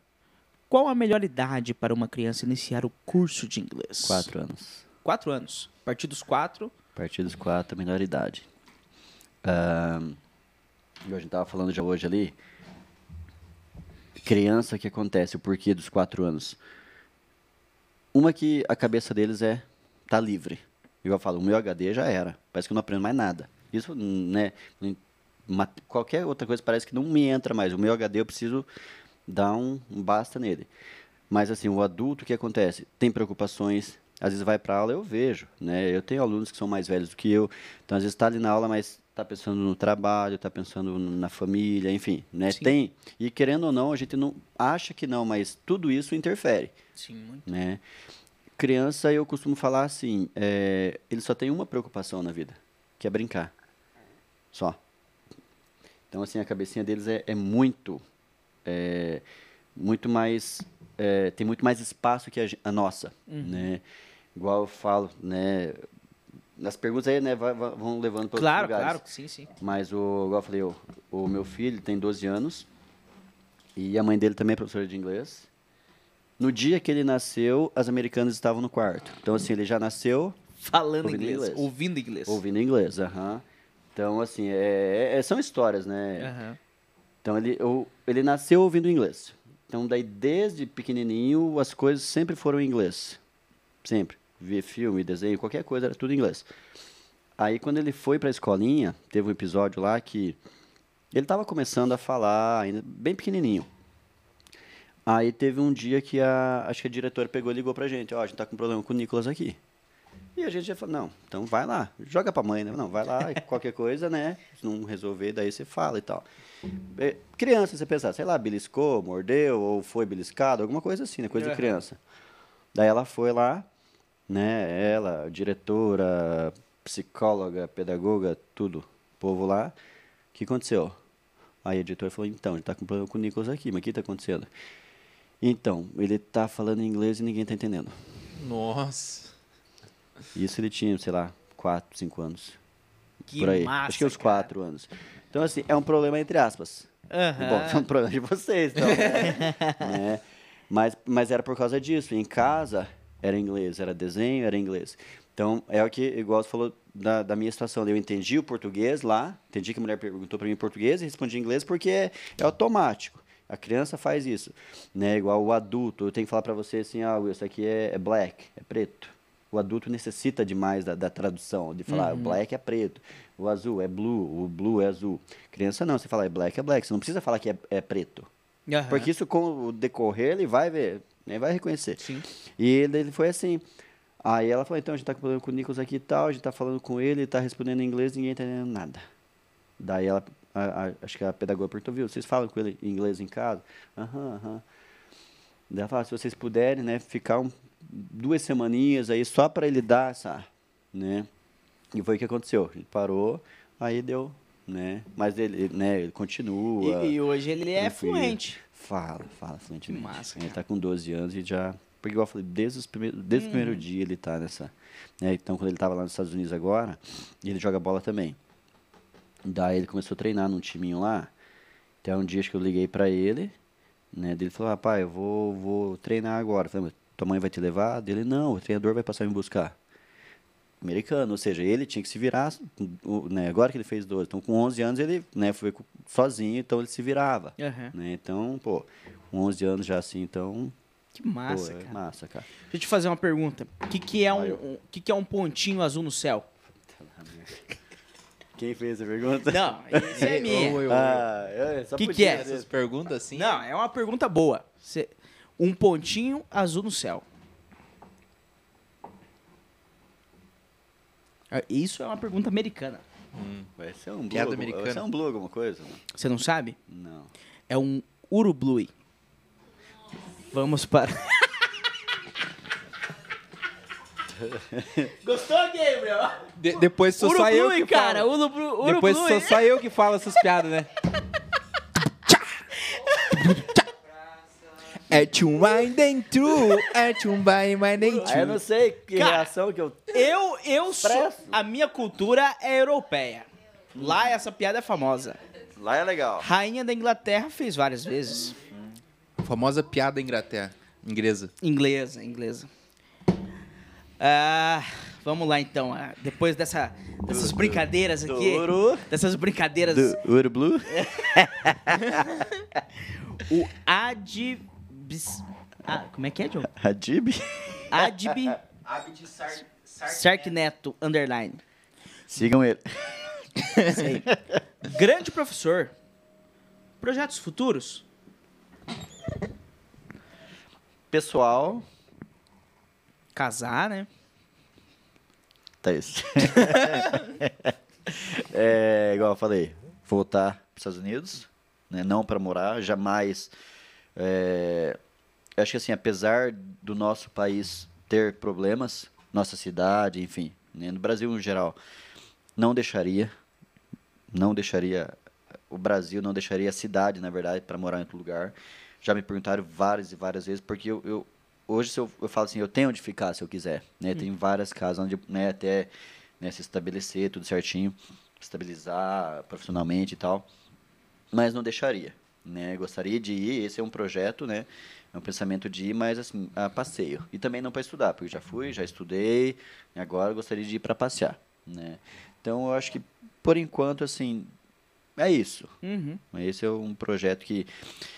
Speaker 1: Qual a melhor idade para uma criança iniciar o curso de inglês?
Speaker 3: 4 anos.
Speaker 1: Quatro anos. A partir dos quatro.
Speaker 3: Partidos 4, menor idade. Ahn, e a gente tava falando já hoje ali. Criança, o que acontece? O porquê dos 4 anos? Uma que a cabeça deles é tá livre. Igual Eu falo, o meu HD já era. Parece que eu não aprendo mais nada. Isso, né? em ma- Qualquer outra coisa parece que não me entra mais. O meu HD eu preciso dar um um basta nele. Mas assim, o adulto, o que acontece? Tem preocupações. Às vezes vai para aula, eu vejo, né? Eu tenho alunos que são mais velhos do que eu. Então, às vezes está ali na aula, mas tá pensando no trabalho, tá pensando na família, enfim, né?
Speaker 1: Sim.
Speaker 3: Tem. E querendo ou não, a gente não acha que não, mas tudo isso interfere,
Speaker 1: Sim, muito.
Speaker 3: né? Criança, eu costumo falar assim, é, ele só tem uma preocupação na vida, que é brincar. Só. Então, assim, a cabecinha deles é, é muito, é, muito mais, é, tem muito mais espaço que a, gen- a nossa,
Speaker 1: Uhum.
Speaker 3: né? Igual eu falo, né? Nas perguntas aí, né, va- va- vão levando para
Speaker 1: Claro,
Speaker 3: lugares.
Speaker 1: claro, sim, sim.
Speaker 3: Mas o, igual eu falei, o, o meu filho tem 12 anos e a mãe dele também é professora de inglês. No dia que ele nasceu, as americanas estavam no quarto. Então, assim, ele já nasceu
Speaker 1: Falando
Speaker 3: Ouvindo
Speaker 1: inglês,
Speaker 3: inglês.
Speaker 1: ouvindo inglês.
Speaker 3: ouvindo inglês. aham. Então, assim, é, é- são histórias, né?
Speaker 1: Aham.
Speaker 3: Então, ele, ou- ele nasceu ouvindo inglês. Então, daí, desde pequenininho, as coisas sempre foram em inglês. Sempre. Ver filme, desenho, qualquer coisa, era tudo em inglês. Aí, quando ele foi pra escolinha, teve um episódio lá que ele tava começando a falar, ainda bem pequenininho. Aí teve um dia que a, acho que a diretora pegou e ligou pra gente, ó, a gente tá com problema com o Nicolas aqui. E a gente já falou, não, então vai lá, joga pra mãe, né? Não, vai lá, e qualquer coisa, né? Se não resolver, daí você fala e tal. É, criança, você pensar, sei lá, beliscou, mordeu, ou foi beliscado, alguma coisa assim, né? Coisa de
Speaker 1: Aham.
Speaker 3: criança. Daí ela foi lá, né? Ela, diretora, psicóloga, pedagoga, tudo, povo lá. O que aconteceu? Aí a editora falou, então, ele tá com problema com o Nicolas aqui, mas o que tá acontecendo? Então, ele tá falando inglês e ninguém tá entendendo.
Speaker 2: Nossa.
Speaker 3: Isso ele tinha, sei lá, 4, 5 anos.
Speaker 1: Que
Speaker 3: por aí.
Speaker 1: massa,
Speaker 3: Acho que uns
Speaker 1: cara.
Speaker 3: 4 anos. Então, assim, é um problema entre aspas.
Speaker 1: Aham.
Speaker 3: Bom, é um problema de vocês, então. né? Né? Mas, mas era por causa disso. Em casa era inglês, era desenho, era inglês. Então, é o que, igual você falou da, da minha situação. Eu entendi o português lá, entendi que a mulher perguntou para mim em português e respondi em inglês porque é, é automático. A criança faz isso. Né? Igual o adulto. Eu tenho que falar para você assim, ah, Will, isso aqui é, é black, é preto. O adulto necessita demais da, da tradução, de falar o black é preto, o azul é blue, o blue é azul. Criança não, você fala é black é black, você não precisa falar que é, é preto.
Speaker 1: Aham.
Speaker 3: Porque isso com o decorrer ele vai ver, nem vai reconhecer.
Speaker 1: Sim.
Speaker 3: E ele, ele foi assim. Aí ela falou, então a gente tá com problema com o Nicolas aqui e tal, a gente tá falando com ele, ele tá respondendo em inglês, ninguém tá entendendo nada. Daí ela, a- a- acho que a pedagoga perguntou, viu, vocês falam com ele em inglês em casa? Aham, aham. Daí ela fala, se vocês puderem, né, ficar um- duas semaninhas aí só para ele dar essa, né? E foi o que aconteceu. Ele parou, aí deu, né? Mas ele, né, ele continua.
Speaker 1: E, e hoje ele é
Speaker 3: Tranquilo.
Speaker 1: fluente.
Speaker 3: Fala, fala fluentemente.
Speaker 1: Que massa,
Speaker 3: ele tá com 12 anos e já. Porque igual eu falei, desde, os primeiros, desde o
Speaker 1: Hum.
Speaker 3: primeiro dia ele tá nessa. né? Então, quando ele tava lá nos Estados Unidos agora, ele joga bola também. Daí ele começou a treinar num timinho lá. Até um dia acho que eu liguei pra ele, né? Daí Ele falou, rapaz, eu vou, vou treinar agora. Eu falei, mas tua mãe vai te levar? Dele, não, o treinador vai passar a me buscar. Americano, ou seja, ele tinha que se virar, o- né? Agora que ele fez 12, então com 11 anos ele, né, foi co- sozinho, então ele se virava
Speaker 1: Aham.
Speaker 3: né? Então, pô, com 11 anos já assim, então,
Speaker 1: Que massa,
Speaker 3: pô, é
Speaker 1: cara.
Speaker 3: massa, cara.
Speaker 1: Deixa eu te fazer uma pergunta. O que, que é
Speaker 3: Vai,
Speaker 1: um,
Speaker 3: eu.
Speaker 1: um- que, que é um pontinho azul no céu?
Speaker 3: Quem fez a pergunta?
Speaker 1: Não, isso é minha.
Speaker 3: Ah, é, só
Speaker 1: Que que
Speaker 3: podia
Speaker 1: é?
Speaker 3: ser.
Speaker 2: Essas perguntas assim.
Speaker 1: Não, é uma pergunta boa. Cê- Um pontinho azul no céu. Ah, Isso é uma pergunta americana.
Speaker 3: Vai ser um blue,
Speaker 2: Piada
Speaker 3: alguma-
Speaker 2: americana.
Speaker 3: vai ser um blue alguma coisa? mano?
Speaker 1: Você não sabe?
Speaker 3: Não.
Speaker 1: É um urublui. Vamos para. Gostou, Gabriel?
Speaker 4: De- depois sou só eu
Speaker 1: Urublui,
Speaker 4: que
Speaker 1: cara.
Speaker 4: falo.
Speaker 1: Urublu, urublui.
Speaker 4: Depois sou só eu que falo essas piadas, né? É too winding true, é too winding
Speaker 3: Ah, eu não
Speaker 4: true.
Speaker 3: sei que
Speaker 1: Cara.
Speaker 3: reação que eu...
Speaker 1: Eu, eu sou.
Speaker 3: Expresso.
Speaker 1: A minha cultura é europeia. Lá essa piada é famosa.
Speaker 3: Lá é legal.
Speaker 1: Rainha da Inglaterra fez várias vezes.
Speaker 2: Famosa piada da Inglaterra. Inglesa.
Speaker 1: Inglesa, inglesa. Ah, vamos lá então. Ah, depois dessa, dessas brincadeiras
Speaker 3: do
Speaker 1: aqui. é
Speaker 3: Uru.
Speaker 1: Dessas brincadeiras.
Speaker 3: Do Uru Blue?
Speaker 1: O Adib. Ah, como é que é, John?
Speaker 3: Hadib?
Speaker 1: Adib
Speaker 2: Abid Sar...
Speaker 1: Sark Neto, underline.
Speaker 3: Sigam ele.
Speaker 1: Grande professor. Projetos futuros?
Speaker 3: Pessoal,
Speaker 1: Casar, né?
Speaker 3: tá isso. É, igual eu falei, voltar para os Estados Unidos, né, não para morar, jamais. é, eu acho que assim, apesar do nosso país ter problemas, nossa cidade, enfim, né, no Brasil em geral, não deixaria, não deixaria o Brasil, não deixaria a cidade, na verdade, para morar em outro lugar. Já me perguntaram várias e várias vezes, porque eu, eu- hoje se eu, eu falo assim, eu tenho onde ficar se eu quiser, né? Tem várias casas onde, né, até né, se estabelecer tudo certinho, estabilizar profissionalmente e tal, mas não deixaria, né? Gostaria de ir, esse é um projeto, né? É um pensamento de ir, mas assim, a passeio. E também não para estudar, porque já fui, já estudei, e agora eu gostaria de ir para passear, né? Então eu acho que por enquanto assim, é isso.
Speaker 1: Uhum.
Speaker 3: Mas Esse é um projeto que,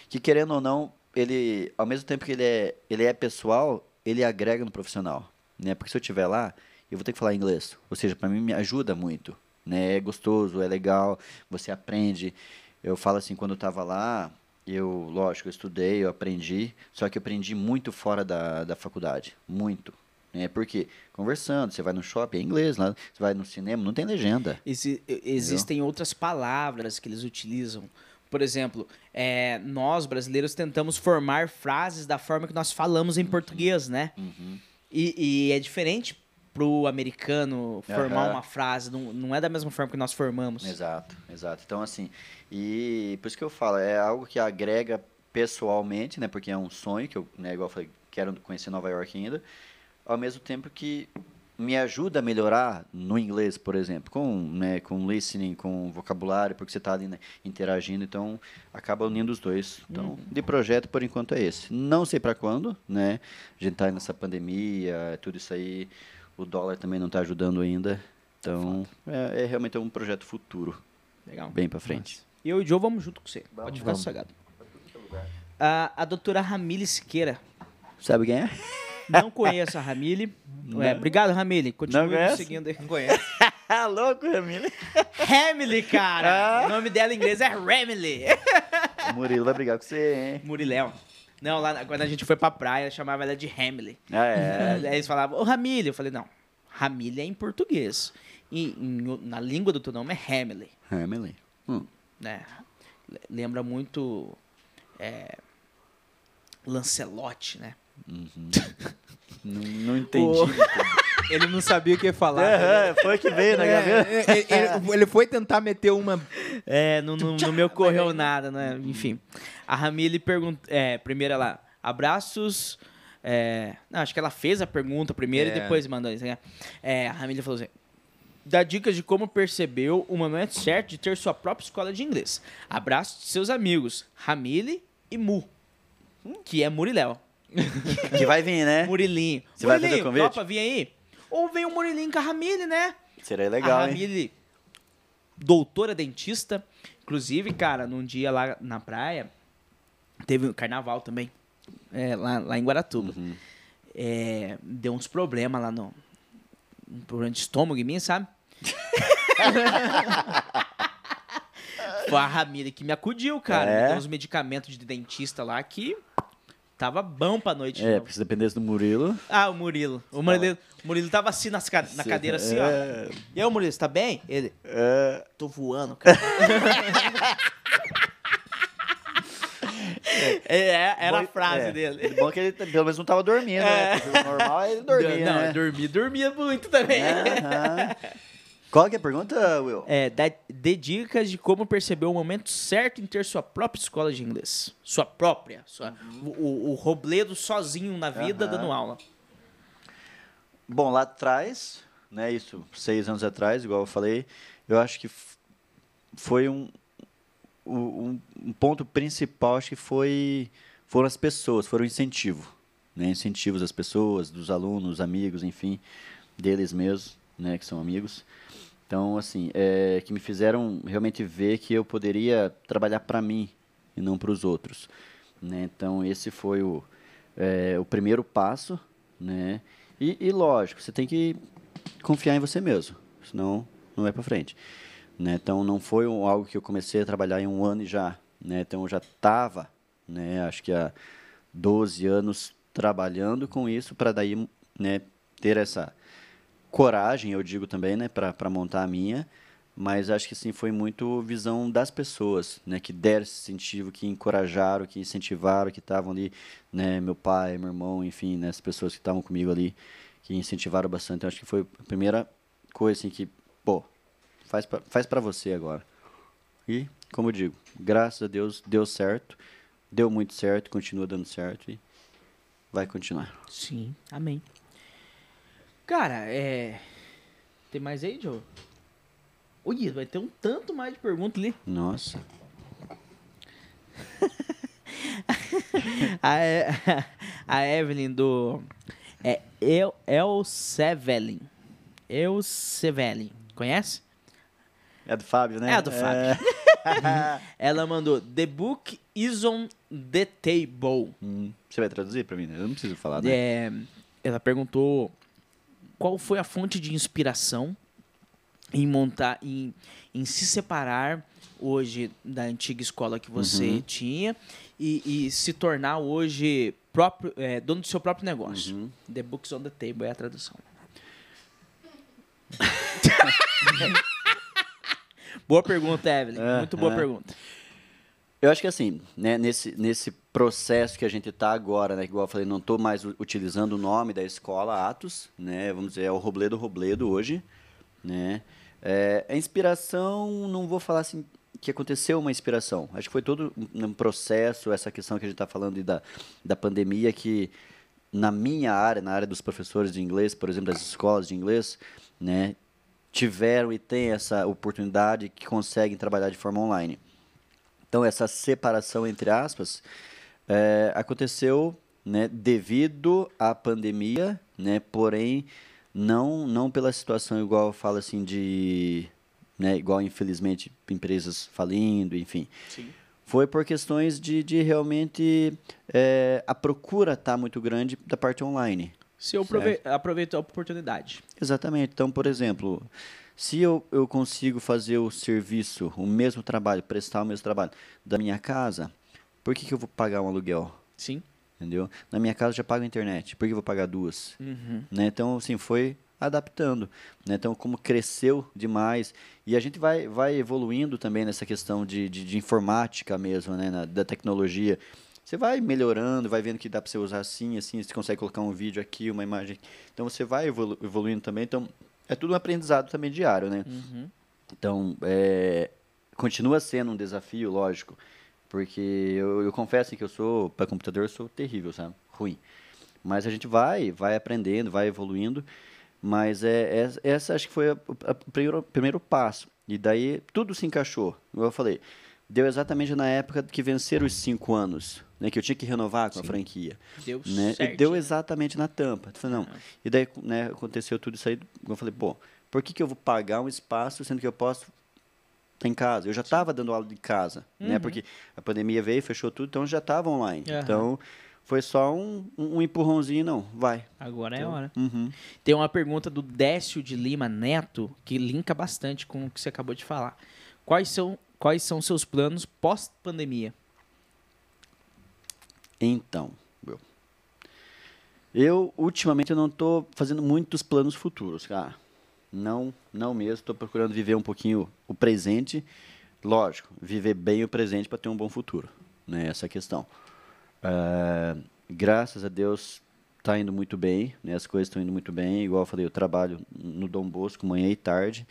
Speaker 3: que querendo ou não, ele, ao mesmo tempo que ele é, ele é pessoal, ele agrega no profissional, né? Porque se eu estiver lá, eu vou ter que falar inglês. Ou seja, para mim me ajuda muito, né? É gostoso, é legal, você aprende. Eu falo assim, quando eu estava lá, eu, lógico, eu estudei, eu aprendi, só que eu aprendi muito fora da, da faculdade, muito. Né? Porque conversando, você vai no shopping, é inglês, lá, você vai no cinema, não tem legenda.
Speaker 1: Exi- existem outras palavras que eles utilizam. Por exemplo, é, nós brasileiros tentamos formar frases da forma que nós falamos
Speaker 3: Uhum.
Speaker 1: em português, né? E, e é diferente pro americano formar
Speaker 3: Aham.
Speaker 1: uma frase, não, não é da mesma forma que nós formamos.
Speaker 3: Exato, exato. Então, assim, e por isso que eu falo, é algo que agrega pessoalmente, né? Porque é um sonho que eu, né, igual eu falei, quero conhecer Nova York ainda, ao mesmo tempo que me ajuda a melhorar no inglês, por exemplo, com, né, com listening, com vocabulário, porque você está ali né, interagindo, então acaba unindo os dois. Então, de projeto por enquanto é esse. Não sei para quando, né? A gente tá nessa pandemia, é tudo isso aí, o dólar também não está ajudando ainda. Então, é, é realmente um projeto futuro,
Speaker 1: Legal.
Speaker 3: bem para frente.
Speaker 1: E eu e o Joe vamos junto com você.
Speaker 3: Vamos,
Speaker 1: Pode ficar
Speaker 3: vamos.
Speaker 1: sossegado. Ah, A, a doutora Ramile Siqueira.
Speaker 3: Sabe quem é?
Speaker 1: Não conheço a Ramile. É, obrigado, Ramile. Continue
Speaker 3: Não
Speaker 1: me
Speaker 3: conhece?
Speaker 1: seguindo aí.
Speaker 2: Não conhece.
Speaker 3: Ah, louco, Ramile. Ah.
Speaker 1: Ramile, cara! O nome dela em inglês é Ramile.
Speaker 3: O Murilo vai brigar com você, hein?
Speaker 1: Murilão. Não, lá na- quando a gente foi pra praia, chamava ela de Hamile.
Speaker 3: Ah, é.
Speaker 1: Aí eles falavam, ô Ramile. Eu falei, não, Ramile é em português. E em o- na língua do teu nome é Hamile.
Speaker 3: Ramile. Hum.
Speaker 1: Né? Le- Lembra muito é, Lancelote, né?
Speaker 3: Não, não entendi.
Speaker 4: Ô. Ele não sabia o que falar.
Speaker 3: Aham, É, foi que veio né, na cabeça.
Speaker 4: É, ele, ele- ele foi tentar meter uma.
Speaker 1: É, não, não, não me ocorreu nada, né? Enfim. A Ramile perguntou. É, primeiro ela. Abraços. é, não, acho que ela fez a pergunta primeiro e
Speaker 4: É.
Speaker 1: depois mandou isso. né? É, a Ramile falou assim. Dá dicas de como percebeu o momento certo de ter sua própria escola de inglês. Abraço de seus amigos, Ramile e Mu. Que é Muriléu.
Speaker 3: Que vai vir, né?
Speaker 1: Murilinho.
Speaker 3: Você vai
Speaker 1: Murilinho,
Speaker 3: fazer convite?
Speaker 1: topa vir aí? Ou vem o Murilinho com a Ramile, né?
Speaker 3: Seria é legal,
Speaker 1: a
Speaker 3: hein?
Speaker 1: Ramile, doutora dentista. Inclusive, cara, num dia lá na praia, teve um carnaval também, é, lá, lá em Guaratuba.
Speaker 3: Uhum.
Speaker 1: É, deu uns problemas lá no... Um problema de estômago em mim, sabe? Foi a Ramile que me acudiu, cara.
Speaker 3: É?
Speaker 1: Me deu uns medicamentos de dentista lá que tava bom pra noite. de
Speaker 3: É,
Speaker 1: novo.
Speaker 3: porque se dependesse do Murilo.
Speaker 1: Ah, o Murilo. O Murilo, o Murilo tava assim nas ca- na cadeira, assim, ó.
Speaker 3: Tá. É.
Speaker 1: E aí, ô, Murilo, você tá bem? Ele,
Speaker 3: É.
Speaker 1: tô voando, cara. É, é, era a
Speaker 3: Bom-
Speaker 1: frase
Speaker 3: é.
Speaker 1: dele.
Speaker 3: Bom que ele pelo menos não tava dormindo, né? Porque o normal é ele dormir,
Speaker 1: não,
Speaker 3: né? É.
Speaker 1: eu dormia, dormia muito também.
Speaker 3: Aham. Qual que é a pergunta, Will?
Speaker 1: É, dá, dê dicas de como perceber o momento certo em ter sua própria escola de inglês. Sua própria. Sua, o, o- o Robledo sozinho na vida
Speaker 3: Uhum. Aham.
Speaker 1: dando aula.
Speaker 3: Bom, lá atrás, né, isso, seis anos atrás, igual eu falei, eu acho que f- foi um, o- um, um ponto principal, acho que foi, foram as pessoas, foram o incentivo, né, incentivos das pessoas, dos alunos, amigos, enfim, deles mesmos, né, que são amigos. Então, assim, é, que me fizeram realmente ver que eu poderia trabalhar para mim e não para os outros, né? Então, esse foi o, é, o primeiro passo, né? E, e lógico, você tem que confiar em você mesmo, senão não vai para frente, né? Então não foi um- algo que eu comecei a trabalhar em um ano e já, né? Então eu já tava, né? Acho que há 12 anos trabalhando com isso para daí, né? Ter essa coragem, eu digo também, né? Para montar a minha, Mas acho que sim, foi muito visão das pessoas, né? Que deram esse incentivo, que encorajaram, que incentivaram, que estavam ali, né? Meu pai, meu irmão, enfim, né? As pessoas que estavam comigo ali, que incentivaram bastante. Então, acho que foi a primeira coisa, assim, que, pô, faz pra, faz pra você agora. E, como eu digo, graças a Deus, deu certo. Deu muito certo, continua dando certo e vai continuar.
Speaker 1: Sim, amém. Cara, é. Tem mais aí, Joe? Olha, vai ter um tanto mais de perguntas ali.
Speaker 3: Nossa.
Speaker 1: A, E- a Evelyn do. É El, El Sevelin. El Sevelin. Conhece?
Speaker 3: É do Fábio, né?
Speaker 1: É a do Fábio. Ela mandou The Book is on the Table.
Speaker 3: Hum, Você vai traduzir pra mim? né? Eu não preciso falar, né?
Speaker 1: É, ela perguntou qual foi a fonte de inspiração em montar, em, em se separar hoje da antiga escola que você
Speaker 3: Uhum.
Speaker 1: tinha e, e se tornar hoje próprio, é, dono do seu próprio negócio.
Speaker 3: Uhum.
Speaker 1: The Books on the Table é a tradução. boa pergunta, Evelyn.
Speaker 3: É,
Speaker 1: Muito boa
Speaker 3: é.
Speaker 1: pergunta.
Speaker 3: Eu acho que assim, né, nesse, nesse processo que a gente está agora, né, que igual eu falei, não estou mais u- utilizando o nome da escola Atos, né, vamos dizer, é o Robledo Robledo hoje, né, é, a inspiração, não vou falar assim que aconteceu uma inspiração, acho que foi todo um, um processo, essa questão que a gente está falando aí da, da pandemia, que na minha área, na área dos professores de inglês, por exemplo, das escolas de inglês, né, tiveram e têm essa oportunidade que conseguem trabalhar de forma online. Então, essa separação, entre aspas, é, aconteceu né, devido à pandemia, né, porém, não, não pela situação igual eu falo assim de. Né, igual, infelizmente, empresas falindo, enfim. Foi por questões de, de realmente é, a procura tá muito grande da parte online.
Speaker 1: Se eu aprove- aproveitar a oportunidade.
Speaker 3: Exatamente. Então, por exemplo, se eu, eu consigo fazer o serviço, o mesmo trabalho, prestar o mesmo trabalho da minha casa, por que, que eu vou pagar um aluguel?
Speaker 1: Sim.
Speaker 3: Entendeu? Na minha casa eu já pago a internet, por que eu vou pagar duas?
Speaker 1: Uhum.
Speaker 3: Né? Então, assim, foi adaptando. né? Então, como cresceu demais. E a gente vai, vai evoluindo também nessa questão de, de, de informática mesmo, né? Na- da tecnologia. Você vai melhorando, vai vendo que dá para você usar assim, assim, você consegue colocar um vídeo aqui, uma imagem aqui. Então, você vai evolu- evoluindo também. Então, é tudo um aprendizado também diário, né?
Speaker 1: Uhum.
Speaker 3: Então, é, continua sendo um desafio, lógico, porque eu, eu confesso que eu sou, para computador, eu sou terrível, sabe? Ruim. Mas a gente vai, vai aprendendo, vai evoluindo, mas é, é- essa acho que foi o primeiro, primeiro passo. E daí tudo se encaixou, igual eu falei. Deu exatamente na época que venceram os cinco anos, né, que eu tinha que renovar com a franquia
Speaker 1: Deu
Speaker 3: né?
Speaker 1: certo.
Speaker 3: E deu exatamente na tampa. Eu falei, não. E daí né, aconteceu tudo isso aí. Eu falei, pô, por que, que eu vou pagar um espaço sendo que eu posso estar em casa? Eu já estava dando aula de casa, né? Porque a pandemia veio, fechou tudo, então já estava online.
Speaker 1: Aham.
Speaker 3: Então foi só um, um um empurrãozinho, não. Vai.
Speaker 1: Agora é a hora.
Speaker 3: Uhum.
Speaker 1: Tem uma pergunta do Décio de Lima Neto que linka bastante com o que você acabou de falar. Quais são, quais são seus planos pós-pandemia?
Speaker 3: Então, eu. Eu, ultimamente, eu não tô fazendo muitos planos futuros, cara. Não, não mesmo. Tô procurando viver um pouquinho o presente. Lógico, viver bem o presente para ter um bom futuro, né? Essa é a questão. Ah, graças a Deus tá indo muito bem, né? As coisas estão indo muito bem. Igual eu falei, eu trabalho no Dom Bosco manhã e tarde.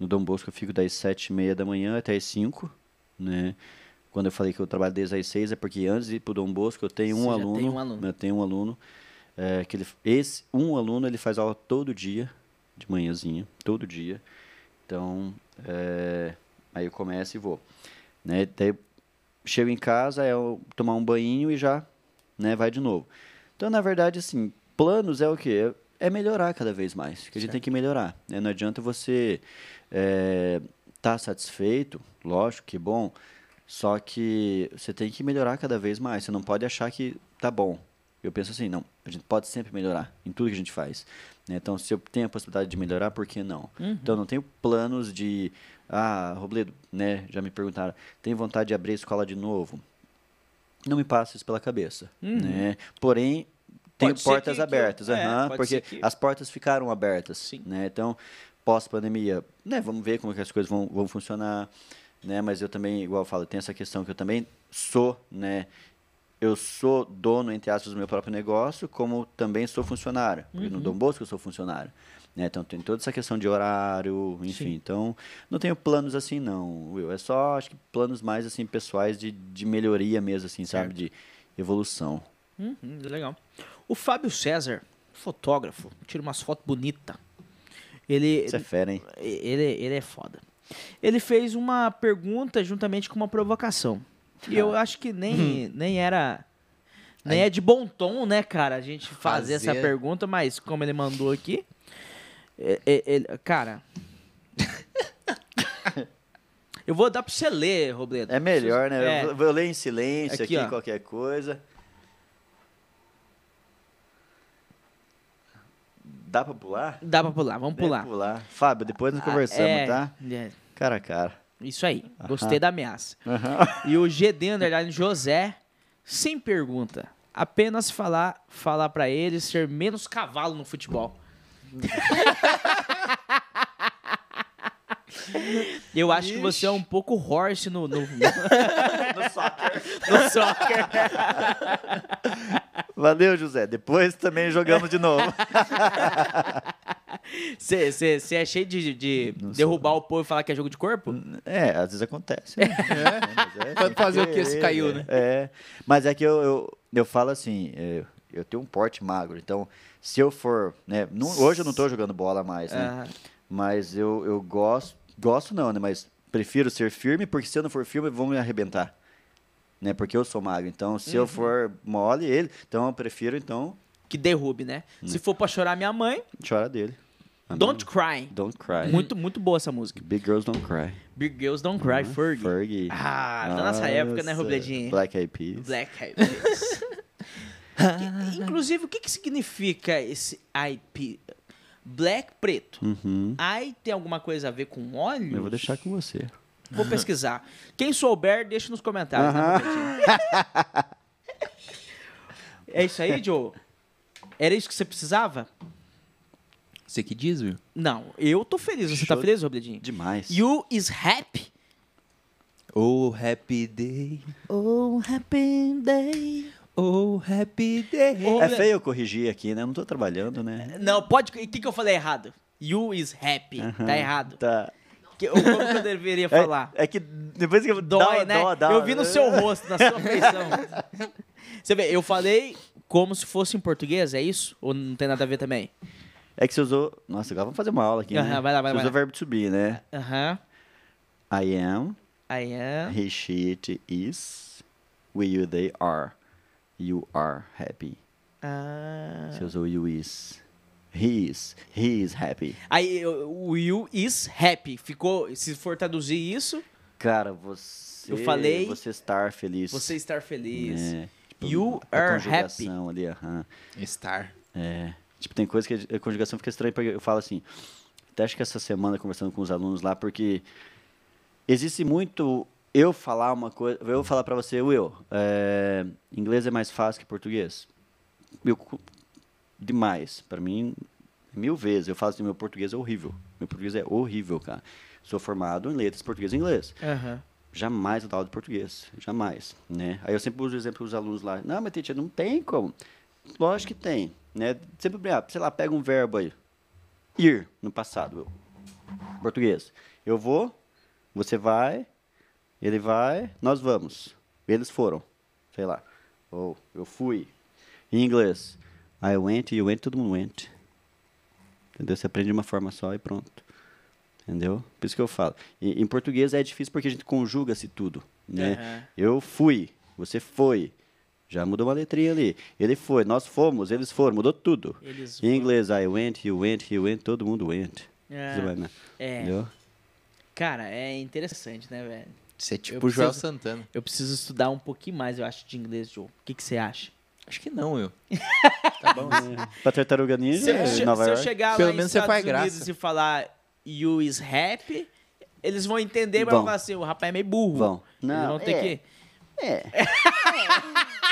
Speaker 3: No Dom Bosco eu fico das sete e meia da manhã até as cinco, né? Quando eu falei que eu trabalho desde as seis é porque antes de ir pro Dom Bosco eu tenho
Speaker 1: Você
Speaker 3: um
Speaker 1: já
Speaker 3: aluno,
Speaker 1: tem um aluno.
Speaker 3: eu tenho um aluno é, que ele, esse um aluno ele faz aula todo dia de manhãzinha, todo dia. Então é, aí eu começo e vou, né? Daí eu chego em casa é eu tomar um banho e já né, vai de novo. Então, na verdade, assim, planos é o quê? É melhorar cada vez mais, que a gente tem que melhorar. né? Não adianta você estar satisfeito, lógico que bom, só que você tem que melhorar cada vez mais. Você não pode achar que tá bom. Eu penso assim, não, a gente pode sempre melhorar em tudo que a gente faz. né? Então, se eu tenho a possibilidade de melhorar, por que não? Então, eu não tenho planos de. Ah, Robledo, né? Já me perguntaram, tem vontade de abrir a escola de novo? não me passa isso pela cabeça, né? Porém, tenho
Speaker 1: ser
Speaker 3: portas
Speaker 1: que- que eu-
Speaker 3: abertas,
Speaker 1: é,
Speaker 3: aham,
Speaker 1: pode
Speaker 3: porque
Speaker 1: ser que-
Speaker 3: as portas ficaram abertas,
Speaker 1: Sim.
Speaker 3: né? Então, pós-pandemia, né, vamos ver como que as coisas vão, vão funcionar, né, mas eu também, igual eu falo, tem essa questão que eu também sou, né, eu sou dono, entre aspas, do meu próprio negócio, como também sou funcionário, porque no Dom
Speaker 1: Uhum.
Speaker 3: Bosco eu sou funcionário, né, então tem toda essa questão de horário, enfim, então não tenho planos assim não, Will, é só, acho que planos mais assim, pessoais de, de melhoria mesmo, assim, sabe, de evolução.
Speaker 1: Uhum, legal. O Fábio César, fotógrafo, tira umas fotos bonitas. Ele,
Speaker 3: Isso é fera, hein?
Speaker 1: ele, ele é foda. Ele fez uma pergunta juntamente com uma provocação. E eu
Speaker 3: Ah.
Speaker 1: acho que
Speaker 3: Uhum.
Speaker 1: nem, nem era. Nem é de bom tom, né, cara, a gente fazer, essa
Speaker 2: Fazer.
Speaker 1: pergunta, mas como ele mandou aqui. é- é- ele- cara. eu vou dar pra você ler, Robledo.
Speaker 3: É melhor, né?
Speaker 1: É.
Speaker 3: Eu vou- vou ler em silêncio
Speaker 1: Aqui,
Speaker 3: aqui,
Speaker 1: ó.
Speaker 3: qualquer coisa. Dá pra pular?
Speaker 1: Dá pra pular, vamos
Speaker 3: Dá
Speaker 1: pular.
Speaker 3: pra pular. Fábio, depois nós conversamos,
Speaker 1: É,
Speaker 3: tá?
Speaker 1: é,
Speaker 3: Cara a cara.
Speaker 1: isso aí,
Speaker 3: Aham.
Speaker 1: gostei da ameaça. E o GD Underline José, sem pergunta. Apenas falar, falar para ele ser menos cavalo no futebol. Eu acho que você é um pouco horse no, no, no
Speaker 3: No soccer.
Speaker 1: soccer.
Speaker 3: Valeu, José. Depois também jogamos de novo.
Speaker 1: Você- Você você é cheio de, de derrubar o povo e falar que é jogo de corpo?
Speaker 3: É, às vezes acontece. Né? É, mas é,
Speaker 2: Pra
Speaker 3: tem
Speaker 2: fazer o quê? Se
Speaker 3: querer,
Speaker 2: caiu, né?
Speaker 3: É. Mas é que eu, eu, eu falo assim, é, eu tenho um porte magro, então se eu for, né, não- hoje eu não tô jogando bola mais, né?
Speaker 1: Ah,
Speaker 3: Mas eu, eu gosto. Gosto não, né? Mas prefiro ser firme, porque se eu não for firme, vão me arrebentar. Né? Porque eu sou magro. Então, se eu
Speaker 1: Uhum.
Speaker 3: for mole, ele. Então, eu prefiro, então,
Speaker 1: que derrube, né?
Speaker 3: Hum.
Speaker 1: Se for pra chorar minha mãe,
Speaker 3: chora dele. Amém.
Speaker 1: Don't Cry.
Speaker 3: Ah, Don't cry.
Speaker 1: Muito, muito boa essa música.
Speaker 3: Big girls don't cry. Uhum.
Speaker 1: Big Girls Don't Cry, Fergie.
Speaker 3: Fergie.
Speaker 1: Ah, da nossa época, né,
Speaker 3: Nossa.
Speaker 1: Robledinho?
Speaker 3: Black Eyed Peas.
Speaker 1: Black Eyed Peas. Que- Inclusive, o que, que significa esse IP? Black preto.
Speaker 3: Uhum.
Speaker 1: Ai tem alguma coisa a ver com óleo?
Speaker 3: Eu vou deixar com você.
Speaker 1: Vou pesquisar. Quem souber, deixa nos comentários. né,
Speaker 3: Aham.
Speaker 1: Robertinho? é isso aí, Joe? Era isso que você precisava?
Speaker 4: Você que diz, viu?
Speaker 1: Não, eu tô feliz. Você tá
Speaker 3: Show.
Speaker 1: feliz, Robledinho?
Speaker 3: Demais.
Speaker 1: You is happy?
Speaker 4: Oh, happy day.
Speaker 1: Oh, happy day.
Speaker 4: Oh, happy day.
Speaker 3: É feio eu corrigir aqui, né? Eu não tô trabalhando, né?
Speaker 1: Não, pode. O que, que eu falei errado? You is happy. Tá errado.
Speaker 3: Tá.
Speaker 1: Que, ou como que eu deveria
Speaker 3: É,
Speaker 1: falar?
Speaker 3: é que depois que eu
Speaker 1: Dói,
Speaker 3: dá, uma-
Speaker 1: né?
Speaker 3: dá, uma- dá
Speaker 1: eu
Speaker 3: uma-
Speaker 1: vi no seu rosto, na sua feição. Você vê, eu falei como se fosse em português, é isso? Ou não tem nada a ver também?
Speaker 3: É que você usou. Nossa, agora vamos fazer uma aula aqui. Né?
Speaker 1: Aham, vai lá, vai
Speaker 3: você
Speaker 1: lá, vai
Speaker 3: usou o verbo to be, né?
Speaker 1: Aham.
Speaker 3: I am,
Speaker 1: I am.
Speaker 3: he, she, it is, we, you, they are. You are happy.
Speaker 1: ah.
Speaker 3: Você usou you is. He is. He is happy.
Speaker 1: Aí, o you is happy. Ficou, se for traduzir isso,
Speaker 3: Cara, você.
Speaker 1: Eu falei-
Speaker 3: Você estar feliz. Né?
Speaker 1: você estar feliz.
Speaker 3: É,
Speaker 1: You
Speaker 3: a
Speaker 1: are happy.
Speaker 3: conjugação ali, aham.
Speaker 2: Star.
Speaker 3: É. Tipo, tem coisa que a conjugação fica estranha, porque eu falo assim. Até acho que essa semana conversando com os alunos lá, porque existe muito eu falar uma coisa. Eu falar pra você, Will, é, inglês é mais fácil que português. Eu, cu- demais. Pra mim, mil vezes. Eu falo assim, meu português é horrível. Meu português é horrível, cara. Sou formado em letras, português e inglês
Speaker 1: Aham.
Speaker 3: jamais eu dar aula de português, jamais, né? Aí eu sempre uso o exemplo dos alunos lá, não, mas tia, não tem como. Lógico que tem, né? Sempre, ah, sei lá, pega um verbo aí, ir, no passado, eu. português. Eu vou, você vai, ele vai, nós vamos, eles foram, sei lá, ou eu fui. Em inglês, I went, you went, todo mundo went. Entendeu? Você aprende de uma forma só e pronto. Entendeu? Por isso que eu falo. E- em português é difícil porque a gente conjuga-se tudo,
Speaker 1: É.
Speaker 3: né? Eu fui, você foi. Já mudou uma letrinha ali. Ele foi, nós fomos, eles foram, mudou tudo.
Speaker 1: Eles
Speaker 3: Em inglês, I went, you went, he went, todo mundo went.
Speaker 1: É.
Speaker 3: Você vai, né?
Speaker 1: É.
Speaker 3: Entendeu?
Speaker 1: Cara, é interessante, né, velho?
Speaker 2: Você é tipo
Speaker 1: Eu
Speaker 2: o Joel
Speaker 1: preciso-
Speaker 2: Santana.
Speaker 1: Eu preciso estudar um pouquinho mais, eu acho, de inglês, Joe. O que, que você acha?
Speaker 2: Acho que não, eu. Tá
Speaker 3: Pra tartaruga ninja,
Speaker 1: Se, eu
Speaker 3: é,
Speaker 1: che-
Speaker 3: Nova
Speaker 1: se eu
Speaker 3: York.
Speaker 1: chegar
Speaker 2: Pelo
Speaker 1: lá nos
Speaker 2: menos você
Speaker 1: Estados
Speaker 2: faz
Speaker 1: Unidos
Speaker 2: graça.
Speaker 1: e falar you is happy, eles vão entender, mas
Speaker 3: Vão.
Speaker 1: vão falar assim, o rapaz é meio burro.
Speaker 3: Vão.
Speaker 1: eles
Speaker 3: Não,
Speaker 1: vão ter
Speaker 3: é.
Speaker 1: que...
Speaker 3: É.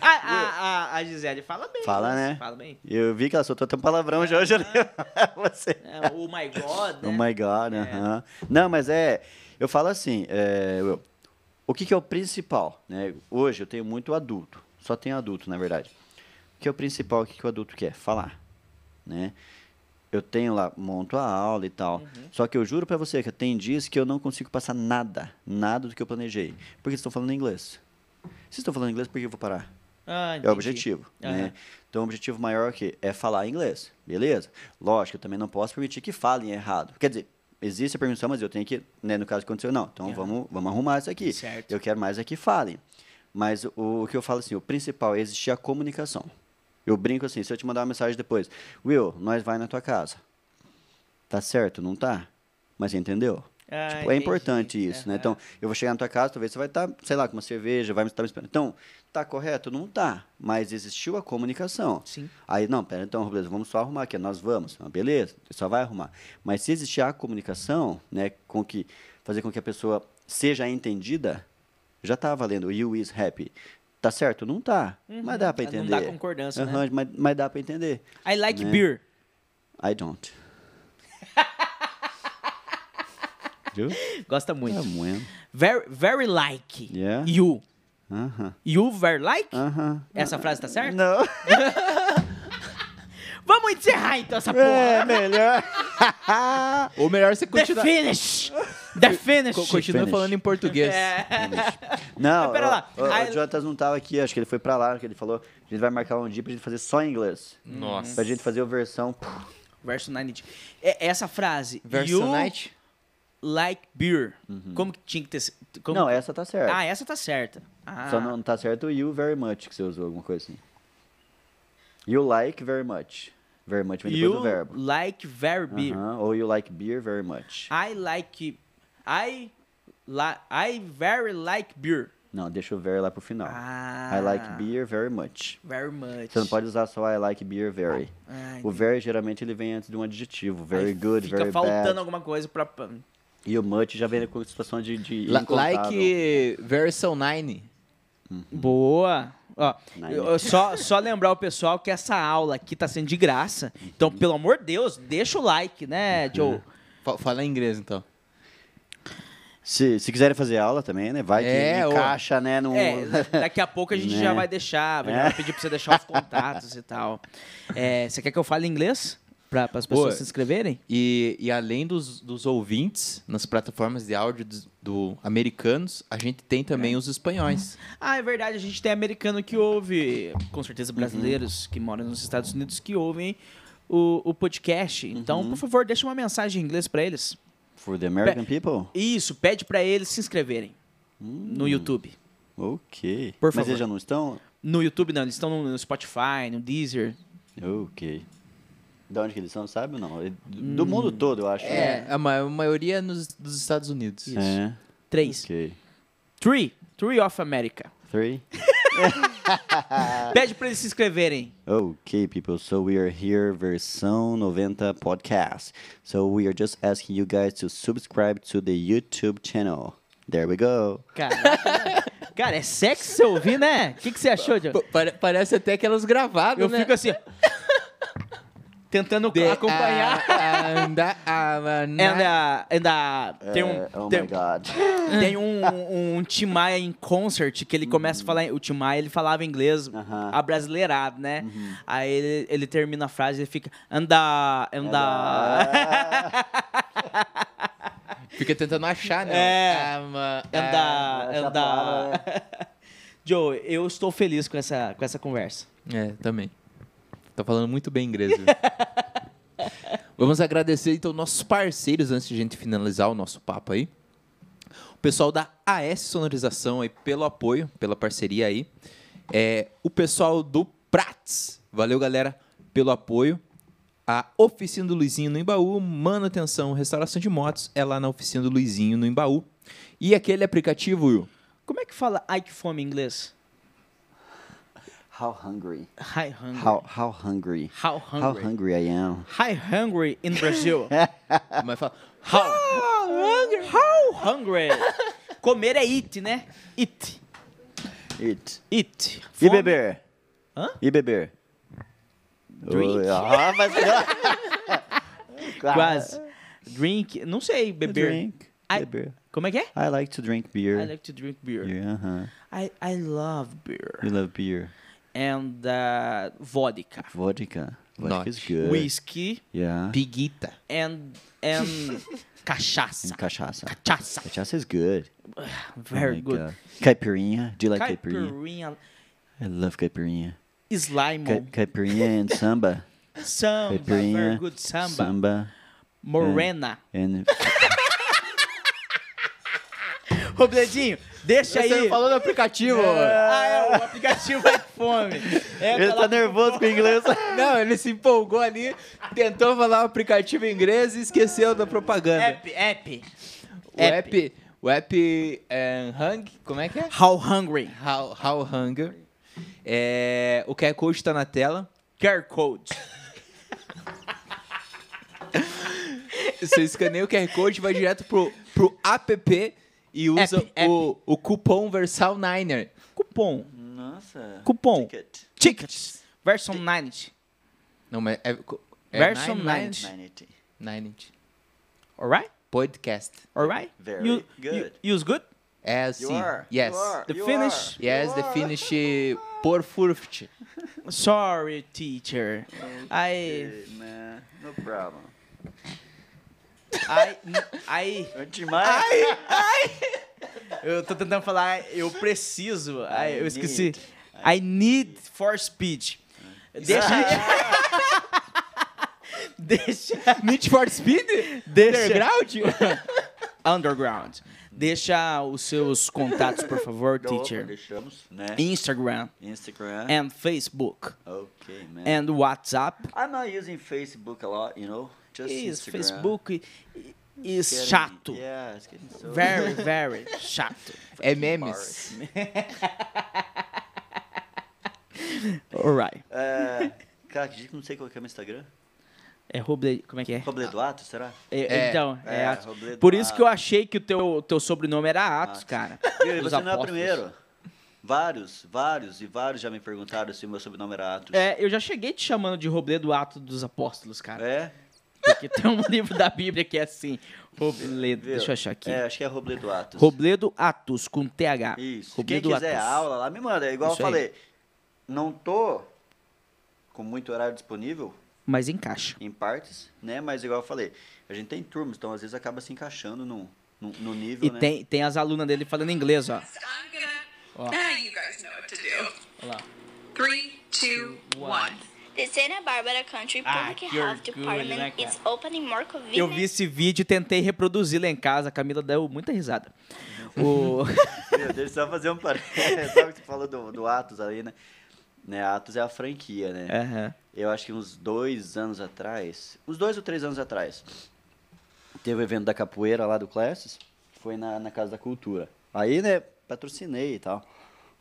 Speaker 1: A, a, a, a Gisele fala bem.
Speaker 3: Fala,
Speaker 1: mas
Speaker 3: né?
Speaker 1: Fala bem.
Speaker 3: Eu vi que ela soltou até um palavrão já hoje ali. Você.
Speaker 1: É, o My God, né?
Speaker 3: Oh my God, aham. Não, mas é. Eu falo assim, é, Will, o que, que é o principal? Né? Hoje eu tenho muito adulto, só tenho adulto, na verdade. O que é o principal? O que, que o adulto quer? Falar. Né? Eu tenho lá, monto a aula e tal. Só que eu juro pra você que tem dias que eu não consigo passar nada, nada do que eu planejei. Porque vocês estão falando inglês. Vocês estão falando inglês, por que eu vou parar?
Speaker 1: Ah,
Speaker 3: É
Speaker 1: entendi.
Speaker 3: o objetivo,
Speaker 1: Aham.
Speaker 3: né? Então, o objetivo maior aqui é falar inglês, beleza? Lógico, eu também não posso permitir que falem errado. Quer dizer, existe a permissão, mas eu tenho que, né, no caso que aconteceu, não. Então,
Speaker 1: Aham.
Speaker 3: vamos, vamos arrumar isso aqui.
Speaker 1: Certo.
Speaker 3: Eu quero mais é que falem. Mas o, o que eu falo assim, o principal é existir a comunicação. Eu brinco assim, se eu te mandar uma mensagem depois, Will, nós vai na tua casa. Tá certo, não tá? Mas você entendeu?
Speaker 1: Ah,
Speaker 3: Tipo, é
Speaker 1: entendi.
Speaker 3: importante isso, né?
Speaker 1: Aham.
Speaker 3: Então, eu vou chegar na tua casa, talvez você vai estar, sei lá, com uma cerveja, vai estar me esperando. Então, tá correto? Não tá. Mas existiu a comunicação.
Speaker 1: Sim.
Speaker 3: Aí, não, pera, então, beleza, vamos só arrumar aqui. Nós vamos. Ah, beleza, você só vai arrumar. Mas se existir a comunicação, né, com que, fazer com que a pessoa seja entendida, já tá valendo. You is happy. Tá certo? Não tá. mas dá pra
Speaker 1: Uhum. Não
Speaker 3: entender.
Speaker 1: dá concordância, né?
Speaker 3: Aham, mas, mas dá pra entender.
Speaker 1: I like
Speaker 3: Né?
Speaker 1: beer.
Speaker 3: I don't. Viu?
Speaker 1: Gosta muito.
Speaker 3: Tá moendo.
Speaker 1: Very, very like
Speaker 3: Yeah.
Speaker 1: you.
Speaker 3: Aham.
Speaker 1: You very like?
Speaker 3: Aham.
Speaker 1: Essa frase tá certa?
Speaker 3: Não.
Speaker 1: Vamos encerrar então essa porra.
Speaker 3: É, melhor.
Speaker 1: Ah,
Speaker 4: Ou melhor você
Speaker 1: The
Speaker 4: continuar.
Speaker 1: finish. The finish.
Speaker 4: co- Continua
Speaker 3: Finish.
Speaker 4: falando em português.
Speaker 1: É.
Speaker 3: Não,
Speaker 1: Mas pera
Speaker 3: o-
Speaker 1: lá.
Speaker 3: O, o,
Speaker 1: Aí-
Speaker 3: Jonatas não tava aqui, acho que ele foi pra lá, que ele falou, a gente vai marcar um dia pra gente fazer só em inglês.
Speaker 2: Nossa.
Speaker 3: Pra gente fazer a versão...
Speaker 1: Verso Night. É, essa frase.
Speaker 2: Verso
Speaker 1: you
Speaker 2: Night?
Speaker 1: like beer. Como que tinha que ter. se- Como...
Speaker 3: Não, essa tá certa.
Speaker 1: Ah, essa tá certa. Ah,
Speaker 3: Só não tá certo o you very much que você usou, alguma coisa assim. You like very much. Very much vem tipo, depois
Speaker 1: You
Speaker 3: do verbo.
Speaker 1: like very beer. Ah.
Speaker 3: Aham, Ou you like beer very much.
Speaker 1: I like. I. Li... I very like beer.
Speaker 3: Não, deixa o very lá pro final.
Speaker 1: Ah.
Speaker 3: I like beer very much.
Speaker 1: Very much.
Speaker 3: Você não pode usar só I like beer very.
Speaker 1: Ah,
Speaker 3: O very geralmente ele vem antes de um adjetivo. Very
Speaker 1: Aí
Speaker 3: good,
Speaker 1: fica
Speaker 3: very
Speaker 1: faltando
Speaker 3: bad.
Speaker 1: alguma coisa pra.
Speaker 3: E o much já vem com a situação de, de
Speaker 2: La-
Speaker 3: incontável.
Speaker 2: Like Version 9.
Speaker 1: Boa! Ó,
Speaker 3: Nine.
Speaker 1: eu- eu só, só lembrar o pessoal que essa aula aqui tá sendo de graça. Então, pelo amor de Deus, deixa o like, né, Joe?
Speaker 2: Fa- Fala em inglês, então.
Speaker 3: Se, se quiserem fazer aula também, né? Vai que
Speaker 2: É, ó.
Speaker 3: encaixa, né? Num...
Speaker 1: É, daqui a pouco a gente já
Speaker 3: Né?
Speaker 1: vai deixar, vai já vai pedir pra você deixar os contatos e tal. É, você quer que eu fale inglês? Pra, as pessoas
Speaker 2: Boa.
Speaker 1: se inscreverem?
Speaker 2: E, e além dos, dos ouvintes nas plataformas de áudio dos- do, americanos, a gente tem também os espanhóis.
Speaker 1: Ah, é verdade, a gente tem americano que ouve, com certeza brasileiros que moram nos Estados Unidos que ouvem o, o podcast. Então, por favor, deixa uma mensagem em inglês pra eles.
Speaker 3: For the American people?
Speaker 1: Isso, pede pra eles se inscreverem no YouTube.
Speaker 3: Ok.
Speaker 1: Por
Speaker 3: Mas
Speaker 1: favor.
Speaker 3: eles já não estão?
Speaker 1: No YouTube não, eles estão no, no Spotify, no Deezer.
Speaker 3: Ok. De onde que eles são, sabe ou não? É
Speaker 1: Hum,
Speaker 3: Do mundo todo, eu acho.
Speaker 2: É,
Speaker 3: né?
Speaker 2: a, ma- a maioria nos, dos Estados Unidos.
Speaker 3: É.
Speaker 1: Três.
Speaker 3: Ok.
Speaker 1: Three. Three of America.
Speaker 3: Three.
Speaker 1: Pede pra eles se inscreverem.
Speaker 3: Okay, people. So we are here, Versão 90 podcast. So we are just asking you guys to subscribe to the YouTube channel. There we go.
Speaker 1: Caraca, cara, é sexy você ouvir, né? O que, que você achou, John?
Speaker 2: P- pare- parece até aquelas gravadas,
Speaker 1: Eu
Speaker 2: né?
Speaker 1: fico assim, ó, tentando
Speaker 2: De-
Speaker 1: acompanhar.
Speaker 3: Ah,
Speaker 2: a- a- anda- a- a-
Speaker 1: And,
Speaker 2: na-
Speaker 1: uh, and, uh, tem um,
Speaker 3: Eh, oh
Speaker 1: tem,
Speaker 3: my god.
Speaker 1: tem um, um Tim Maia em concert que ele começa a falar. O Tim Maia, ele falava inglês
Speaker 3: Aham.
Speaker 1: abrasileirado, né?
Speaker 3: Uhum.
Speaker 1: Aí ele, ele termina a frase e ele fica. Anda. Anda.
Speaker 2: Fica tentando achar, né?
Speaker 1: É.
Speaker 2: Ama- a-
Speaker 1: Anda.
Speaker 3: essa
Speaker 1: Anda.
Speaker 3: palavra,
Speaker 1: Joe, eu estou feliz com essa, com essa conversa.
Speaker 2: É, também. Tá falando muito bem inglês. viu? Vamos agradecer, então, nossos parceiros antes de a gente finalizar o nosso papo aí. O pessoal da AS Sonorização aí pelo apoio, pela parceria aí. É, o pessoal do Prats. Valeu, galera, pelo apoio. A Oficina do Luizinho no Embaú, manutenção, restauração de motos, é lá na Oficina do Luizinho no Embaú. E aquele aplicativo, Will?
Speaker 1: Como é que fala ai que fome em inglês?
Speaker 3: How hungry.
Speaker 1: Hi hungry.
Speaker 3: How how hungry.
Speaker 1: How
Speaker 3: How
Speaker 1: hungry.
Speaker 3: hungry I am.
Speaker 1: Hi hungry in Brazil.
Speaker 2: Mas fala, how?
Speaker 1: How hungry. How hungry. Comer é it, né? It.
Speaker 3: It.
Speaker 1: It.
Speaker 3: E
Speaker 1: Fome.
Speaker 3: beber?
Speaker 1: Hã?
Speaker 3: E beber?
Speaker 1: Drink.
Speaker 3: Oi, Ah, mas...
Speaker 1: Quase. Drink. Não sei, beber.
Speaker 3: Drink.
Speaker 1: I-
Speaker 3: Beber.
Speaker 1: Como é que é?
Speaker 3: I like to drink beer.
Speaker 1: I like to drink beer.
Speaker 3: beer. Uh-huh.
Speaker 1: I, I love beer.
Speaker 3: You love beer.
Speaker 1: And uh, vodka.
Speaker 3: Vodka. Vodka
Speaker 2: Not.
Speaker 3: is good.
Speaker 1: Whisky.
Speaker 3: Yeah.
Speaker 2: Piguita.
Speaker 1: And, and cachaça.
Speaker 3: And cachaça.
Speaker 1: Cachaça.
Speaker 3: Cachaça is good.
Speaker 1: Very
Speaker 3: Like,
Speaker 1: good.
Speaker 3: uh, caipirinha. Do you like caipirinha?
Speaker 1: Caipirinha.
Speaker 3: I love caipirinha.
Speaker 1: Slime.
Speaker 3: Ca- caipirinha and samba.
Speaker 1: samba. Very
Speaker 3: Caipirinha.
Speaker 1: good samba.
Speaker 3: Samba.
Speaker 1: Morena.
Speaker 3: And
Speaker 1: Robledinho, deixa aí.
Speaker 2: do aplicativo.
Speaker 1: Ah, é, o aplicativo é fome. É
Speaker 3: Ele tá
Speaker 1: aquela-
Speaker 3: nervoso com o inglês.
Speaker 2: Não, ele se empolgou ali, tentou falar o aplicativo em inglês e esqueceu da propaganda.
Speaker 1: App, app.
Speaker 2: o app, o app é, Hang, como é que é?
Speaker 1: How hungry?
Speaker 2: How, how Hunger. É, o QR Code tá na tela.
Speaker 1: QR Code.
Speaker 2: Você escaneia o QR Code, vai direto pro, pro app e usa
Speaker 1: App, app.
Speaker 2: o, o cupom Versal Niner.
Speaker 1: Cupom.
Speaker 3: Nossa.
Speaker 1: Cupom.
Speaker 3: Ticket.
Speaker 1: Tickets. Version 90.
Speaker 2: Não, mas é, co- é
Speaker 1: Version
Speaker 2: nine- nine-
Speaker 3: 90.
Speaker 2: nine
Speaker 1: Alright?
Speaker 2: Podcast.
Speaker 1: Alright?
Speaker 3: Very
Speaker 1: you,
Speaker 3: good.
Speaker 1: You, you's good?
Speaker 2: É
Speaker 3: You
Speaker 2: assim.
Speaker 3: are.
Speaker 2: Yes.
Speaker 3: You are.
Speaker 1: The
Speaker 3: you
Speaker 1: finish.
Speaker 3: Are.
Speaker 2: Yes,
Speaker 3: you
Speaker 2: the
Speaker 3: are.
Speaker 2: finish eh, por furft.
Speaker 1: Sorry, teacher. I,
Speaker 3: Okay, man. No problem.
Speaker 1: I, I,
Speaker 3: Antes de mais.
Speaker 1: eu tô tentando falar, eu preciso, ai, eu
Speaker 3: I
Speaker 1: esqueci.
Speaker 3: need.
Speaker 1: I need for speed. Deixa, deixa,
Speaker 2: Need for Speed?
Speaker 1: deixa,
Speaker 2: Underground?
Speaker 1: underground. Deixa os seus contatos, por favor,
Speaker 3: Tá
Speaker 1: teacher.
Speaker 3: Deixamos, né?
Speaker 1: Instagram
Speaker 3: Instagram.
Speaker 1: and Facebook
Speaker 3: okay, man.
Speaker 1: and WhatsApp.
Speaker 3: I'm not using Facebook a lot, you know. Just
Speaker 1: Isso,
Speaker 3: Instagram.
Speaker 1: Facebook i- is
Speaker 3: Getting-
Speaker 1: chato.
Speaker 3: Yeah, it's getting so
Speaker 1: Very, very chato.
Speaker 2: é memes.
Speaker 1: Alright.
Speaker 3: É, cara, que dica, não sei qual que é o meu Instagram.
Speaker 1: É Robledo, como é que é?
Speaker 3: Robledo Atos, será?
Speaker 1: É,
Speaker 2: É,
Speaker 1: então, é,
Speaker 3: é,
Speaker 1: Atos.
Speaker 3: Robledo
Speaker 1: Por isso que eu
Speaker 3: Atos.
Speaker 1: achei que o teu, teu sobrenome era Atos,
Speaker 3: Atos.
Speaker 1: cara.
Speaker 3: Ah. E
Speaker 1: Dos
Speaker 3: você não é o
Speaker 1: apóstolos.
Speaker 3: primeiro. Vários, vários e vários já me perguntaram se o meu sobrenome era Atos.
Speaker 1: É, eu já cheguei te chamando de Robledo Atos dos Apóstolos, cara.
Speaker 3: É?
Speaker 1: Porque tem um livro da Bíblia que é assim. Robledo,
Speaker 3: Viu?
Speaker 1: deixa eu achar aqui.
Speaker 3: É, acho que é Robledo Atos.
Speaker 1: Robledo Atos, com TH.
Speaker 3: Isso.
Speaker 1: Robledo
Speaker 3: Quem quiser
Speaker 1: Atos.
Speaker 3: aula lá, me manda. É igual
Speaker 1: Isso
Speaker 3: eu
Speaker 1: aí.
Speaker 3: falei. Não tô com muito horário disponível,
Speaker 1: Mas encaixa.
Speaker 3: em partes, né? Mas igual eu falei, a gente tem turmas, então às vezes acaba se encaixando no, no, no nível,
Speaker 1: E
Speaker 3: né?
Speaker 1: tem, tem as alunas dele falando inglês, ó.
Speaker 5: I'm gonna. Ah, you guys know what to do.
Speaker 1: Olha lá.
Speaker 5: Three, two, one.
Speaker 6: The Santa Barbara Country
Speaker 1: Ah,
Speaker 6: Public
Speaker 1: que
Speaker 6: Health
Speaker 1: orgulho,
Speaker 6: Department
Speaker 1: né, cara?
Speaker 6: is opening more
Speaker 1: Eu
Speaker 6: convenient
Speaker 1: vi esse vídeo e tentei reproduzi-lo em casa. A Camila deu muita risada.
Speaker 3: Uhum.
Speaker 1: O...
Speaker 3: Meu, Deixa eu só fazer um parênteses. Sabe que você falou do, do Atos aí, né? né? Atos é a franquia, né?
Speaker 1: Aham.
Speaker 3: Eu acho que uns dois anos atrás, uns dois ou três anos atrás, teve o evento da capoeira lá do Classes, foi na, na Casa da Cultura. Aí, né, patrocinei e tal.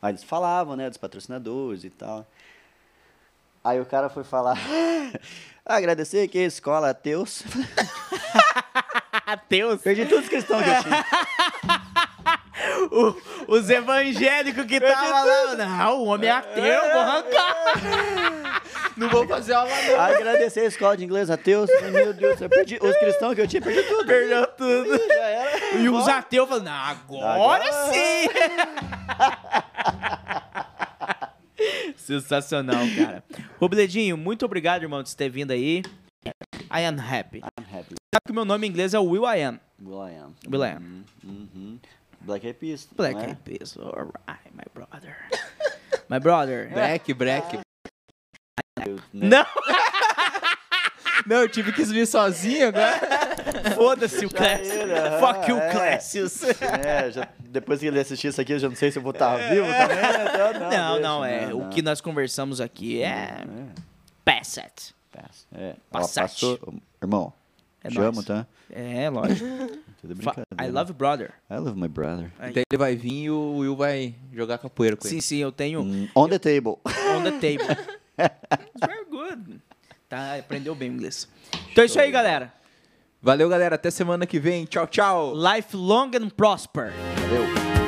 Speaker 3: Aí eles falavam, né, dos patrocinadores e tal. Aí o cara foi falar, agradecer que a escola ateus.
Speaker 1: Ateus.
Speaker 3: Perdi todos os cristãos que eu tinha.
Speaker 1: O- os evangélicos que tava lá. Não, o homem é ateu, vou arrancar.
Speaker 2: Não vou fazer aula não.
Speaker 3: Agradecer a escola de inglês ateus. Meu Deus, eu perdi os cristãos que eu tinha, perdi tudo.
Speaker 1: Perdeu tudo.
Speaker 3: Ih, Já era.
Speaker 1: E os ateus falando, "Não, agora,
Speaker 3: Agora."
Speaker 1: sim! Sensacional, cara. Robledinho, muito obrigado, irmão, de você ter vindo aí. I am happy.
Speaker 3: I'm happy.
Speaker 1: Sabe que o meu nome em inglês é Will I Am.
Speaker 3: Will I am.
Speaker 1: Will I am.
Speaker 3: Uhum, uhum. Black Eyed Peas. não
Speaker 1: Black
Speaker 3: é?
Speaker 1: Eyed Peas, alright, my brother. My brother.
Speaker 2: Break, break.
Speaker 3: Eu, né?
Speaker 1: Não,
Speaker 2: Não, eu tive que subir sozinho agora.
Speaker 1: É, foda-se o Clécio.
Speaker 3: era, aham,
Speaker 1: Fuck you,
Speaker 3: é.
Speaker 1: Clécius.
Speaker 3: É, já, depois que ele assistir isso aqui, eu já não sei se eu vou estar vivo também. né? Então, não,
Speaker 1: É. Não,
Speaker 3: deixa,
Speaker 1: não, é. O que nós conversamos aqui é. Passet.
Speaker 3: Passa. É. Ó,
Speaker 1: Passat.
Speaker 3: passou. Irmão,
Speaker 1: É
Speaker 3: te
Speaker 1: nóis.
Speaker 3: amo, tá?
Speaker 1: É, lógico.
Speaker 3: Tudo
Speaker 1: Fa-
Speaker 3: brincadeira.
Speaker 1: I love brother.
Speaker 3: I love my brother.
Speaker 2: Daí Então ele vai vir e o Will vai jogar capoeira com ele.
Speaker 1: Sim, sim, eu tenho
Speaker 3: Hum, On the table.
Speaker 1: on the table. It's very good. Tá, aprendeu bem o inglês. Então é isso aí, galera.
Speaker 2: Valeu, galera. Até semana que vem. Tchau, tchau.
Speaker 1: Life long and prosper.
Speaker 3: Valeu.